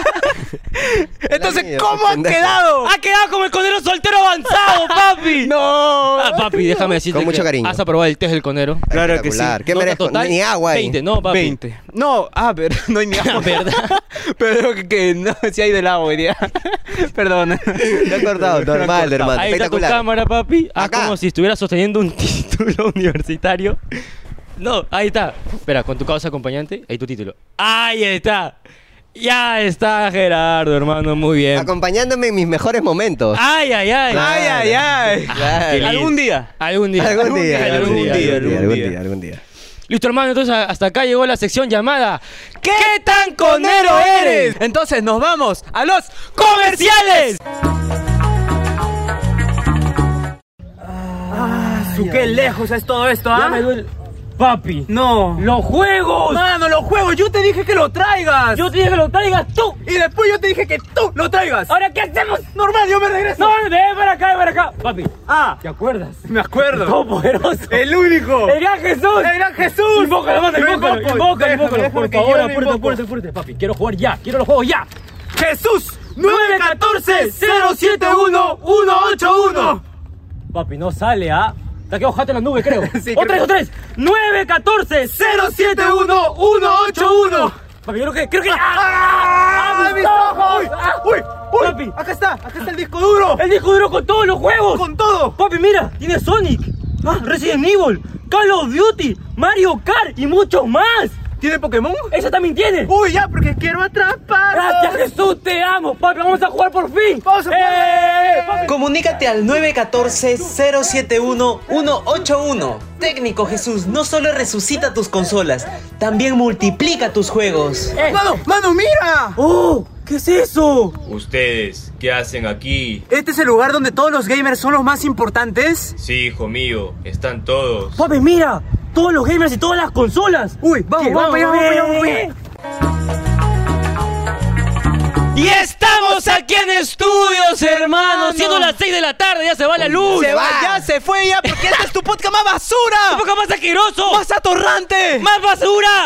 B: Entonces,
C: mía,
B: ¿cómo han
C: pendejo.
B: quedado?
A: Ha quedado como el conero soltero avanzado, Ah, papi.
B: No.
A: Ah, papi, déjame decirte
C: Con mucho
A: que
C: cariño.
A: has aprobado el test del conero.
B: Claro que sí.
C: espectacular. ¿Qué
A: Nota
C: merezco?
A: total,
C: Ni agua ahí.
A: 20, no, papi.
B: 20. No, a ver, no hay ni agua.
A: ¿Verdad?
B: Pero que, que no, si hay del agua hoy día. Perdón.
C: Lo he cortado, normal, hermano.
A: Ahí está tu
C: Espectacular.
A: cámara, papi. Ah,
C: Acá.
A: como si estuviera sosteniendo un tito. título universitario. No, ahí está. Espera, con tu causa acompañante, ahí tu título. Ahí está. Ya está Gerardo, hermano, muy bien. Ah,
C: Acompañándome en mis mejores momentos.
A: Ay, ay, ay.
B: Ay, ay, ay.
C: Claro.
A: qué lindo.
B: Algún día.
A: Algún día.
C: Algún día, algún día, algún día, algún día, algún día.
A: Listo, hermano, entonces a- hasta acá llegó la sección llamada ¿Qué tan conero eres?
B: Entonces nos vamos a los
A: ¡Comerciales!
E: qué lejos es todo esto, ¿ah?
A: Papi,
E: No.
A: los juegos.
E: Mano, los juegos, yo te dije que lo traigas.
A: te dije que lo traigas tú.
E: Y después yo te dije que tú lo traigas.
A: Ahora, ¿qué hacemos?
E: Normal, yo me regreso.
A: ve para acá, ve para acá. Papi,
E: Ah,
A: ¿te acuerdas?
E: me acuerdo.
A: poderoso.
E: El único.
A: ¡El gran Jesús!
E: ¡El gran Jesús!
A: Invócalo, mano,
E: Lo
A: invócalo,
E: invoco.
A: invócalo,
E: Déjame,
A: invócalo.
E: déjame
A: Por
E: que yo
A: favor,
E: lo
A: apúrate,
E: invoco.
A: apúrate, apúrate, papi. Quiero jugar ya, quiero los juegos ya.
E: Jesús 914-071-181.
A: Papi, no sale, ¿ah? Te ha quedado jato en la nube, creo.
E: Sí,
A: ¡O tres,
E: creo.
A: o tres! ¡Nueve, catorce, cero!
E: 071-181.
A: Papi, yo creo que... Creo que...
E: ¡Ah!
A: ¡Ah!
E: mis ojos!
A: ¡Ah!
E: ¡Uy! ¡Uy!
A: Papi.
E: Acá está, acá está el disco duro.
A: ¡El disco duro con todos los juegos!
E: Con todo.
A: Papi, mira, tiene Sonic, ah, Resident Evil, Call of Duty, Mario Kart y muchos más.
E: ¿Tiene Pokémon?
A: ¡Eso también tiene!
E: Uy, ya, porque quiero atrapar.
A: ¡Gracias, Jesús! ¡Te amo, papi! ¡Vamos a jugar por fin!
E: Vamos a jugar.
A: ¡Eh! Papi,
F: Comunícate al 914-071-181. Técnico Jesús no solo resucita tus consolas, también multiplica tus juegos.
A: eh.
E: Mano, mano, mira.
A: ¡Oh! ¿Qué es eso?
G: ¿Ustedes qué hacen aquí?
E: Este es el lugar donde todos los gamers son los más importantes.
G: Sí, hijo mío, están todos.
A: Papi, mira, todos los gamers y todas las consolas.
E: Uy, vamos,
A: ¿Qué?
E: vamos, allá, vamos, allá, vamos,
A: eh.
E: allá.
A: Y estamos aquí en estudios, hermanos. Siendo las 6 de la tarde, ya se va la luz.
B: Se va, ya se fue ya, porque este es tu podcast más
A: ¡Un
B: basura,
A: poco más asqueroso!
B: más atorrante.
A: ¡Más basura!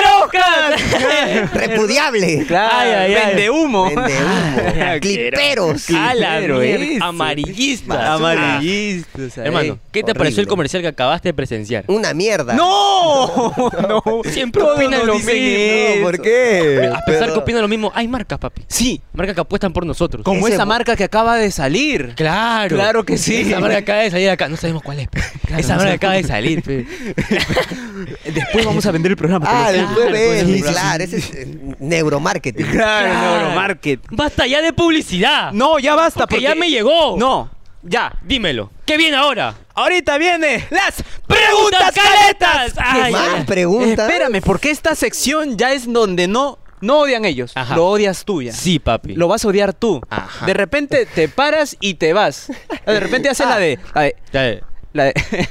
A: ¡Comerocas!
C: Repudiable.
A: Ay, ay, ay.
B: Vende humo.
C: Vende
B: Ah,
C: humo. Cliperos.
A: A la
B: Pero eso.
A: mierda, amarillista.
B: Amarillistas.
A: Ah.
B: ahí.
A: Hermano, ¿qué te pareció el
C: horrible.
A: comercial que acabaste de presenciar?
C: Una mierda.
B: No, no.
A: Siempre
B: Todos
A: opinan
B: nos
A: lo
B: dicen
A: mismo.
B: eso.
C: ¿Por qué?
A: A pesar
C: Pero-
A: que opinan lo mismo, hay marcas, papi.
B: Sí,
A: Marcas que apuestan por nosotros.
B: como
C: Ese
B: esa
C: bo-
B: marca que acaba de salir.
A: Claro.
B: Claro que sí.
A: Esa marca acaba de salir acá. No sabemos cuál es. pe. Esa marca acaba de salir. pe.
B: Después vamos a vender el programa.
C: Ah,
B: pero-
C: después
A: pues,
C: ves,
A: sí, sí.
C: claro, ese es eh, neuromarketing.
B: Claro, neuromarket.
A: Basta ya de publicidad.
B: No, ya basta.
A: Porque ya me llegó.
B: No, ya.
A: Dímelo. ¿Qué viene ahora?
B: Ahorita viene las preguntas caletas.
A: Ay,
C: Más
A: ay.
C: preguntas.
B: Espérame, porque esta sección ya es donde no, no odian ellos.
A: Ajá.
B: Lo odias tú ya.
A: Sí, papi.
B: Lo vas a odiar tú.
A: Ajá.
B: De repente te paras y te vas. De repente haces la de. La de.
A: Ya, eh.
B: La de.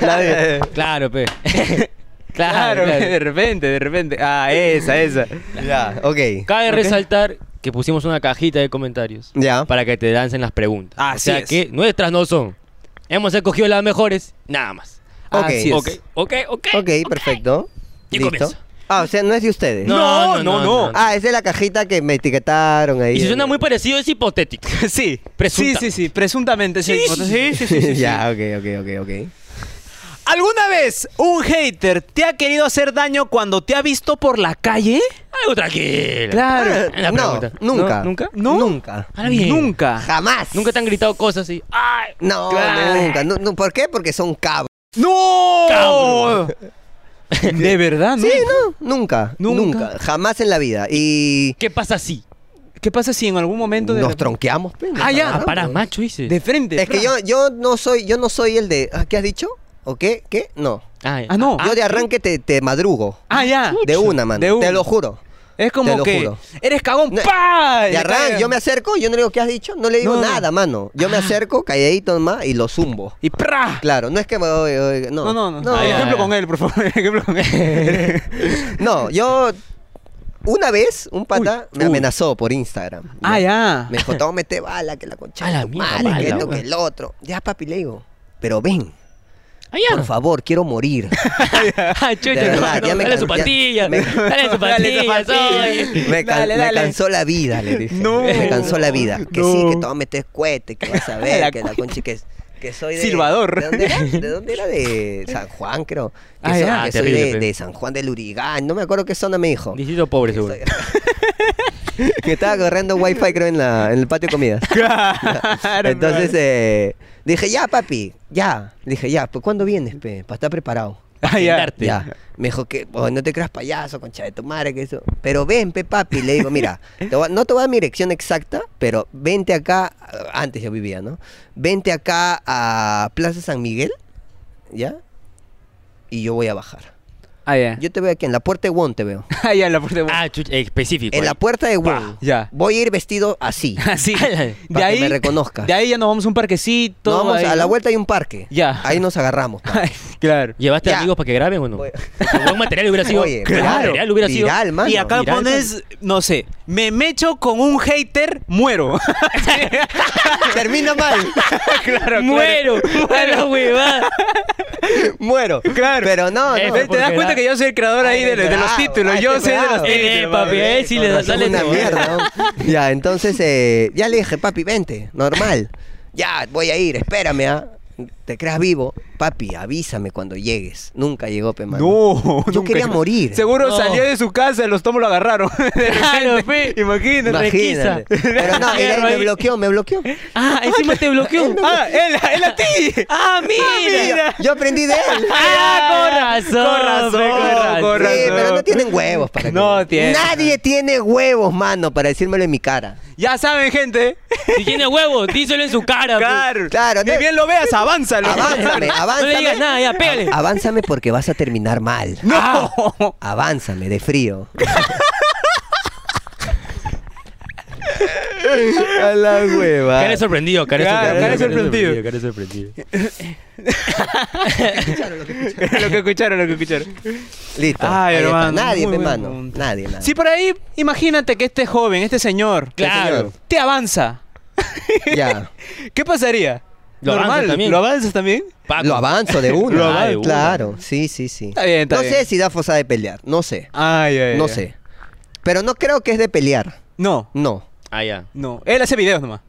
B: La de.
A: Claro, pe. Claro,
B: Claro,
A: claro.
B: de repente, de repente. Ah, esa, esa.
C: Ya, ok.
A: Cabe resaltar que pusimos una cajita de comentarios
C: Ya.
A: para que te lancen las preguntas.
B: Así
A: o sea
B: es.
A: que nuestras no son. Hemos escogido las mejores, nada más.
C: Ok.
B: Así Ah, es.
A: Ok, ok, ok.
C: Ok, perfecto.
A: Y
C: Listo.
A: comienzo.
C: Ah, o sea, no es de ustedes.
A: No, no, no,
B: No, no, no.
C: Ah, es de la cajita que me etiquetaron ahí.
A: Y si suena muy parecido, es hipotético.
B: Sí.
A: Presunta.
B: Sí, sí, sí. Presuntamente. Sí, sí, sí. sí, sí, sí.
C: ya, ok, ok, ok, ok.
B: ¿Alguna vez un hater te ha querido hacer daño cuando te ha visto por la calle?
A: Algo Ah, tranquilo.
B: Claro.
A: Una
C: no,
A: pregunta.
C: nunca.
A: ¿No? ¿Nunca?
B: No.
C: Nunca.
A: Ah, bien.
B: Nunca.
C: Jamás.
A: Nunca te han gritado cosas "Ah, así. ¡Ay!
C: No,
A: Claro.
C: nunca. No, no, ¿Por qué? Porque son cabros.
B: ¡No!
A: Cabrón.
B: De verdad, ¿no?
C: Sí, no, nunca,
B: Nunca.
C: nunca. Jamás en la vida. Y
A: ¿Qué pasa así?
B: ¿Qué pasa si en algún momento de
C: nos
B: repente-
C: tronqueamos. pe, nos
B: Ah, ya.
A: Ah,
C: agarramos.
A: para macho, dice.
B: de frente?
C: Es que yo, yo no soy, yo no soy el de. ah, ¿Qué has dicho? ¿O qué? ¿Qué? No.
A: Ay,
B: Ah, no.
C: yo de arranque te, te madrugo.
B: Ah, ya.
C: De una, mano.
B: De una.
C: Te lo juro.
B: Es
C: Te
B: como
C: lo
B: que
C: juro.
B: eres cagón,
C: No,
B: ¡pa! Y
C: De
B: le
C: arranque,
B: cagas.
C: yo me acerco, yo no le digo ¿qué has dicho? No le digo
B: No, Ah. no.
C: nada, mano. Yo me acerco, calladito nomás, y lo zumbo.
B: y ¡pra!
C: Claro, no es que me oye, oye, no.
B: No, no, no.
A: Ah,
B: Ay,
A: ya,
B: ejemplo
A: ya.
B: con él, por favor. Ejemplo con él.
C: No, yo una vez un pata
B: Uy,
C: me
B: uy.
C: amenazó por Instagram.
B: ah, ya.
C: Me dijo, "Toma, mete bala, que la concha.
A: A
C: de
A: la
C: tu
A: mierda,
C: madre, que
A: bala,
C: esto,
A: güey.
C: que el otro. Ya, papi, le digo, pero ven,
A: Ay, ya.
C: por favor, quiero morir.
A: Ah, chucha,
C: De verdad,
A: hermano,
C: ya me
A: dale su
C: can- ya-
A: pastilla.
C: me-
A: Dale su
B: Dale su
A: pastilla.
B: pastilla.
A: soy.
C: Me, can-
B: Dale,
C: me
B: dale.
C: cansó la vida, le dije.
B: No.
C: Me cansó la vida. Que sí,
B: No.
C: que te vas a meter cohete, que vas a ver,
B: La
C: que la concha, que, que soy de...
B: Silvador.
C: ¿De dónde era? ¿De dónde era? De San Juan, creo.
B: Ah,
C: Que, soy-
A: ya.
C: que
A: Ah,
C: soy
A: terrible,
C: de,
A: pe.
C: de San Juan del Urigán. No me acuerdo qué zona me dijo.
A: Distrito pobre,
C: Que
A: seguro.
C: soy- que estaba agarrando wifi creo en, la, en el patio de comidas.
B: Claro,
C: Entonces
B: bro.
C: eh, dije, ya papi, ya. Le dije, ya, pues ¿cuándo vienes, pe? Para estar preparado.
B: Ah, ya.
A: Sentarte.
C: Ya. Me dijo que "Oh, no te creas payaso, concha de tu madre, que eso. Pero ven, pe papi. Le digo, mira, te voy a- no te voy a dar mi dirección exacta, pero vente acá. Antes yo vivía, ¿no? Vente acá a Plaza San Miguel, ¿ya? Y yo voy a bajar.
B: Ah, ya.
C: Yo te veo aquí, en la puerta de Won te veo.
B: Ah, ya, en la puerta de-
A: Ah, chucha, específico.
C: En la
A: ahí.
C: puerta de
A: Pa.
C: Won.
B: Ya.
C: Voy a ir vestido así.
B: Así.
A: Ala,
C: para que me reconozcas.
B: De ahí ya nos vamos a un parquecito.
C: No, vamos,
B: ahí,
C: a la
B: ¿no?
C: vuelta hay un parque.
B: Ya.
C: Ahí nos agarramos. pa.
B: Ay, claro.
A: ¿Llevaste
C: Ya.
A: amigos para que graben o no?
C: Oye.
A: Porque buen material hubiera sido.
C: Oye,
A: buen
C: claro,
A: material hubiera sido.
C: viral, mano.
B: y acá
A: viral,
B: pones, no sé, me mecho con un hater, muero.
C: Termina mal.
B: claro,
A: Muero, muero, huevada.
C: Muero.
B: Claro.
C: Pero no,
A: Eh,
C: no.
B: ¿Ves? Te das
A: Porque
B: cuenta
A: da-
B: que yo soy el creador ahí
C: Ay,
B: de, de los
C: bravo,
B: títulos.
C: ay,
B: yo
C: qué
B: sé de los
C: bravo.
B: títulos.
A: Eh, papi, eh, sí le
C: Con
A: da-
C: razón,
A: dale
C: una
A: tu-
C: mierda. ¿no? ya, entonces eh, ya le dije, papi, vente, normal. Ya, voy a ir, espérame, ¿ah? Te creas vivo. Papi, avísame cuando llegues. Nunca llegó, pe, mano.
B: No,
C: Yo
B: nunca.
C: quería morir.
B: Seguro
A: No.
B: salió de su casa, los tomos lo agarraron. De
A: Claro,
B: repente, Imagínate.
C: Imagínate.
B: requisa.
C: Pero no, y de ahí
A: Claro,
C: me
A: ahí.
C: bloqueó, me bloqueó.
A: Ah, encima te bloqueó.
B: Ah, él, él a ti.
A: Ah,
C: Yo,
A: mira.
C: yo aprendí de él.
A: Ah, con razón.
B: Con
A: pe,
B: razón, con
C: Sí,
B: razón.
C: pero no tienen huevos para que-
B: No tienen.
C: Nadie tiene huevos, mano, para decírmelo en mi cara.
B: Ya saben, gente.
A: Si tiene huevo, díselo en su cara. pe.
B: Claro.
C: Claro,
B: Ni
C: no-
B: bien lo veas, avánzalo.
C: Avánzame,
A: No le digas
C: avánzame.
A: nada, ya, pégale.
C: Avánzame porque vas a terminar mal.
B: No.
C: Avánzame de frío. A la hueva.
A: Cara de sorprendido, cara de
B: Claro,
A: sorprendido.
B: cara
A: Cara de
B: de sorprendido.
A: sorprendido. cara de sorprendido.
B: lo que escucharon, lo que escucharon.
C: Listo.
B: Ay,
C: Ahí está.
B: hermano,
C: Nadie,
B: muy
C: mi
B: buena
C: hermano.
B: pregunta.
C: Nadie, nadie.
B: Si por ahí, imagínate que este joven, este señor,
A: Claro.
B: te avanza.
C: Ya.
B: ¿Qué pasaría?
A: Lo avanzas también.
B: ¿Lo avanzas también?
A: Paco.
C: Lo avanzo de uno.
A: Lo avanzo. Ah, de una.
C: Claro. Sí, sí, sí.
B: Está bien, está
C: no
B: bien. Eh.
C: sé si Dafo sabe pelear. No sé.
B: Ay, ay, ay.
C: No sé. Pero no creo que es de pelear.
B: No,
C: No.
A: Ah, ya.
B: no. Él hace videos nomás.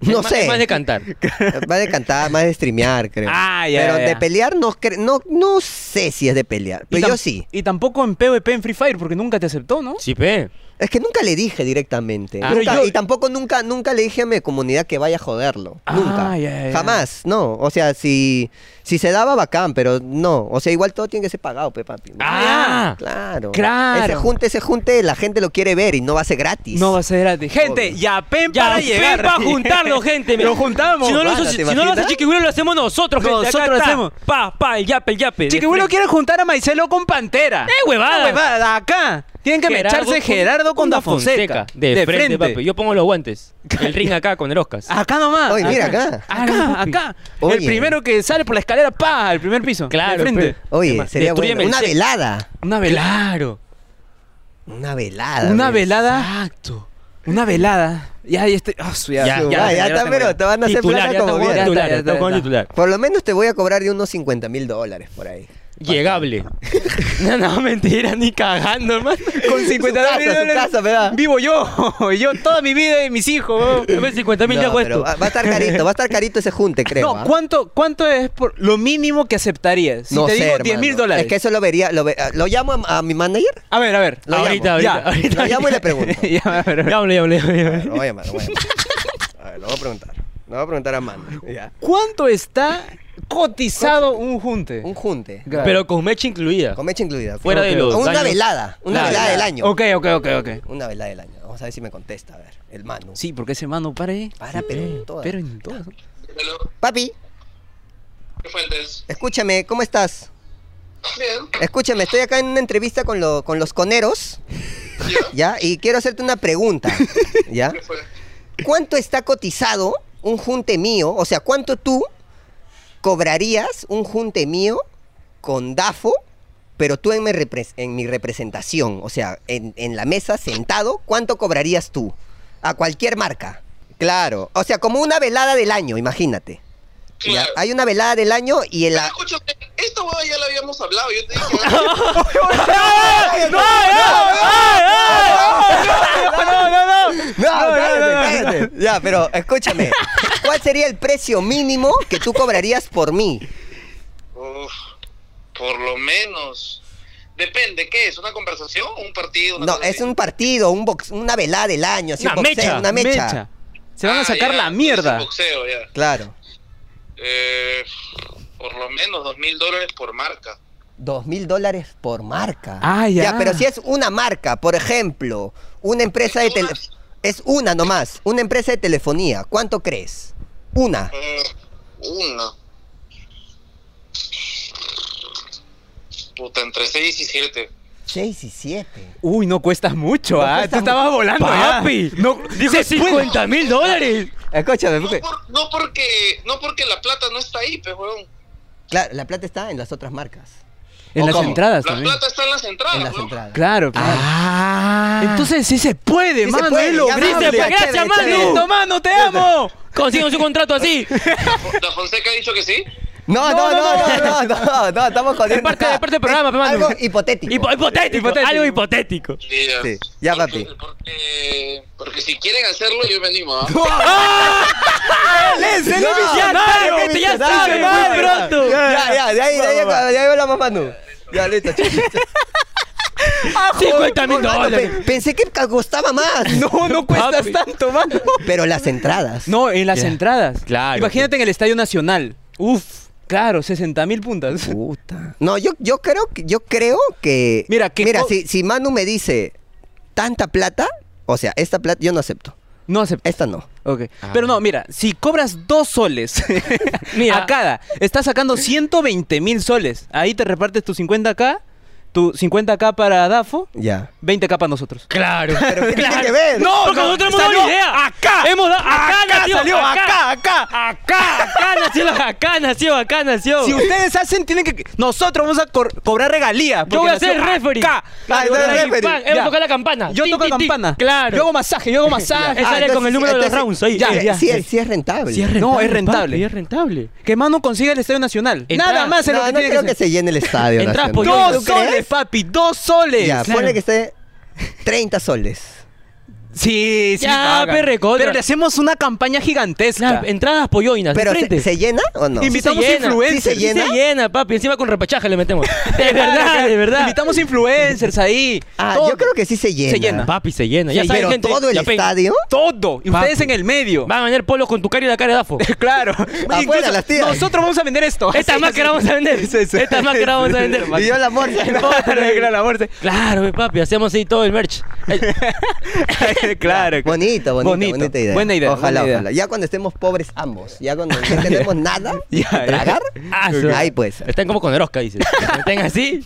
C: No
A: Es más-
C: sé.
A: Es más de cantar.
C: Va de cantar, más de streamear, creo.
B: Ah, ya,
C: Pero
B: ya,
C: de
B: ya.
C: pelear no, cre- no, no sé si es de pelear.
B: Y
C: Pero
B: tam-
C: yo sí.
B: Y tampoco en PvP en Free Fire porque nunca te aceptó, ¿no?
A: Sí, pe.
C: Es que nunca le dije directamente.
A: Ah,
C: Nunca-
B: pero yo-
C: Y tampoco nunca, nunca le dije a mi comunidad que vaya a joderlo.
B: Ah,
C: nunca.
B: ya, ya, ya.
C: Jamás, no. O sea, si, si se daba bacán, pero no. O sea, igual todo tiene que ser pagado, pe papi.
A: Ah,
C: claro.
B: claro.
C: Ese junte, ese junte, la gente lo quiere ver y no va a ser gratis.
B: No va a ser gratis. Gente,
C: Obvio.
B: ya pen
A: Ya,
B: para llegar.
A: para juntarlo, gente.
B: Lo juntamos.
A: Si no lo, hace-
C: Basta, ¿te
A: si no lo hace
C: imaginas?
A: Chiquibuelo, lo hacemos nosotros, gente. Acá
B: Nosotros lo
A: está.
B: hacemos.
A: Pa, pa, el yape, el yape.
B: Chiquibuelo quiere juntar a Maicelo con Pantera.
A: ¡Eh, huevada!
B: No, huevada, acá. Tienen que mecharse Gerardo con Da Fonseca.
A: De, frente, papi. Yo pongo los guantes. El ring acá con el Oscar.
B: Acá nomás.
C: Oye, mira acá.
B: Acá, acá. El
C: Oye.
B: primero que sale por la escalera, pa, al primer piso.
A: Claro,
B: De frente.
C: Oye, sería bueno.
A: destrúyeme el
C: Una
A: set.
C: velada.
B: Una velada.
A: Claro.
C: Una velada.
B: Una
C: ¿ves?
B: velada. Exacto. Una velada. Ya, ya estoy. ah, su- ya,
A: Ya,
B: su-
C: ya,
B: ya
C: está,
B: tengo
C: pero
B: ya.
C: te van a hacer
A: Titular,
C: plata
A: ya
C: como
A: estamos
B: bien.
A: con
C: quieras.
A: titular,
B: Ya
A: ya
B: está,
A: estamos con
B: ya está.
A: titular.
C: Por lo menos te voy a cobrar de unos 50 mil dólares por ahí.
A: Llegable. no, no, mentira, ni cagando, hermano.
B: Con 50
C: casa,
B: mil
C: su
B: dólares
C: casa, ¿verdad?
B: Vivo yo. Yo toda mi vida y mis hijos. weón.
A: Dame 50 mil,
C: No,
A: ya hago
C: pero
A: esto.
C: va, va a estar carito, va a estar carito ese junte, creo.
B: No,
C: ¿ah?
B: ¿cuánto, ¿cuánto es por lo mínimo que aceptarías? Si
C: no
B: te
C: sé,
B: digo 10 mil
C: hermano.
B: dólares.
C: Es que eso lo vería. Lo, ve- ¿lo llamo a, a mi manager?
B: A ver, a ver.
C: Lo
A: Ahorita,
C: llamo.
A: ahorita,
B: Ya.
A: ahorita.
C: Lo llamo y le pregunto.
B: Ya, a ver, a ver.
A: Llámale, llámale, llámale.
C: Lo voy a llamar, lo voy a llamar. A ver, lo voy a preguntar. Lo voy a preguntar a mano. Ya.
B: ¿Cuánto está cotizado un junte?
C: Un junte.
B: Claro.
A: Pero con mecha incluida.
C: Con mecha incluida.
A: Fuera de
C: Creo que-
A: los
C: Una
A: daños.
C: velada. Una
A: Claro.
C: velada del año.
B: Ok, ok, ok, ok.
C: Una velada del año. Vamos a ver si me contesta. A ver, el mano.
B: Sí, porque ese mano para ahí.
C: Para, pero en todas.
B: Eh, Pero en todo.
D: Hello,
C: Papi,
D: ¿qué fuentes?
C: escúchame, ¿cómo estás?
D: Bien,
C: Escúchame, estoy acá en una entrevista con, lo- con los coneros. ¿Ya? Y quiero hacerte una pregunta. ¿Ya?
D: ¿qué fue?
C: ¿Cuánto está cotizado un junte mío? O sea, ¿cuánto tú cobrarías un junte mío con DAFO, pero tú en mi, repres- en mi representación? O sea, en, en la mesa, sentado, ¿cuánto cobrarías tú? A cualquier marca. Claro. O sea, como una velada del año, imagínate. Ya,
D: Claro.
C: Hay una velada del año y en la...
D: Escúchame, esta hueá ya la habíamos hablado. Yo te dije,
C: eh,
B: No, no, no.
C: No, cállate, cállate. Ya, pero escúchame. ¿Cuál sería el precio mínimo que tú cobrarías por mí?
D: Uf, por lo menos Depende, ¿qué es? ¿Una conversación? ¿Un partido? una
C: No,
D: cosa
C: es
D: así?
C: un partido, un box, una velada del año, así,
A: Una
C: boxeo,
A: mecha,
C: una mecha.
B: Mecha. Se van a
D: Ah,
B: sacar
D: ya,
B: la
D: entonces
B: mierda.
D: boxeo, ya.
C: Claro.
D: Eh, por lo menos dos mil dólares por marca.
C: Dos mil dólares por marca.
B: Ah, ya.
C: pero si es una marca, por ejemplo, una empresa de tele...
D: Una.
C: Es una nomás, una empresa de telefonía. ¿Cuánto crees? Una.
D: Eh, una. Puta, entre 6 y 7.
C: Seis y siete.
B: Uy, no cuesta mucho, ¿ah?
C: cuesta
B: Tú estabas volando, ya.
A: ¡Papi!
B: No,
A: ¡Dijo
B: se puede.
A: 50 mil dólares!
C: Escúchame,
D: No,
C: porque-
D: por- no porque no porque la plata no está ahí, pues, weón.
C: Claro, la plata está en las otras marcas.
B: En
C: ¿O
B: las
C: cómo?
B: entradas
D: La
B: también.
D: plata está en las entradas,
C: Ah, En las
D: weón.
C: entradas.
B: Claro, claro. Entonces sí se puede,
C: Ah. Sí se
B: mano.
C: puede,
B: es
C: ya,
B: lograble.
C: mano,
A: Dice,
C: ya,
A: "Gracias,
C: chévere,
A: mano".
C: chévere.
B: Listo, mano, te amo.
A: Consigamos un contrato así.
D: La Fonseca ha dicho que sí.
C: No, no, no, no, no, no, no, estamos jodiendo.
A: Es parte,
C: acá.
A: es parte del programa, pe, mano.
C: Algo hipotético.
A: Hipo- hipotético,
B: Hipotético.
A: Algo hipotético.
D: Ya.
C: Sí, ya,
D: Porque-
C: papi.
D: Porque, porque si quieren hacerlo, yo me animo. ¿ah?
B: ¡Es el
C: No,
A: ¡Ya tarde,
B: visionario,
A: ya
B: visionario,
A: tarde, muy
B: visionario.
A: pronto!
C: Ya, ya, de ahí, de ahí, de ahí hablamos, Manu. Ya, listo, chicos.
A: 50 mil dólares.
C: Pensé que ca- costaba más.
B: No, no cuestas
A: Papi.
B: tanto, mano.
C: Pero las entradas.
B: No, en las
A: Ya.
B: entradas.
A: Claro.
B: Imagínate en el Estadio Nacional. Uf, claro, 60 mil puntas.
C: Puta. No, yo, yo creo que yo creo que.
B: Mira, que co-
C: si, si Manu me dice tanta plata, o sea, esta plata yo no acepto.
B: No acepté.
C: Esta no.
B: Ok.
A: Ah.
B: Pero no, mira, si cobras dos soles
A: Mira.
B: a cada, estás sacando 120 mil soles. Ahí te repartes tu 50 acá, tu 50 acá para DAFO,
C: Ya.
B: 20 acá para nosotros.
A: Claro.
C: Pero ¿qué
A: claro.
C: tiene que ver?
A: No, porque nosotros hemos dado la idea.
B: Acá.
A: Hemos dado. Acá, nació,
B: salió, acá, acá.
A: Acá, acá nació, acá nació, acá nació.
B: Si ustedes hacen, tienen que. Nosotros vamos a cor- cobrar regalías.
A: yo voy a ser referee.
B: Acá.
C: Ah,
A: yo
C: yo
A: voy a
C: soy
A: ser
C: referee.
A: pan. Hemos
B: Ya.
A: tocado la campana.
B: Yo
A: Tin,
B: toco
A: tin, tin.
B: campana.
A: Claro.
B: Yo hago masaje, yo hago masaje. Ah,
A: Esa era con el número de los rounds ahí.
B: Ya,
C: Ya,
B: ya.
C: Sí, es- sí es rentable.
A: Sí,
B: No, es rentable.
A: papi, es rentable.
B: Que Manu consiga el Estadio Nacional.
A: Entra-
B: Nada más es
C: no,
B: lo que
C: no
B: tiene
C: creo
B: que
C: que,
B: hacer.
C: se llene el estadio.
A: Entras,
C: nacional.
A: pollo,
B: Dos
C: ¿Tú crees?
B: soles, papi, dos soles.
C: Ya,
A: claro.
C: ponle que esté 30 soles.
B: Sí, sí.
A: Ya,
B: pagan.
A: perre, contra.
B: Pero le hacemos una campaña gigantesca.
A: Las entradas polloinas,
C: Pero
A: de
C: ¿se,
A: frente.
C: se llena o no?
A: Sí se
B: Invitamos
A: llena.
B: influencers.
C: Sí se llena.
A: Sí se llena, papi. Encima con repechaje le metemos. De verdad, de verdad.
B: Invitamos influencers ahí.
C: Ah,
B: todo.
C: yo creo que sí se llena.
B: Se llena.
A: Papi, se llena. Ya
C: Sí,
A: saben,
C: pero
A: gente,
C: todo el
A: ya pe-
C: estadio.
B: Todo. Y ustedes
A: Papi.
B: en el medio.
A: Van a vender polos con tu cara y la cara de Dafo.
B: Claro.
C: Afuera,
B: Incluso
C: las tías.
B: Nosotros vamos a vender esto.
A: Esta máscara vamos a vender.
B: Sí, sí.
A: Esta máscara vamos a vender.
C: Y yo la morsa.
B: Arregla la muerte.
A: Claro, pues, papi, hacemos así todo el merch. Eh,
B: claro.
C: Bonito, bonito,
B: Bonito.
C: bonita idea.
B: Buena idea,
C: Ojalá,
B: buena idea.
C: ojalá. Ya cuando estemos pobres ambos, ya cuando no tenemos nada que
B: Ya, ya.
C: tragar,
A: ah, su-
C: ahí pues.
A: Están como con Erosca, dice. Están así.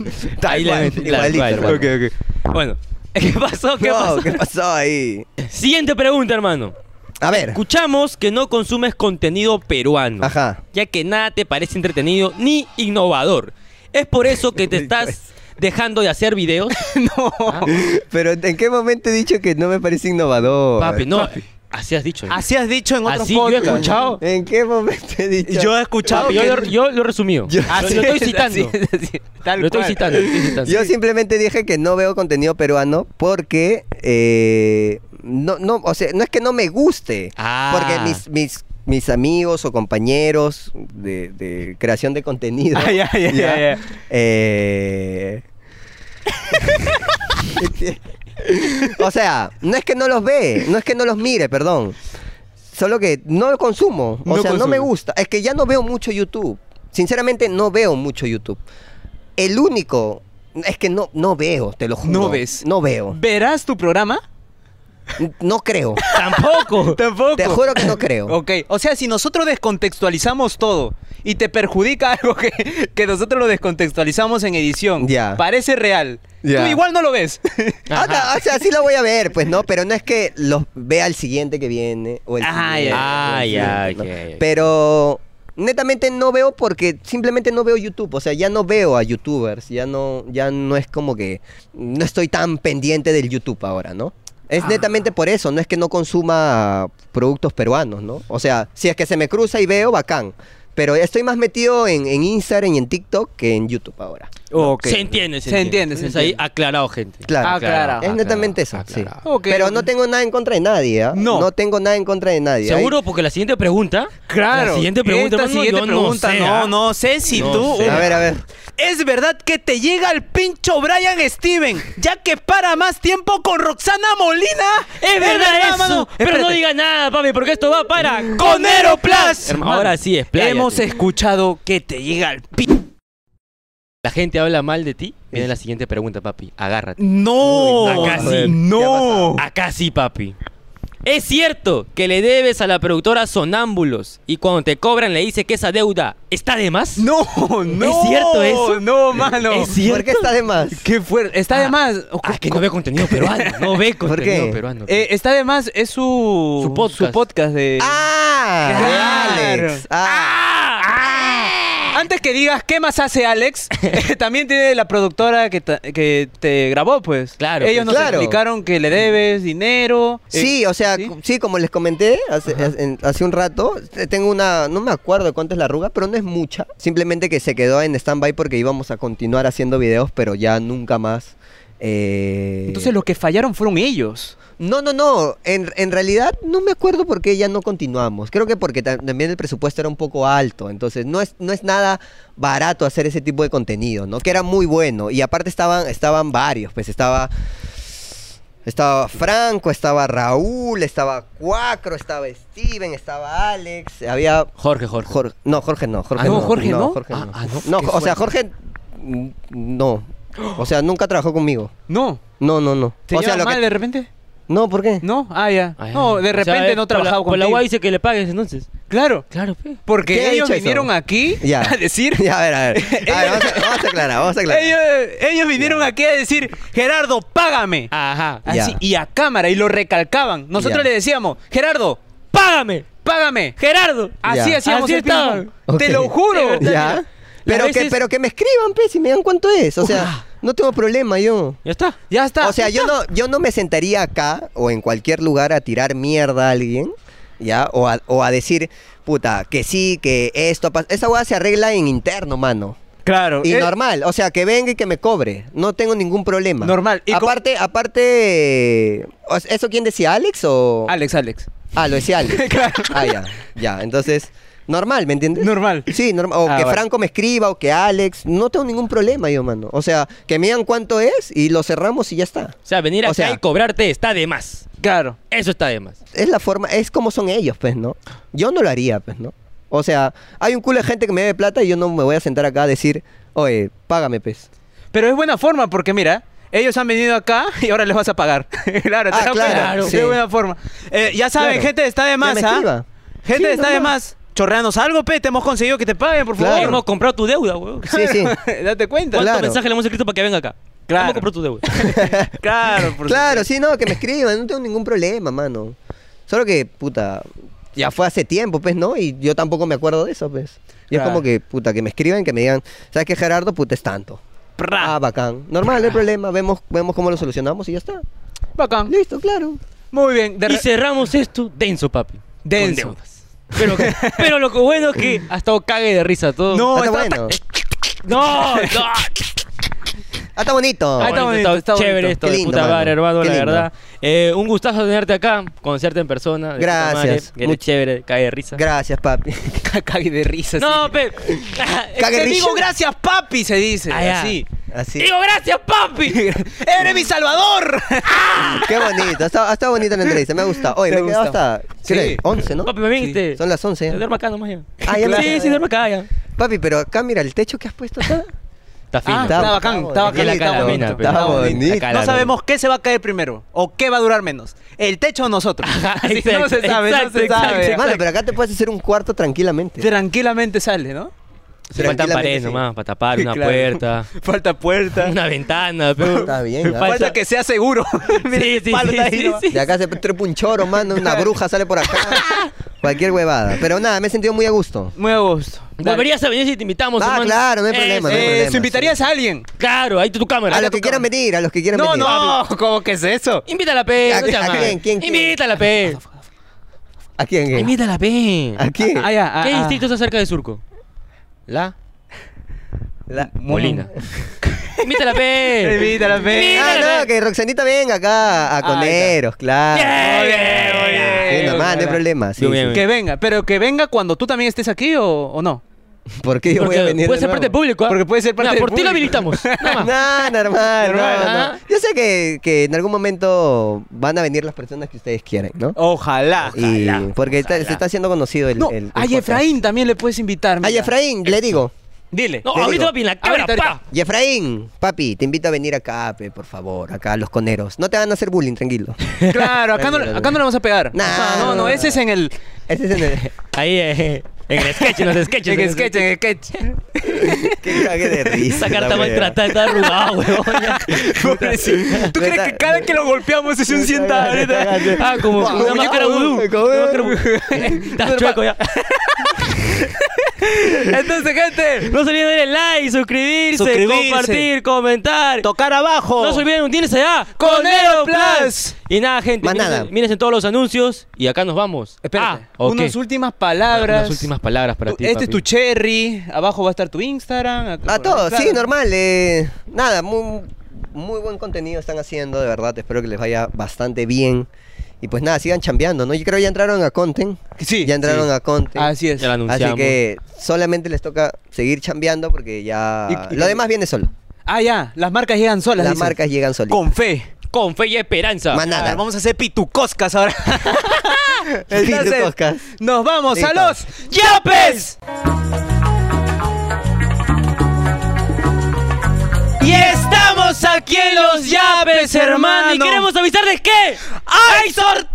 A: Ahí le
C: cual,
A: meten, claro,
C: igualito,
A: cual,
C: hermano.
A: cual. Bueno, ¿qué pasó? ¿Qué
C: No,
A: pasó?
C: ¿qué pasó ahí?
A: Siguiente pregunta, hermano.
C: A ver.
A: Escuchamos que no consumes contenido peruano.
C: Ajá.
A: Ya que nada te parece entretenido ni innovador. Es por eso que te estás dejando de hacer videos.
B: No.
C: Pero ¿en qué momento he dicho que no me parece innovador?
A: Papi, no. Así has dicho. ¿no?
B: Así has dicho en otros
A: Así yo he
B: podcasts.
A: escuchado.
C: ¿En qué momento he dicho?
B: Yo he escuchado.
A: Papi, yo, lo- yo lo he resumido.
C: Yo-
A: Lo- lo estoy citando.
B: Así es, así es. Tal
A: Lo estoy
B: cual.
A: citando, lo estoy citando.
C: Yo simplemente dije que no veo contenido peruano porque eh, no, no, o sea, no es que no me guste,
A: Ah.
C: porque mis, mis, mis amigos o compañeros de, de creación de contenido,
B: Ah, ya, ya, ya, ya.
C: eh, o sea, no es que no los ve, no es que no los mire, perdón, solo que no lo consumo, o
B: No
C: sea, no me
B: consumes.
C: gusta, es que ya no veo mucho YouTube, sinceramente no veo mucho YouTube. El único. Es que no, no veo, te lo juro.
B: No ves.
C: No veo.
B: ¿Verás tu programa?
C: No creo.
A: Tampoco.
B: Tampoco.
C: te juro que no creo.
B: Ok, o sea, si nosotros descontextualizamos todo y te perjudica algo que, que nosotros lo descontextualizamos en edición,
C: Ya.
B: parece real.
C: Ya.
B: Tú igual no lo ves.
C: Ah, ta- o sea, sí la voy a ver, pues no, pero no es que los vea el siguiente que viene o el
B: Ah,
C: siguiente,
A: ya.
C: o el
A: Ah, ya,
C: siguiente, ¿no?
A: ok, ok.
C: Pero netamente no veo porque simplemente no veo YouTube, o sea, ya no veo a youtubers, ya no ya no es como que no estoy tan pendiente del YouTube ahora, ¿no? Es
A: Ah.
C: netamente por eso, no es que no consuma productos peruanos, ¿no? O sea, si es que se me cruza y veo, bacán. Pero estoy más metido en, en Instagram y en TikTok que en YouTube ahora.
B: Ok.
A: Se entiende, se,
B: Se entiende, se
A: Entonces
B: entiende.
A: ahí aclarado, gente.
C: Claro,
B: Ah, claro. Ah,
C: Es netamente eso, sí.
B: Ok,
C: Pero
B: ok.
C: no tengo nada en contra de nadie, ¿ah?
B: No.
C: tengo nada en contra de nadie.
A: ¿Seguro? Porque la siguiente pregunta.
B: Claro.
A: ah, La siguiente pregunta,
B: Esta
A: hermano,
B: siguiente
A: yo
B: pregunta,
A: no sé.
B: no,
A: ¿ah?
B: no sé si
A: No
B: tú.
A: sé.
C: Ay, a ver, a ver.
B: Es verdad que te llega el pincho Brian Steven, ya que para más tiempo con Roxana Molina.
A: Es verdad, eso.
B: mano.
A: Pero no
B: Espérate.
A: diga nada, papi, porque esto va para.
B: con Aeroplas.
A: Hermano, ahora sí, expláyate.
B: Hemos escuchado que te llega el pi.
A: La gente habla mal de ti. Viene la siguiente pregunta, papi. Agárrate.
B: No,
A: Uy, acá sí.
B: no.
A: Acá sí, papi. Es cierto que le debes a la productora Sonámbulos y cuando te cobran le dices que esa deuda está de más.
B: No, no.
A: ¿Es cierto eso?
B: No, mano.
A: ¿Es cierto?
C: ¿Por qué está de más?
B: Qué fuerte. Está de más.
A: Ah, que no ve contenido peruano. No ve
C: ¿Por
A: contenido
C: qué?
A: peruano.
B: Eh, está de más. Es su,
A: Su podcast.
B: de.
C: ¡Ah!
B: Claro.
C: Alex. ¡Ah!
A: ah.
B: Antes que digas qué más hace Alex, también tiene la productora que, ta- que te grabó, pues.
A: Claro,
B: Ellos
A: pues.
B: nos
C: Claro.
B: explicaron que le debes dinero. eh,
C: Sí, o sea,
B: ¿sí?
C: cu- sí, como les comenté hace, hace- en- hace un rato, eh, tengo una, no me acuerdo cuánto es la arruga, pero no es mucha. Simplemente que se quedó en stand-by porque íbamos a continuar haciendo videos, pero ya nunca más. eh,
B: Entonces los que fallaron fueron ellos.
C: No, no, no. En, en realidad no me acuerdo por qué ya no continuamos. Creo que porque ta- también el presupuesto era un poco alto. Entonces no es, no es nada barato hacer ese tipo de contenido, ¿no? Que era muy bueno. Y aparte estaban, estaban varios. Pues estaba... Estaba Franco, estaba Raúl, estaba Cuacro, estaba Steven, estaba Alex. Había...
A: Jorge, Jorge.
C: Jorge. No, Jorge no. Jorge
B: Ah, no, Jorge no.
C: Jorge
A: Ah,
C: no.
A: ah, no,
C: No,
A: qué
C: o sea,
A: fuerte.
C: Jorge... mm, No. O sea, nunca trabajó conmigo.
B: No.
C: No, no, no.
B: ¿Te
C: o sea,
B: llevan mal eh.
C: que-
B: de repente?
C: No, ¿por qué?
B: No, ah, ya.
A: Ay,
B: no, de
A: o sea,
B: repente
A: eh,
B: no
A: por la-
B: trabajaba
A: Por
B: con
A: la guay dice que le pagues entonces.
B: Claro.
A: Claro, pues. pe.
C: ¿Qué ha
B: Porque ellos
C: dicho eso?
B: vinieron aquí
C: Ya.
B: a decir.
C: Ya, a ver, a ver. A ver, vamos, a, vamos a aclarar, vamos a aclarar.
B: Ellos, ellos vinieron aquí a decir, Gerardo, págame.
A: Ajá.
C: Ah, Ya.
B: Así, y a cámara, y lo recalcaban. Nosotros
C: Ya.
B: le decíamos, Gerardo,
A: ¡Págame!
B: págame.
A: ¡Gerardo!
B: Así
C: Ya.
B: hacíamos
A: Así
B: el
A: estaba.
B: ping-pong.
C: Ok.
B: Te lo juro.
C: Ya. Pero,
A: veces-
C: que, pero que me escriban, pues, si me dan cuánto es. O sea, no tengo problema yo.
A: Ya está.
B: Ya está.
C: O sea, yo no, yo no me sentaría acá o en cualquier lugar a tirar mierda a alguien, ¿ya? O a, o a decir, puta, que sí, que esto pasa. Esa hueá se arregla en interno, mano.
B: Claro.
C: Y
B: eh,
C: normal, o sea, que venga y que me cobre. No tengo ningún problema.
B: Normal. Y con-
C: aparte, aparte. o sea, ¿Eso quién decía? ¿Alex o.?
B: Alex, Alex.
C: Ah, lo decía Alex.
B: Claro.
C: Ah, ya. Ya, entonces, normal, ¿me entiendes?
B: Normal.
C: Sí, normal. O
B: Ah,
C: que
B: vale.
C: Franco me escriba, o que Alex. No tengo ningún problema yo, mano. O sea, que me digan cuánto es y lo cerramos y ya está.
A: O sea, venir
C: O
A: acá
C: sea-
A: y cobrarte está de más.
B: Claro.
A: Eso está de más.
C: Es la forma, es como son ellos, pues, ¿no? Yo no lo haría, pues, ¿no? O sea, hay un culo de gente que me debe plata y yo no me voy a sentar acá a decir, oye, págame, pues.
B: Pero es buena forma porque mira, ellos han venido acá y ahora les vas a pagar. claro, te
C: Ah,
B: das
C: claro,
B: cuenta?
C: sí.
B: Es buena forma. Eh, ya saben,
C: Claro.
B: gente, está de
C: Ya
B: más,
C: me
B: ¿ah?
C: escriba.
B: Gente,
C: Sí,
B: está de
C: normal.
B: más. Chorreanos algo, pe, te hemos conseguido que te paguen, por favor.
C: Claro.
A: Hemos comprado tu deuda, weón.
C: Sí, sí.
B: Date cuenta.
A: ¿Cuántos
C: Claro.
A: mensajes le hemos escrito para que venga acá?
B: Claro.
A: Hemos comprado tu deuda.
B: Claro, por
C: Claro, sí, no, que me escriban, no tengo ningún problema, mano. Solo que, puta, ya fue hace tiempo, pues, ¿no? Y yo tampoco me acuerdo de eso, pues. Y
B: Claro.
C: es como que, puta, que me escriban, que me digan, ¿sabes qué, Gerardo? Puta, es tanto.
B: Pra.
C: Ah, bacán. Normal, no hay problema, vemos, vemos cómo lo solucionamos y ya está.
B: Bacán.
C: Listo, claro.
B: Muy bien. de
A: Y
B: re-
A: cerramos esto denso, papi. con
B: Denso.
A: deudas. Pero, pero lo que bueno es que ha estado cague de risa todo.
B: No,
C: Ah, está
B: está-
C: bueno.
A: no, no.
C: Ah, está bonito.
B: Ah, está bonito, está bonito.
A: chévere esto
C: Qué
A: de
C: lindo,
A: puta
C: mano.
A: madre, hermano,
C: Qué
A: la
C: lindo.
A: verdad. Eh, un gustazo tenerte acá, conocerte en persona. de puta
C: Gracias.
A: madre, que eres
C: Much-
A: chévere, cague de risa.
C: Gracias, papi.
B: Cague de risa. sí.
A: no, pe.
B: Te
C: Caguerrilla.
B: digo gracias, papi, se dice.
A: Ah, ya.
B: Así.
C: Así.
A: Digo, gracias, papi.
B: ¡Eres mi salvador!
C: Qué bonito. Ha estado, ha estado bonita la entrevista, me ha gustado. Oye,
B: Te
C: me he quedado
B: gusta.
C: hasta ¿qué
B: Sí.
C: era? 11, ¿no?
A: Papi, me viste.
C: Son las 11.
A: Duerme acá nomás ya.
C: Ah, ya me-
A: sí, sí, duerme acá ya.
C: Papi, pero acá mira el techo que has puesto acá.
A: Está fino.
B: Ah,
C: Está-
B: está bacán,
C: está
B: está
C: bonito.
B: bacán.
A: Y la
B: está
A: calamina,
B: bonito,
A: pero-
B: está
C: Está
B: bonito.
C: bonito.
A: La calamina.
B: No sabemos qué se va a caer primero o qué va a durar menos. El techo o nosotros. Así, no se
A: exacto,
B: sabe, no se
A: exacto,
B: sabe.
A: exacto.
C: Mano, pero acá te puedes hacer un cuarto tranquilamente.
B: Tranquilamente sale, ¿no?
A: Se faltan
C: Tranquilamente,
A: paredes
C: sí.
A: nomás para tapar una
B: Claro.
A: puerta,
B: Falta puerta.
A: una ventana. Pero...
C: Está bien, ¿ah?
B: Falta que sea seguro. Mira,
A: Sí, sí,
B: falta
A: sí,
B: ahí,
A: sí,
B: ¿no?
A: sí.
C: De acá se trepa un choro, mano, una bruja sale por acá. Cualquier huevada. Pero nada, me he sentido muy a gusto.
B: Muy a gusto.
A: Volverías a venir si te invitamos.
C: Ah,
A: hermano.
C: claro, no hay
A: Eso.
C: problema, no hay
B: Eh,
C: problema,
B: ¿Se invitarías a alguien?
A: Claro, ahí está tu cámara.
C: A los que quieran venir, a los que quieran
B: No,
C: venir.
B: no, ¿cómo que es eso?
A: Invítala, pe.
C: ¿A-
A: no seas
C: a
A: malo.
C: quién, quién, quién?
A: Invítala, pe.
C: ¿A quién? qué?
A: Invítala, pe.
C: ¿A quién?
B: Ah, ya, ah,
A: ¿Qué
B: ah.
A: distrito está cerca de Surco? La
C: La-
A: Molina. Invítala, pe.
B: Invítala, pe.
C: Ah, no, que Roxanita venga acá a Coneros, claro. Ah,
A: Bien,
B: muy bien.
C: Sí, normal, no hay problema. sí,
B: Eh.
A: Muy bien,
C: sí.
B: Que venga, pero que venga cuando tú también estés aquí o, o no.
C: ¿Por qué yo
A: Porque
C: voy a venir
A: puede
C: de
A: ser parte del
C: nuevo?
A: público, ¿ah?
B: Porque puede ser parte
A: Mira,
B: del
A: Por ti lo
B: público.
A: habilitamos. Nada más.
C: No, normal,
B: Normal,
C: no,
A: ¿ah?
C: no. Yo sé que, que en algún momento van a venir las personas que ustedes quieren, ¿no?
B: Ojalá.
C: Y- porque está- se está haciendo conocido el.
B: No,
C: el- el
B: a
C: podcast.
B: Efraín también le puedes invitar.
C: A
B: mira.
C: Efraín, le digo.
B: Dile.
A: No,
C: Te
A: ahorita
C: digo.
A: papi, en la cámara,
B: Ahorita,
A: pa.
B: ahorita.
C: Y Efraín, papi, te invito a venir acá, pe, por favor, acá a los coneros. No te van a hacer bullying, tranquilo.
B: Claro, acá no, acá no le vamos a pegar.
C: Nah.
B: O sea, no, no, ese es en el,
C: Ese es en el.
A: Ahí eh, en el sketch, en los sketches.
B: en
A: en
B: el
A: los
B: sketch, en el sketch.
C: Qué cague de risa.
A: Esa carta
C: la wea.
A: maltratada está arrugada, huevón. ya.
B: Pobrecito. ¿Tú crees que cada que lo golpeamos es un cienta ahorita?
A: Ah, como
C: Wow.
A: una máscara vudú.
C: Como-
A: Una máscara vudú. Estás chueco ya.
B: Entonces, gente,
A: No se olviden de darle like, suscribirse,
B: Suscribirse.
A: compartir, comentar.
B: tocar abajo.
A: No se olviden, tienes allá
B: Conero
A: Conero
B: Plus.
A: Plus. Y nada, gente,
C: Más
A: mírense-
C: nada.
A: mírense todos los anuncios y acá nos vamos.
B: Espérate,
A: Ah, ok.
B: unas últimas palabras.
A: Unas últimas palabras para
B: Tu-
A: ti.
B: Este es
A: papi.
B: tu cherry, abajo va a estar tu Instagram. acá-
C: A todos,
B: claro.
C: sí, normal. eh, nada, muy, muy buen contenido están haciendo, de verdad. Espero que les vaya bastante bien. Y pues nada, sigan chambeando, ¿no? Yo creo que ya entraron a Content.
B: Sí,
C: Ya entraron
B: sí.
C: a Content.
B: Así es.
A: Ya la
C: Así
A: anunciamos.
C: que solamente les toca seguir chambeando porque ya.
B: Y- y-
C: lo demás viene solo.
B: Ah, ya, las marcas llegan solas.
C: Las
B: dicen.
C: marcas llegan solitas.
B: Con fe.
A: Con fe y esperanza.
C: Más
B: A
C: nada.
B: ver, vamos a hacer pitucoscas ahora.
C: Pitucoscas.
B: Nos vamos a
C: Listo.
B: los Yapes.
A: Y estamos aquí en los Yapes, hermano. Y
B: hermano.
A: queremos avisarles que
B: ¡Hay sorteo!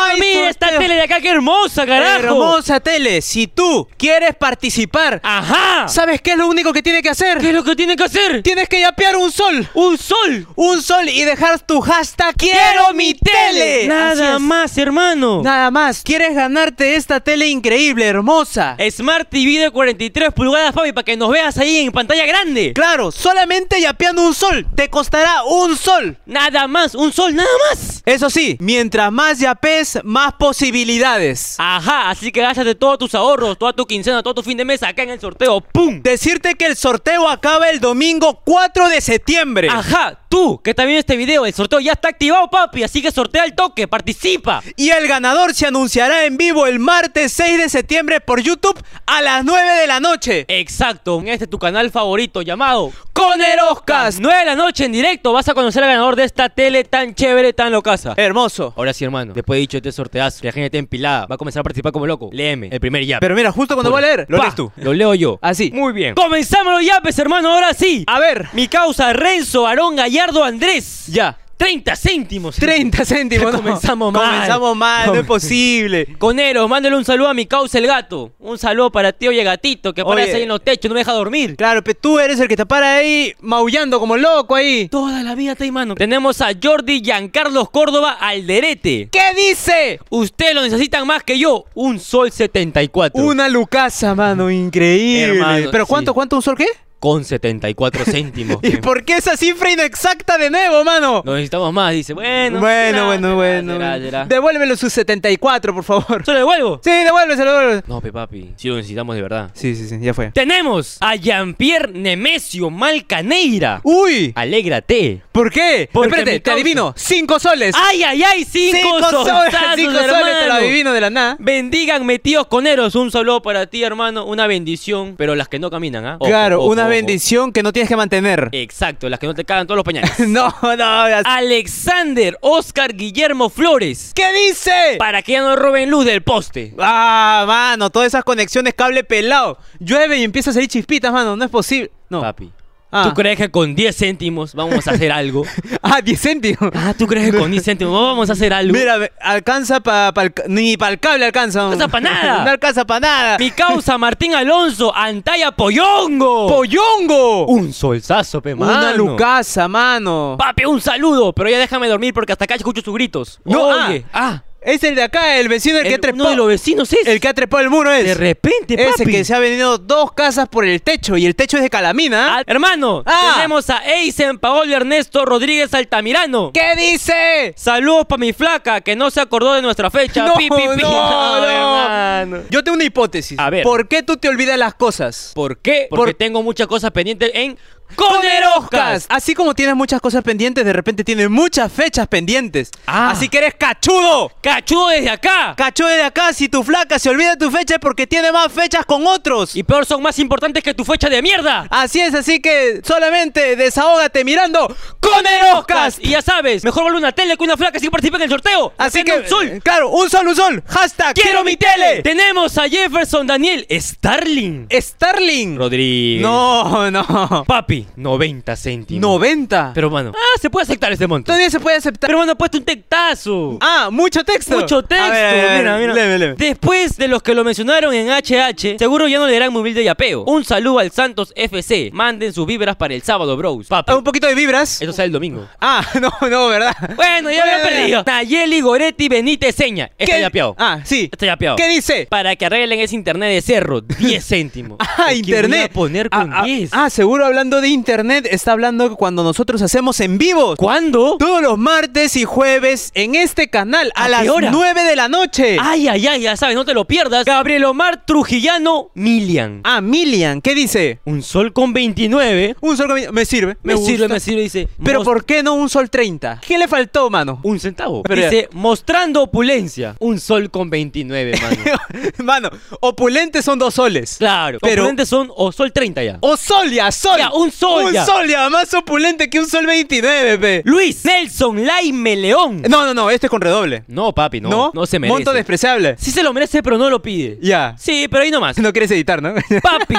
B: ¡Hay
A: mira esta
B: sorteo!
A: tele de acá, qué hermosa, carajo.
B: Hermosa tele, si tú quieres participar,
A: Ajá.
B: ¿sabes qué es lo único que tiene que hacer?
A: Ah. ¿Qué es lo que tienen que hacer?
B: Tienes que yapear un sol.
A: Un sol.
B: Un sol y dejar tu hashtag Quiero mi tele. Así
A: Nada
B: es.
A: más, hermano.
B: Nada más. ¿Quieres ganarte esta tele increíble, hermosa?
A: Smart TV de 43 pulgadas, Fabi, para que nos veas ahí en pantalla grande.
B: Claro, solamente yapeando un sol. Te costará un sol.
A: Nada más, un sol, nada más.
B: Eso sí, mientras más yapees, más posibilidades.
A: Ajá, así que gástate todos tus ahorros, toda tu quincena, todo tu fin de mes acá en el sorteo. ¡Pum!
B: Decirte que el sorteo acaba el domingo 4 de septiembre.
A: Ajá, tú que estás viendo este video, el sorteo ya está activado, papi, así que sortea el toque, participa.
B: Y el ganador se anunciará en vivo el martes 6 de septiembre por YouTube a las 9 de la noche.
A: Exacto, en este tu canal favorito llamado
B: Con
A: Las 9 de la noche en directo vas a conocer al ganador de esta tele tan chévere, tan locasa.
B: Hermoso.
A: Eh, Ahora sí, hermano, después de dicho este sorteazo, la gente está empilada, va a comenzar a participar como loco. Léeme el primer ya.
B: Pero mira, justo cuando voy a leer, lo
A: Pa,
B: lees tú. Ah,
A: Lo leo yo.
B: Así.
A: Muy bien. Comenzamos los yapes, pues, hermano, ahora sí.
B: A ver,
A: Mi causa, Renzo, Aarón, Gallardo, Andrés.
B: ya.
A: 30 céntimos.
B: 30 céntimos.
A: Ya
B: no.
A: comenzamos mal.
B: Comenzamos mal, no
A: Com-
B: es posible.
A: Conero, mándale un saludo a mi causa el gato. Un saludo para ti, oye gatito, que
B: Oye.
A: aparece ahí en los techos, no me deja dormir.
B: Claro, pero tú eres el que te para ahí maullando como loco ahí.
A: Toda la vida está ahí, mano. Tenemos a Jordi Giancarlos Córdoba Alderete.
B: ¿Qué dice?
A: Ustedes lo necesitan más que yo. Un sol 74.
B: Una Lucasa, mano, increíble.
A: Hermano,
B: pero ¿cuánto,
A: sí.
B: cuánto un sol qué?
A: Con 74 céntimos.
B: ¿Y por qué esa cifra inexacta de nuevo, mano?
A: Nos necesitamos más, dice. Bueno,
B: bueno,
A: será,
B: bueno,
A: será,
B: bueno.
A: será,
B: bueno.
A: será.
B: Devuélvelo sus 74, por favor.
A: ¿Se lo devuelvo?
B: Sí, devuélveselo, devuélveselo.
A: No, pe papi, sí lo necesitamos de verdad.
B: Sí, sí, sí, ya fue.
A: Tenemos a Jean-Pierre Nemesio Malcaneira.
B: ¡Uy!
A: Alégrate.
B: ¿Por qué?
A: Porque mi
B: Espérate, te
A: causa-
B: adivino. ¡Cinco soles!
A: ¡Ay, ay, ay! ¡Cinco, soles!
B: ¡Cinco soles! Te lo adivino de la nada.
A: Bendíganme, tíos coneros. Un saludo para ti, hermano. Una bendición. Pero las que no caminan, ¿ah? Ojo,
B: claro,
A: ojo,
B: una
A: ojo. Eh.
B: bendición que no tienes que mantener.
A: Exacto, las que no te cagan todos los pañales.
B: no, no. ya-
A: Ah. Alexander Oscar Guillermo Flores.
B: ¿Qué dice?
A: Para que ya no roben luz del poste.
B: Ah, mano, todas esas conexiones cable pelado. Llueve y empieza a salir chispitas, mano. No es posible. No.
A: Papi.
B: Ah.
A: ¿Tú crees que con 10 céntimos vamos a hacer algo?
B: Ah, 10 céntimos.
A: Ah, ¿tú crees que con 10 céntimos vamos a hacer algo?
B: Mira, ve- alcanza para ni para el cable alcanza.
A: alcanza pa' nada.
B: no alcanza para nada.
A: Mi causa Martín Alonso, Antaya Poyongo.
B: pollongo.
A: un solsazo, pe, mano.
B: Una lucasa, mano.
A: Papi, un saludo, pero ya déjame dormir porque hasta acá escucho sus gritos.
B: No,
A: Oye, ah,
B: Es el de acá, el vecino el, que
A: el-
B: trepó.
A: uno de los vecinos es.
B: El que ha trepado el muro es.
A: de repente,
B: Ese
A: papi.
B: que se ha venido dos casas por el techo y el techo es de calamina.
A: Ah, hermano,
B: Ah.
A: tenemos a Eisen Paolo Ernesto Rodríguez Altamirano.
B: ¿Qué dice?
A: Saludos para mi flaca que no se acordó de nuestra fecha.
B: No,
A: Pi, pi, pi.
B: no, no.
A: hermano.
B: Yo tengo una hipótesis.
A: A ver.
B: ¿Por qué tú te olvidas las cosas?
A: ¿Por qué? Porque
B: Por-
A: tengo muchas cosas pendientes en con el Oscar.
B: Podcast. Así como tienes muchas cosas pendientes, de repente tienes muchas fechas pendientes.
A: Ah.
B: Así que eres cachudo.
A: Cachudo desde acá.
B: Cachudo de acá, si tu flaca se olvida tu fecha es porque tiene más fechas con otros.
A: Y peor son más importantes que tu fecha de mierda.
B: Así es, así que solamente desahógate mirando con el Oscar.
A: Y ya sabes, mejor vale una tele que una flaca si participa en el sorteo.
B: Así
A: Acá
B: que,
A: en Unsul.
B: claro, un sol, un sol. Hashtag, quiero mi tele.
A: Tenemos a Jefferson Daniel Starling.
B: Starling.
A: Rodríguez.
B: No, no.
A: Papi, 90 céntimos.
B: 90.
A: Pero, mano, ah, se puede aceptar ese monto.
B: todavía se puede aceptar.
A: Pero, mano, ha puesto un tectazo.
B: Ah, mucho texto.
A: Mucho texto.
B: A ver, a ver, a ver.
A: Mira, mira.
B: Leve, leve.
A: Después de los que lo mencionaron en HH, seguro ya no le darán móvil de yapeo. Un saludo al Santos FC. Manden sus vibras para el sábado, bros. Papi.
B: Ah, Un poquito de vibras.
A: Eso sale el domingo.
B: Ah, no, no, ¿verdad?
A: Bueno, ya había
B: Bueno,
A: perdido. Este Nayeli Goretti Benítez Seña. Está
B: ¿Qué-
A: yapeado.
B: Ah, sí.
A: Está yapeado.
B: ¿Qué dice?
A: Para que arreglen ese internet de cerro. 10 céntimos.
B: Ah,
A: ¿Qué
B: internet.
A: Voy a poner con
B: Ah, ah,
A: 10.
B: Ah, seguro hablando de internet, está hablando cuando nosotros hacemos en vivo.
A: ¿Cuándo?
B: Todos los martes y jueves en este canal a,
A: ¿A
B: las
A: qué hora? Ah.
B: 9 de la noche.
A: Ay, ay, ay, ya sabes, no te lo pierdas. Gabriel Omar Trujillano Milian.
B: Ah, Milian, ¿qué dice?
A: Un sol con 29.
B: Un sol con- me sirve.
A: Me, sirve,
B: gusta.
A: me sirve, dice.
B: Pero
A: mos-
B: ¿por qué no un sol 30? ¿Qué le faltó, mano?
A: Un centavo.
B: Pero
A: dice, mostrando opulencia. Un sol con 29, mano.
B: mano, opulentes son dos soles.
A: claro.
B: Pero-
A: Pero... son o sol 30 ya.
B: O sol ya, sol.
A: Ya, un sol
B: Un
A: ya.
B: sol ya, más opulente que un sol 29, pe.
A: Luis Nelson Laime León.
B: No, no, no, este es con redoble.
A: No, papi, no. No, se merece.
B: Monto despreciable.
A: Sí se lo merece, pero no lo pide.
B: Ya.
A: Sí, pero ahí nomás.
B: No quieres editar, ¿no?
A: Papi,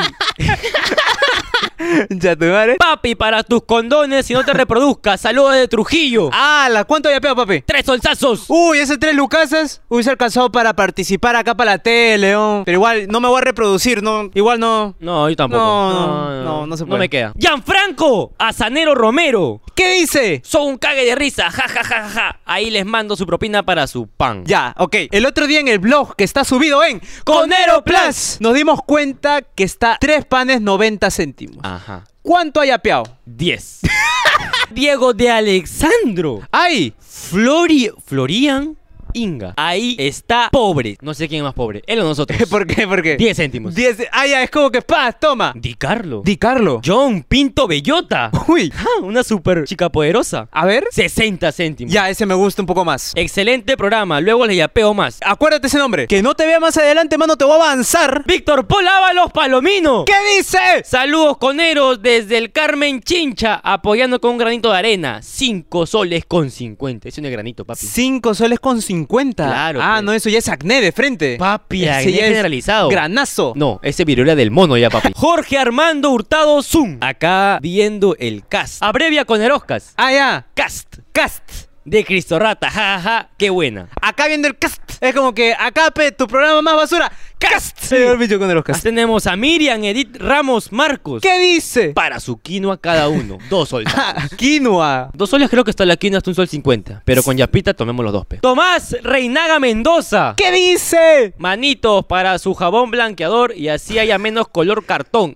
B: ya tu madre.
A: papi, para tus condones si no te reproduzcas. Saludos de Trujillo.
B: ¡Hala! ¿Cuánto ya pego, papi?
A: Tres solsazos.
B: Uy, ese tres lucasas hubiese alcanzado para participar acá para la tele, oh. Pero igual no me voy a reproducir, no. Igual no.
A: No, yo tampoco.
B: No, no, no, no se puede.
A: me queda. Gianfranco Azanero Romero.
B: ¿Qué dice?
A: Son un cague de risa. Ja, ja, ja, ja, ja. Ahí les mando su propina para su pan.
B: Ya, ok. El otro día en el blog que está subido en Conero Plus nos dimos cuenta que está tres panes 90 céntimos.
A: Ajá.
B: ¿Cuánto hay apeado?
A: 10. Diego de Alexandro.
B: ¡Ay!
A: Flori... Florian Inga. Ahí está pobre. No sé quién es más pobre. Él o nosotros.
B: ¿Por qué? ¿Por qué?
A: 10 céntimos.
B: Diez. Ah, ya, es como que paz, toma.
A: Di Carlo.
B: Di Carlo.
A: John Pinto Bellota.
B: Uy.
A: Ah, Una super chica poderosa.
B: A ver.
A: 60 céntimos.
B: Ya, ese me gusta un poco más.
A: Excelente programa. Luego les yapeo más.
B: Acuérdate ese nombre. Que no te vea más adelante, mano, te voy a avanzar.
A: Víctor Paul Ábalos Palomino.
B: ¿Qué dice?
A: Saludos coneros desde el Carmen Chincha, apoyando con un granito de arena. 5 soles con 50. Es un granito, papi.
B: 5 soles con 50.
A: Claro,
B: Ah,
A: pues.
B: no, eso ya es acné de frente.
A: Papi,
B: Ese
A: acné
B: ya es
A: generalizado.
B: Granazo.
A: No, ese viruela del mono ya, papi. Jorge Armando Hurtado Zoom. Acá viendo el cast. Abrevia con Eroscas.
B: Ah, ya.
A: Cast. Cast. De Cristo Rata. Ja, ja, ja. Qué buena.
B: Acá viendo el cast. Es como que acá, pe, tu programa más basura. Cast. Se me olvidó con los
A: Acá
B: cast.
A: tenemos a Miriam Edith Ramos Marcos.
B: ¿Qué dice?
A: Para su quinoa cada uno. Dos soles.
B: Ah, Quinoa.
A: Dos soles creo que está la quinoa hasta un sol 50. Pero con yapita tomemos los dos, pe. Tomás Reinaga Mendoza.
B: ¿Qué dice?
A: Manitos para su jabón blanqueador y así haya menos color cartón.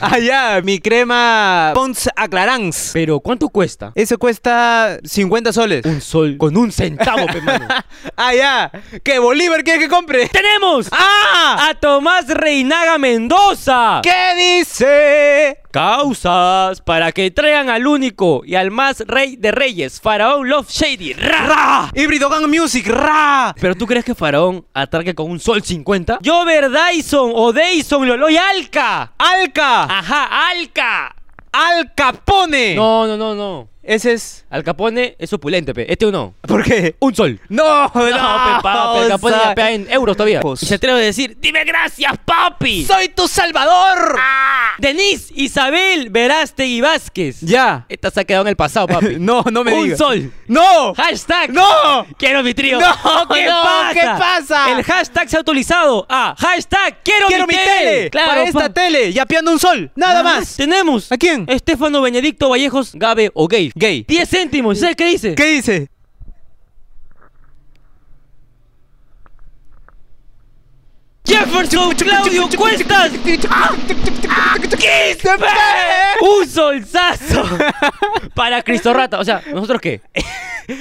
B: Ah, ya, mi crema Pons Aclarans.
A: Pero ¿cuánto cuesta?
B: Eso cuesta 50 soles.
A: Un sol con un centavo, pe, mano.
B: Ah, ya. ¿Qué Bolívar quieres que compre?
A: ¡Tenemos!
B: ¡Ah!
A: A Tomás Reinaga Mendoza.
B: ¿Qué dice?
A: Causas para que traigan al único y al más rey de reyes, Faraón Love Shady. Ra, ra.
B: Híbrido Gang Music, ra.
A: ¿Pero tú crees que Faraón atraque con un sol 50? Jover Dyson o Dyson Loloy Alca.
B: Alca,
A: Ajá, Alca.
B: Al Capone.
A: No, no, no, no.
B: Ese es.
A: Al Capone es opulente, pe. Este uno.
B: ¿Por qué?
A: Un sol.
B: No, no,
A: No, pe, papi. Al Capone
B: sa-
A: yapea en euros todavía.
B: Pues-
A: Y se atreve a decir, dime gracias, papi.
B: Soy tu salvador.
A: Ah. Denise Isabel Verástegui Vázquez.
B: Ya.
A: Esta se ha quedado en el pasado, papi.
B: No, no me
A: Un
B: digas.
A: sol.
B: No.
A: Hashtag.
B: ¡No!
A: Quiero mi trío.
B: ¡No! ¿Qué pasa? ¿Qué pasa?
A: El hashtag se ha autorizado a hashtag quiero,
B: Quiero mi tele.
A: Claro,
B: Para esta
A: pa-
B: tele, yapeando un sol. Nada
A: Ah,
B: más.
A: Tenemos.
B: ¿A quién?
A: Estefano Benedicto Vallejos Gabe o Gay.
B: Gay.
A: 10 céntimos. ¿Sabes qué dice?
B: ¿Qué dice?
A: Jefferson Claudio Cuestas. ¡Ah! ¡Ah! ¡Quispe! ¡Un solzazo! Para Cristo Rata. O sea, ¿nosotros qué?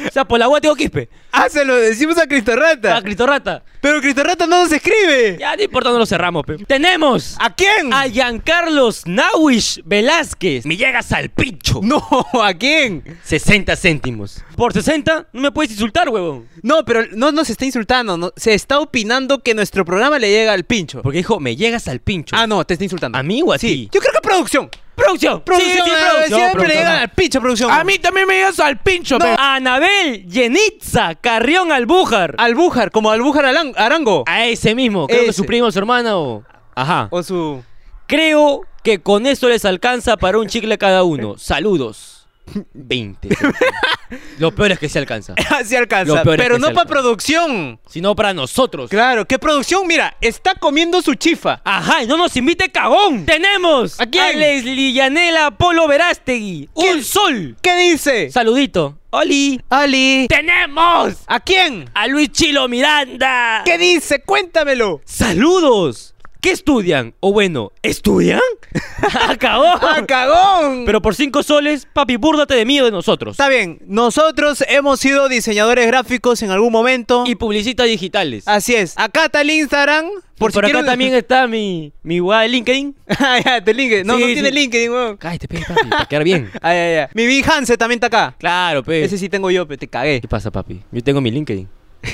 A: O sea, por la hueá tengo quispe.
B: Ah, se lo decimos a Cristo
A: Para
B: Rata.
A: Cristo Rata.
B: Pero Cristo Rata no nos escribe.
A: Ya no importa, no lo cerramos, pe. ¡Tenemos!
B: ¿A quién?
A: A Giancarlos Nawish Velázquez. Me llegas al pincho.
B: No, ¿a quién?
A: 60 céntimos. Por 60 no me puedes insultar, huevón.
B: No, pero no nos está insultando. no- se está opinando que nuestro programa le llega al pincho.
A: Porque dijo, me llegas al pincho.
B: Ah, no, te está insultando.
A: ¿A mí o a ti?
B: Yo creo que producción.
A: ¡Producción! Sí,
B: Producción,
A: sí,
B: eh,
A: producción,
B: siempre le
A: producción.
B: llegan al pincho, producción.
H: A mí también me llegas al pincho,
A: No,
H: pe.
A: Anabel Yenitza Carrión Albújar.
H: Ah,
B: Al Bújar, como al Bújar Alan- Arango.
A: A ese mismo, creo que
B: Ese.
A: su primo o su hermana o. Ajá.
B: O su.
A: Creo que con esto les alcanza para un chicle cada uno. Saludos. 20. Lo peor es que se alcanza.
B: Así Ah, alcanza.
A: Lo peor es
B: Pero
A: que
B: no
A: se
B: para
A: alcanza.
B: producción.
A: Sino para nosotros.
B: Claro, que producción, mira, está comiendo su chifa.
A: Ajá, y no nos invite cagón. Tenemos
B: ¿A quién?
A: Leslie Yanela Polo Verástegui. Un
B: ¿Quién?
A: sol.
B: ¿Qué dice?
A: Saludito. Oli.
B: Ali.
A: Tenemos
B: ¿A quién?
A: a Luis Chilo Miranda.
B: ¿Qué dice? Cuéntamelo.
A: Saludos. ¿Qué estudian? O bueno, ¿estudian? Acabó.
B: ¡Ah, cagón!
A: Pero por cinco soles, papi, búrdate de mí o de nosotros.
B: Está bien, nosotros hemos sido diseñadores gráficos en algún momento.
A: Y publicistas digitales.
B: Así es. Acá está el Instagram.
A: Por,
B: Por si
A: acá
B: quieren-
A: también está mi, mi guay de LinkedIn.
B: ah, ya, te LinkedIn. No,
A: Sí,
B: no
A: sí.
B: tiene LinkedIn, weón.
A: Cállate, pe, papi, para quedar bien.
B: Ah, ya, ya. Mi Behance también está acá.
A: Claro, pe.
B: Ese sí tengo yo, pero te cagué.
A: ¿Qué pasa, papi? Yo tengo mi LinkedIn.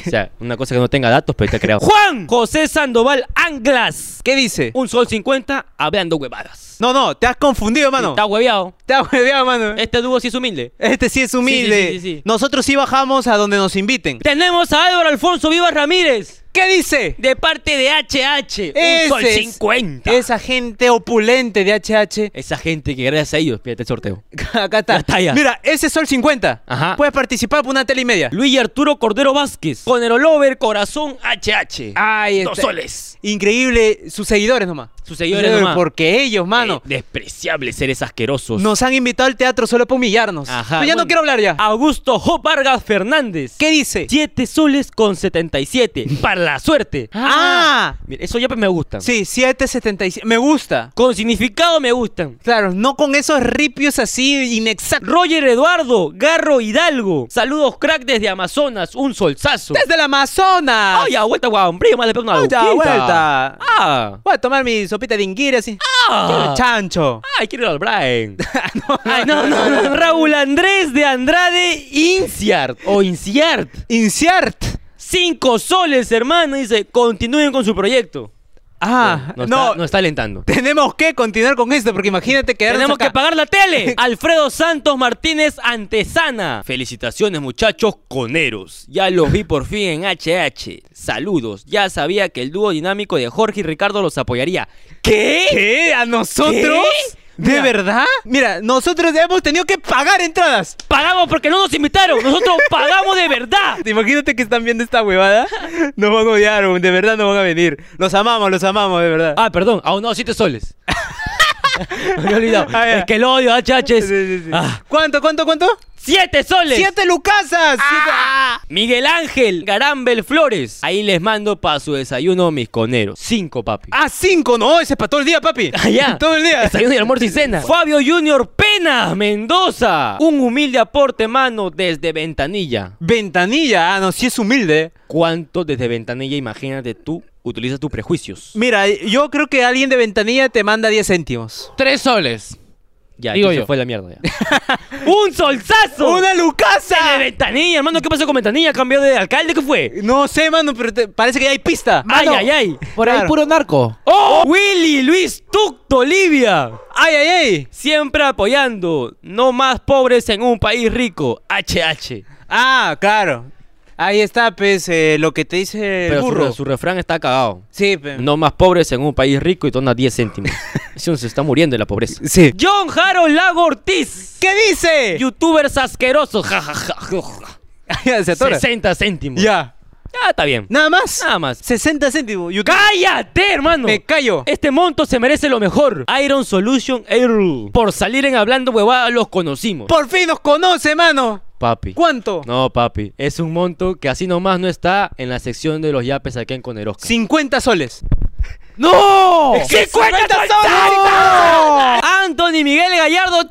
A: O sea, una cosa que no tenga datos, pero te ha creado. Juan José Sandoval Anglas.
B: ¿Qué dice?
A: Un sol 50 hablando huevadas.
B: No, no, te has confundido, mano. Eh.
A: Está hueveado.
B: Te has hueveado, mano.
A: Este dúo sí es humilde.
B: Este sí es
A: Sí,
B: humilde.
A: sí, sí, sí, sí.
B: Nosotros sí bajamos a donde nos inviten.
A: Tenemos a Álvaro Alfonso Vivas Ramírez.
B: ¿Qué dice?
A: De parte de HH.
B: Ese
A: un sol
B: es-
A: 50.
B: Esa gente opulente de HH.
A: Esa gente que gracias a ellos, fíjate el sorteo.
B: Acá está.
A: La talla.
B: Mira, ese Sol 50.
A: Ajá.
B: Puedes participar por una tele y media.
A: Luis Arturo Cordero Vázquez. Con el Olover Corazón HH.
B: Ay,
A: Dos soles.
B: Increíble, sus seguidores nomás.
A: Sus este- seguidores nomás.
B: Porque ellos,
A: Eh,
B: mano,
A: despreciables seres asquerosos.
B: nos han invitado al teatro solo para humillarnos.
A: Ajá,
B: Pero ya
A: bueno.
B: no quiero hablar ya.
A: Augusto J. Vargas Fernández.
B: ¿Qué dice?
A: 7 soles con 77. para la suerte.
B: Ah,
A: Mira, eso ya me gusta.
B: sí, 777. Me gusta.
A: Con significado me gustan.
B: Claro, no con esos ripios así inexactos.
A: Roger Eduardo Garro Hidalgo. Saludos crack desde Amazonas. Un solzazo.
B: Desde el Amazonas.
A: ¡Ay, ya vuelta, guau! Brillo más le pego una
B: Ay, ya,
A: boquita.
B: vuelta.
A: ¡Ah!
B: Voy a tomar mi sopita de inguira así. Quiero Chancho.
A: ¡Ay, quiero ir al Brian! Ay, no, no, no. Raúl Andrés de Andrade Inciart. O Inciart.
B: Insert.
A: Cinco soles, hermano. Dice, continúen con su proyecto.
B: Ah,
A: no,
B: no.
A: Está, no está alentando.
B: Tenemos que continuar con esto porque imagínate quedarnos
A: Tenemos
B: acá.
A: que pagar la tele. Alfredo Santos Martínez Antesana. Felicitaciones, muchachos coneros. Ya los vi por fin en HH. Saludos. Ya sabía que el dúo dinámico de Jorge y Ricardo los apoyaría. ¿Qué?
B: ¿Qué? ¿A nosotros?
A: ¿Qué?
B: ¿De
A: Mira.
B: verdad? Mira, nosotros hemos tenido que pagar entradas.
A: Pagamos porque no nos invitaron. Nosotros pagamos de verdad.
B: Imagínate que están viendo esta huevada. Nos van a odiar, weón, de verdad no van a venir. Los amamos, los amamos, de verdad.
A: Ah, perdón. Aún no, siete soles. Me he olvidado.
B: Ah, ya.
A: Es que el odio, HH. es-
B: Sí, sí, sí.
A: Ah,
B: ¿Cuánto, cuánto, cuánto?
A: ¡Siete soles!
B: ¡Siete lucasas! Ah,
A: Miguel Ángel Garambel Flores. Ahí les mando para su desayuno mis coneros. Cinco, papi.
B: ¡Ah, cinco! No, ese es para todo el día, papi.
A: Allá.
B: Todo el día.
A: Desayuno y almuerzo y cena. Fabio Junior Pena, Mendoza. Un humilde aporte, mano, desde Ventanilla.
B: Ventanilla. Ah, no, sí es humilde.
A: ¿Cuánto desde Ventanilla, imagínate tú, utilizas tus prejuicios?
B: Mira, yo creo que alguien de Ventanilla te manda 10 céntimos.
H: Tres soles.
A: Ya,
H: Digo
A: entonces
H: yo.
A: fue la mierda ya. ¡Un solzazo!
B: ¡Una lucasa!
A: de Ventanilla, hermano, ¿qué pasó con Ventanilla? ¿Cambió de alcalde? ¿Qué fue?
B: No sé, mano, pero te- parece que ya hay pista.
A: ¡Ay,
B: Mano,
A: ay, ay!
H: Por ahí
B: Claro.
H: puro narco.
A: ¡Oh! Willy Luis Tucto Olivia.
B: ¡Ay, ay, ay!
A: Siempre apoyando. No más pobres en un país rico. HH.
B: Ah, claro. Ahí está, pues, eh, lo que te dice el
A: Pero su-
B: burro.
A: Su, refrán está cagado.
B: Sí, pe-
A: No más pobres en un país rico y tona 10 céntimos. Ese hombre se está muriendo de la pobreza.
B: Sí.
A: John Harold Lago Ortiz.
B: ¿Qué dice? Ah,
A: Youtubers asquerosos. Ja, ja, ja, ja, ja.
B: Ya, se atora.
A: 60 céntimos.
B: Ya.
A: Ya está bien.
B: Nada más.
A: Nada más.
B: 60 céntimos. YouTube.
A: ¡Cállate, hermano!
B: Me callo.
A: Este monto se merece lo mejor. Iron Solution Air. Por salir en hablando huevada los conocimos.
B: Por fin nos conoce, mano.
A: Papi.
B: ¿Cuánto?
A: No, papi. Es un monto que así nomás no está en la sección de los yapes aquí en ¡Oh! Conerosca.
B: 50 soles.
A: ¡No!
B: ¡50 soles!
A: Anthony Miguel Gallardo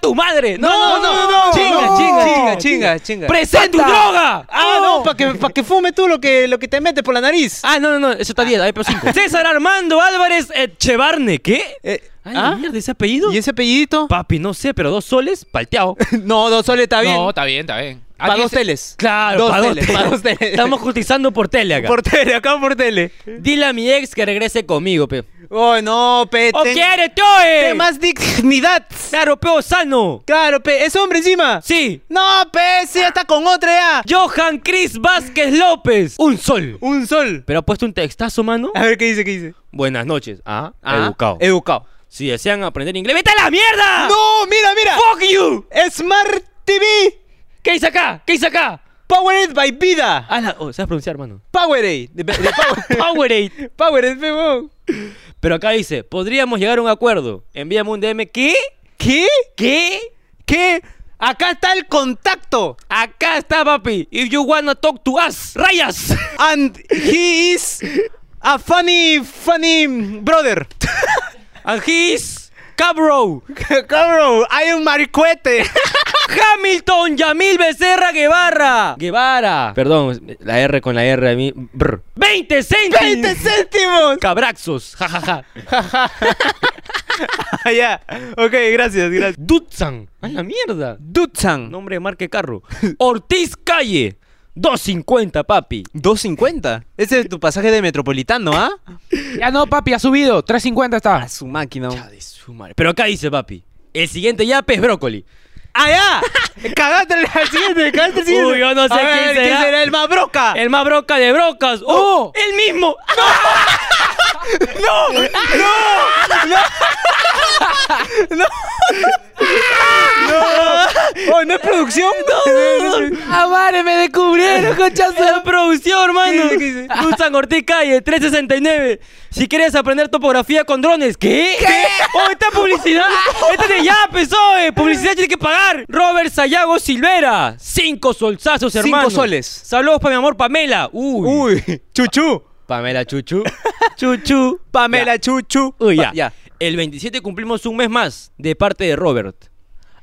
A: tu madre. No, no, no.
B: Chinga,
A: no.
B: chinga, chinga, chinga, chinga.
A: ¡Presenta tu droga!
B: Ah, no, para que, pa' que fume tú lo que, lo que te metes por la nariz.
A: Ah, no, no, no, eso está 10, ahí pero 5. César Armando Álvarez Echevarne, ¿qué? Ay,
B: ¿ah?
A: mierda, Eh, ¿ese apellido?
B: ¿Y ese apellidito?
A: Papi, no sé, pero dos soles, palteado.
B: No, dos soles está bien.
H: No, está bien, está bien.
B: Para
H: Aquí
B: dos
H: se-
B: teles.
A: Claro,
B: Dos
A: pa'
B: teles, pa' dos teles.
A: Estamos cotizando por tele acá.
B: Por tele, acá por tele.
A: Dile a mi ex que regrese conmigo, pe.
B: Oh, no, pe.
A: ¡O
B: ten-
A: quiere,
B: ten
A: Toe!
B: más dignidad.
A: ¡Claro, peo sano!
B: Claro, pe. Es hombre encima.
A: Sí,
B: No, pe. Sí, hasta con otra ya.
A: Johan Cris Vázquez López. Un sol.
B: Un sol.
A: Pero ha puesto un textazo, mano.
B: A ver qué dice, qué dice.
A: Buenas noches. Ah,
B: Ah,
A: educado.
B: Educado.
A: si desean aprender inglés, ¡vete a la mierda!
B: No, mira, mira.
A: ¡Fuck you!
B: Smart TV.
A: ¿Qué dice acá? ¿Qué dice acá?
B: Powered by Vida.
A: Ah, la, oh, ¿sabes pronunciar, mano?
B: Powerade. De, de Power-
A: Powerade.
B: Powerade, pe, weón.
A: Pero acá dice, podríamos llegar a un acuerdo. Envíame un DM. ¿Qué?
B: ¿Qué?
A: ¿Qué?
B: ¿Qué? Acá está el contacto.
A: Acá está, papi. If you wanna talk to us, rayas.
B: And he is a funny, funny brother.
A: And he's Cabro.
B: Cabrón, hay un maricuete.
A: Hamilton Yamil Becerra Guevara. Guevara. Perdón, la R con la R a mí. Brr. 20 céntimos.
B: 20 céntimos.
A: Cabraxos. Jajaja.
B: Ah, ya. Ok, gracias, gracias.
A: Dutsan. A la mierda.
B: Dutsan.
A: Nombre de marca de carro. Ortiz Calle. 250, papi.
B: 250. Ese es tu pasaje de metropolitano, ¿ah?
H: Ya no, papi, ha subido. 350 está.
B: Su máquina.
A: Ya de su madre. Pero acá dice, papi. El siguiente yape es brócoli.
B: ¡Allá! ¡Cagaste el al siguiente! ¡Cagaste el siguiente!
A: Uy, yo no sé
B: A
A: quién
B: ver,
A: será.
B: el más broca?
A: El más broca de brocas.
H: ¡Oh!
A: ¡Oh! ¡El mismo!
B: ¡Oh, no es producción!
H: ¡Ah, madre, me descubrieron,
A: ¡Es
H: cochazo!
A: la producción, hermano!
B: ¿Qué dice? ¿Qué
A: Dutsan Ortiz Calle, 369. Si quieres aprender topografía con drones, ¿qué? ¿Qué? ¡Oh, esta publicidad! ¡Esta de yape, soy! ¡Publicidad tienes que pagar! Robert Sayago Silvera, 5 solsazos,
B: Cinco
A: hermano.
B: soles.
A: Saludos para mi amor Pamela. Uy.
B: ¡Uy! ¡Chuchu!
A: Pamela Chuchu. Chuchu.
B: Pamela
A: Ya.
B: Chuchu.
A: Uy,
B: Pa-
A: ya. El 27 cumplimos un mes más de parte de Robert.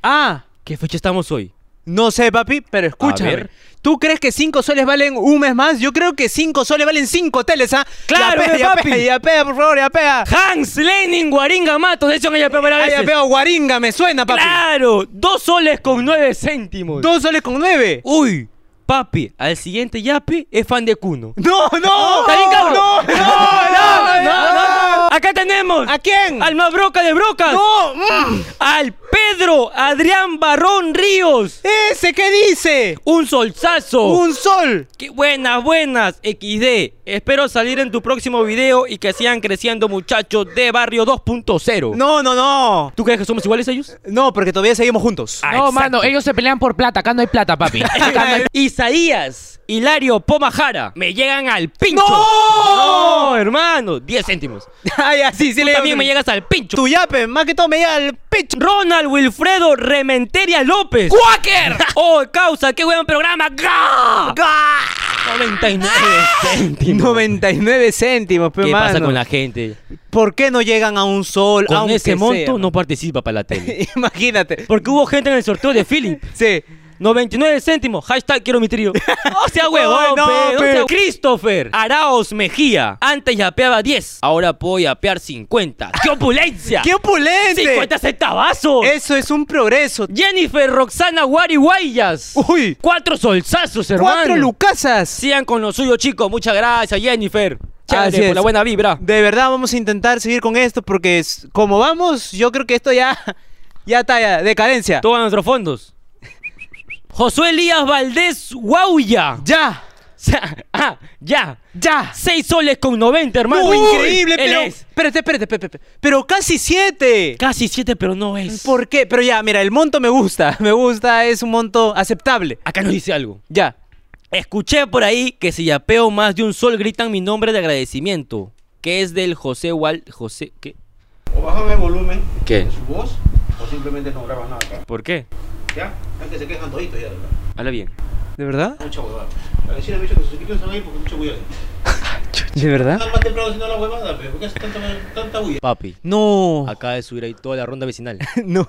B: Ah,
A: ¿Qué fecha estamos hoy?
B: no sé, papi, pero escúchame.
A: ver.
B: ¿Tú crees que 5 soles valen un mes más? Yo creo que 5 soles valen 5 teles, ¿ah?
A: Claro,
B: ya
A: ve,
B: pea,
A: papi.
B: ya pea, por favor, ya pea.
A: Hans Lenin Guaringa Matos. De hecho, en Yape varias
B: Ah, ya
A: veces.
B: pea, guaringa, me suena, papi.
A: Claro, dos soles con nueve céntimos.
B: Dos soles con nueve.
A: Uy, papi, al siguiente yape es fan de Cuno.
B: No, no.
A: ¿Está bien, cabrón?
B: No, no, no, no, no.
A: Acá tenemos
B: ¿A quién?
A: al más broca de brocas,
B: No. mm.
A: al Pedro Adrián Barrón Ríos.
B: Ese, ¿qué dice?
A: Un solsazo.
B: Un sol.
A: Qué buenas, buenas, XD. Espero salir en tu próximo video y que sigan creciendo muchachos de Barrio 2.0.
B: No, no, no.
A: ¿Tú crees que somos iguales a ellos?
B: No, porque todavía seguimos juntos.
A: Ah,
H: No,
A: exacto.
H: Oh, mano, ellos se pelean por plata. Acá no hay plata, papi.
A: Isaías, Hilario Pomajara, me llegan al pincho.
B: ¡No!
A: No, hermano, 10 céntimos.
B: Ay, así, sí
A: Tú
B: le digo
A: también
B: que-
A: me llegas al pincho.
B: Tu yape, más que todo me llega al pecho.
A: Ronald Wilfredo Rementeria López.
H: ¡Quaker!
A: Oh, causa, qué buen programa. ¡Ga! 99 céntimos.
B: 99 céntimos, pe,
A: ¿Qué pasa
B: mano?
A: con la gente?
B: ¿Por qué no llegan a un sol?
A: Con
B: aunque
A: ese monto
B: sea?
A: no participa para la tele.
B: Imagínate.
A: Porque hubo gente en el sorteo de Philip.
B: Sí.
A: 99 céntimos. Hashtag quiero mi trío. No sea
B: Ay,
A: huevón,
B: no,
A: pe, no
B: pe.
A: sea- Christopher Araos Mejía. Antes yapeaba 10. Ahora puedo yapear 50. ¡Qué opulencia!
B: ¡Qué opulente!
A: 50 centavazos.
B: Eso es un progreso.
A: Jennifer Roxana Guariguayas.
B: Uy.
A: Cuatro solsazos, hermano.
B: Cuatro lucasas.
A: Sigan con lo suyo, chicos. Muchas gracias, Jennifer. Chévere,
B: Así
A: por
B: es.
A: la buena vibra.
B: De verdad vamos a intentar seguir con esto porque es- como vamos, yo creo que esto ya ya está ya, decadencia.
A: Todos nuestros fondos. Josué Elías Valdés Guauya.
B: Ya,
A: ah, ya.
B: ya.
A: 6 soles con 90, hermano.
B: Uy, increíble,
A: Él
B: pero
A: es
B: espérate, espérate, espérate, espérate, pero casi siete.
A: Casi 7, pero no es.
B: ¿Por qué? Pero ya, mira, el monto me gusta, me gusta, es un monto aceptable.
A: Acá nos dice algo.
B: Ya.
A: Escuché por ahí que si yapeo más de un sol gritan mi nombre de agradecimiento. Que es del José Wal... José... ¿Qué?
I: O bájame el volumen
A: ¿Qué?
I: de su voz, o simplemente no grabas nada acá.
A: ¿Por qué?
I: ¿Ya? Es que se quejan toditos ya, de verdad.
A: Habla bien.
B: ¿De verdad?
I: Mucha huevada. A decir a bicho que sus equipos se van a ir porque mucho cuidado.
B: ¿De verdad?
I: Nada más temprano haciendo la huevada, pero ¿por qué hace tanta, tanta bulla?
A: Papi,
B: No.
A: acaba de subir ahí toda la ronda vecinal.
B: No.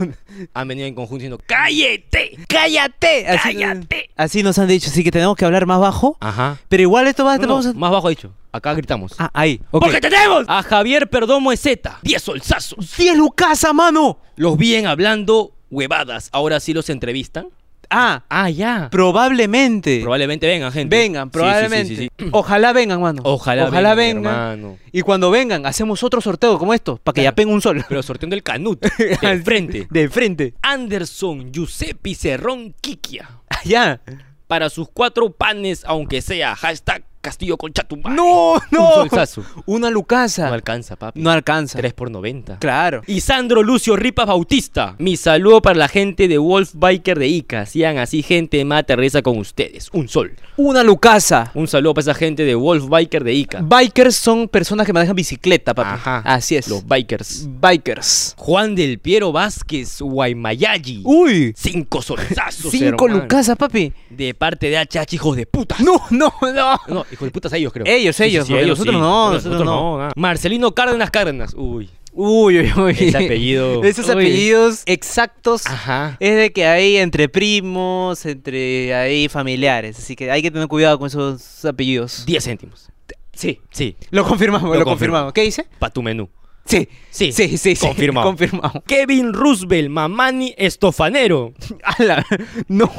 A: Han venido en conjunto diciendo, ¡cállate! ¡Cállate!
B: Así,
A: ¡Cállate!
B: así nos han dicho, así que tenemos que hablar más bajo.
A: Ajá.
B: Pero igual esto va
A: No, no,
B: vamos a...
A: Más bajo dicho, acá gritamos.
B: Ah, ahí. ok.
A: ¡Porque tenemos a Javier Perdomo Z! ¡10 solsazos!
B: ¡Sí es Lucasa, mano!
A: Los vienen hablando huevadas. Ahora sí los entrevistan.
B: Ah,
A: Ah, ya.
B: probablemente.
A: Probablemente vengan, gente.
B: Vengan,
A: Sí, sí,
B: probablemente.
A: sí, sí, sí.
B: Ojalá vengan, mano.
A: Ojalá
B: Ojalá
A: vengan,
B: vengan.
A: mi hermano.
B: Y cuando vengan, hacemos otro sorteo como esto, para que
A: Claro.
B: ya peguen un sol.
A: Pero sorteando el canut. De frente.
B: De frente.
A: Anderson Giuseppe Cerrón Kikia.
B: Ya.
A: Para sus cuatro panes, aunque sea. Hashtag Castillo con Chatumba.
B: No, no.
A: Un solsazo.
B: Una
A: No
B: Lucasa.
A: alcanza, papi.
B: No alcanza.
A: 3 por 90.
B: Claro.
A: Y Sandro Lucio Ripas Bautista. Mi saludo para la gente de Wolf Biker de Ica. Sigan así, gente, mata reza con ustedes. Un sol.
B: Una Lucasa.
A: Un saludo para esa gente de Wolf Biker de Ica.
B: Bikers son personas que manejan bicicleta, papi.
A: Ajá.
B: Así es.
A: Los bikers.
B: Bikers.
A: Juan del Piero Vázquez, Guaymayalli.
B: Uy.
A: Cinco solsazos.
B: Uh. Cinco
A: hermano.
B: Lucasas, papi.
A: De parte de HH, hijos de puta.
B: No, no, no.
A: No, hijos de putas ellos, creo.
B: Ellos, ellos, porque nosotros no, nosotros no.
A: ah. Marcelino Cárdenas Cárdenas. Uy.
B: Uy, uy, uy.
A: Ese apellido.
B: Esos
A: Uy. Ah.
B: apellidos exactos.
A: Ajá.
B: Es de que hay entre primos, entre ahí familiares. Así que hay que tener cuidado con esos apellidos.
A: 10 céntimos. Sí. Sí.
B: Lo confirmamos,
A: Lo
B: lo,
A: confirmo.
B: confirmamos. ¿Qué dice?
A: Pa' tu menú.
B: Sí.
A: Sí.
B: Sí, sí, sí.
A: Confirmado.
B: Confirmado.
A: Kevin Roosevelt, Mamani Estofanero.
B: ¡Hala! No,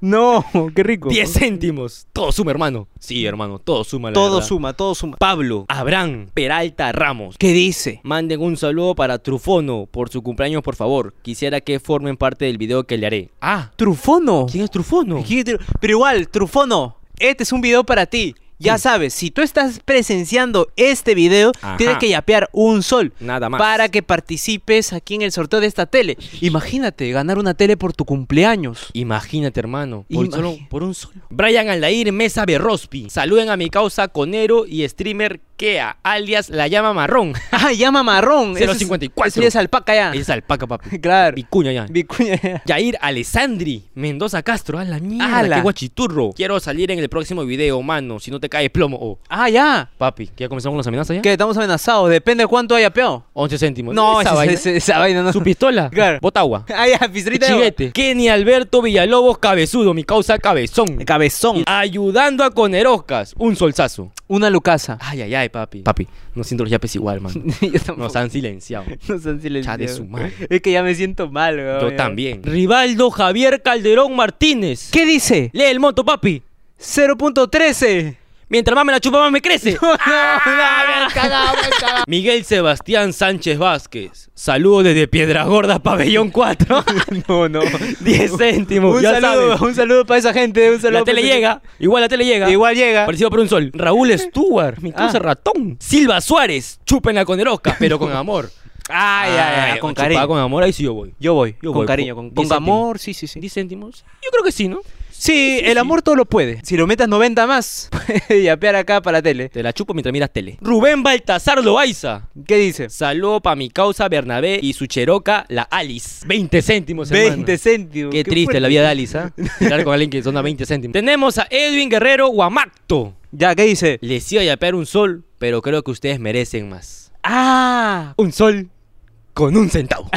B: no, qué rico.
A: 10 céntimos. Todo suma, hermano. Sí, hermano, todo suma. la
B: Todo
A: verdad.
B: suma, todo suma.
A: Pablo, Abraham, Peralta Ramos.
B: ¿Qué dice?
A: Manden un saludo para Trufono por su cumpleaños, por favor. Quisiera que formen parte del video que le haré. Ah,
B: Trufono.
A: ¿quién es Trufono?
B: ¿Quién es Tru- Pero igual, Trufono, este es un video para ti. Ya sabes, si tú estás presenciando este video,
A: Ajá.
B: tienes que yapear un sol.
A: Nada más.
B: Para que participes aquí en el sorteo de esta tele. Imagínate, ganar una tele por tu cumpleaños.
A: Imagínate, hermano. Por,
B: Imagi-
A: solo- por un solo. Brian Aldair Mesa Berrospi. Saluden a mi causa conero y streamer Kea, alias La Llama Marrón.
B: Ah, llama marrón. Ese es-
A: 054.
B: ese ya es alpaca ya.
A: Esa es alpaca, papi.
B: Claro.
A: Vicuña ya.
B: Vicuña.
A: Jair Alessandri Mendoza Castro, a la mierda,
B: ¡Hala!
A: qué guachiturro. Quiero salir en el próximo video, mano, si no te caes plomo. Oh,
B: Ah, ya.
A: papi, ¿que ya comenzamos con las amenazas ya?
B: Que estamos amenazados. Depende de cuánto haya peado.
A: 11 céntimos.
B: No,
A: Esa
B: esa,
A: vaina.
B: esa- esa vaina no.
A: Su pistola.
B: Claro.
A: Bota agua.
B: Ah, ya, pistolita de agua.
A: Chiguete. Kenny Alberto Villalobos Cabezudo, mi causa cabezón.
B: Cabezón.
A: Ayudando a Coneroscas, un solsazo.
B: Una lucasa.
A: Ay, ay, ay, papi. Papi, no siento los yapes igual, man.
B: Yo tampoco.
A: Nos han silenciado.
B: Nos han silenciado.
A: Cha de su madre.
B: Es que ya me siento mal, weón.
A: Yo
B: ya.
A: también. Rivaldo Javier Calderón Martínez.
B: ¿Qué dice?
A: Lee el monto, papi.
B: 0.13.
A: Mientras más me la chupa, más me crece. Miguel Sebastián Sánchez Vázquez. Saludos desde Piedra Gorda, Pabellón 4.
B: No, no.
A: 10 céntimos.
B: un,
A: ya
B: saludo,
A: sabes.
B: un saludo para esa gente. Un saludo
A: La tele
B: pa' esa
A: llega. Igual la tele llega.
B: gente. Igual llega.
A: Parecido por un sol. Raúl Stuart. Mi causa
B: Ah.
A: ratón. Silva Suárez. Chúpenla con erosca, pero con amor.
B: Ay, ay, ay. Con
A: chupada
B: cariño.
A: con amor, ahí sí yo voy.
B: Yo voy.
A: Yo
B: con
A: voy,
B: cariño.
A: po-
B: Con,
A: diez
B: con amor. Sí, sí, sí.
A: 10 céntimos. Yo creo que sí, ¿no?
B: Sí, el amor todo lo puede. Si lo metas 90 más, puedes yapear acá para la tele.
A: Te la chupo mientras miras tele. Rubén Baltasar Loaiza.
B: ¿Qué dice?
A: Saludo para mi causa Bernabé y su cheroca, la Alice. 20 céntimos, hermano.
B: 20 céntimos.
A: Qué, triste
B: fuerte.
A: la vida de Alice, ¿ah? Tirar con alguien que son a 20 céntimos. Tenemos a Edwin Guerrero Guamacto.
B: Ya, ¿qué dice?
A: Les iba a yapear un sol, pero creo que ustedes merecen más.
B: Ah,
A: Un sol con un centavo.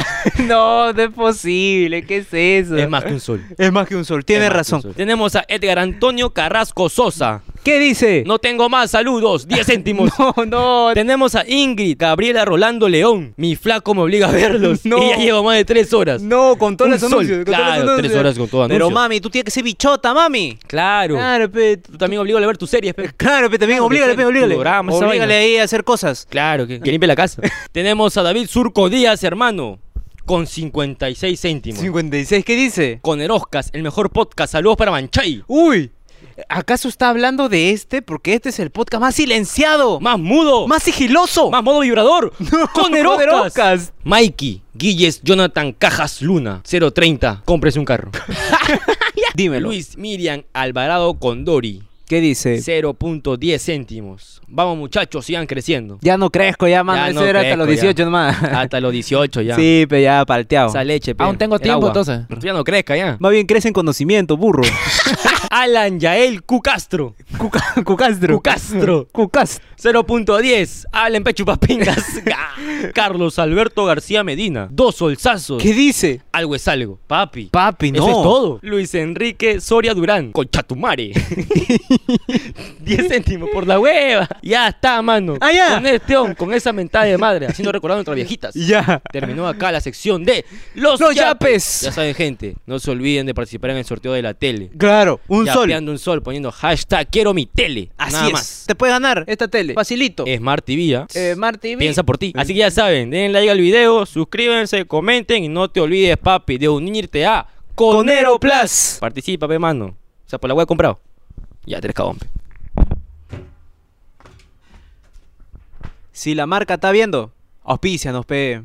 B: no, no es posible. ¿Qué es eso?
A: es más que un sol.
B: Es más que un sol. Tiene
A: Es más que
B: razón.
A: un sol. Tenemos a Edgar Antonio Carrasco Sosa.
B: ¿Qué dice?
A: No tengo más saludos, 10 céntimos.
B: no, no.
A: Tenemos a Ingrid Gabriela Rolando León. Mi flaco me obliga a verlos.
B: No.
A: Y ya llevo más de 3 horas.
B: No, con todas
A: Un
B: las
A: sol,
B: anuncios. con todos los
A: claro,
B: anuncios.
A: tres horas con todo
B: Pero
A: anuncios.
B: mami, tú tienes que ser bichota, mami.
A: Claro.
B: Claro, pe.
A: Tú también obligale a ver tus series, pe.
B: Claro, pe, también
A: Claro,
B: oblígale,
A: que
B: pe,
A: sea
B: oblígale.
A: tu programa, esa
B: Oblígale
A: vaina.
B: ahí a hacer cosas.
A: Claro, que, que limpie la casa. Tenemos a David Surco Díaz, hermano, con 56 céntimos.
B: 56, ¿qué dice?
A: Con Eroscas, el mejor podcast. Saludos para Manchay.
B: Uy, ¿acaso está hablando de este? Porque este es el podcast más silenciado, más,
A: Más mudo.
B: sigiloso.
A: Más modo vibrador. con
B: con
A: Eroscas.
B: Eroscas.
A: Mikey, Guilles, Jonathan Cajas Luna, 030. Cómprese un carro.
B: Dímelo.
A: Luis Miriam Alvarado Condori.
B: ¿Qué dice?
A: 0.10 céntimos. Vamos muchachos, sigan creciendo.
B: Ya no crezco, ya, mano.
A: Ya
B: Eso
A: no
B: era hasta
A: crezco,
B: los 18
A: ya.
B: nomás.
A: Hasta los 18 ya.
B: Sí, pero ya palteado.
A: Esa leche, pe.
H: Aún tengo
A: El
H: tiempo,
A: agua.
H: entonces.
A: Tú Ya no crezca ya.
B: Más bien crece en conocimiento, burro.
A: Alan Yael Cucastro.
B: Cuca- Cucastro.
A: Cucastro.
B: Cucas.
A: 0.10. Alan Pechupapingas. Carlos Alberto García Medina. Dos solsazos.
B: ¿Qué dice?
A: Algo es algo. Papi.
B: Papi, no.
A: Eso es todo. Luis Enrique Soria Durán. Conchatumare. 10 céntimos por la hueva. Ya está, mano.
B: Ah, ya.
A: Con este on, con esa mentada de madre, haciendo recordar a nuestras viejitas.
B: Ya.
A: Terminó acá la sección de Los,
B: Los yapes.
A: Ya saben, gente, no se olviden de participar en el sorteo de la tele.
B: Claro, un sol.
A: Yapeando un sol, poniendo hashtag quiero mi tele.
B: Así
A: Nada
B: es.
A: más.
B: Te puedes ganar esta tele. Facilito.
A: Smart TV, ¿ah?
B: Eh, Smart TV.
A: Piensa por ti. Así que ya saben, den like al video, suscríbanse, comenten y no te olvides, papi, de unirte a
B: Conero Plus.
A: Participa, pe, mano. O sea, por la web comprado. Ya, tres cabón, pe.
B: Si la marca está viendo, auspícianos, pe.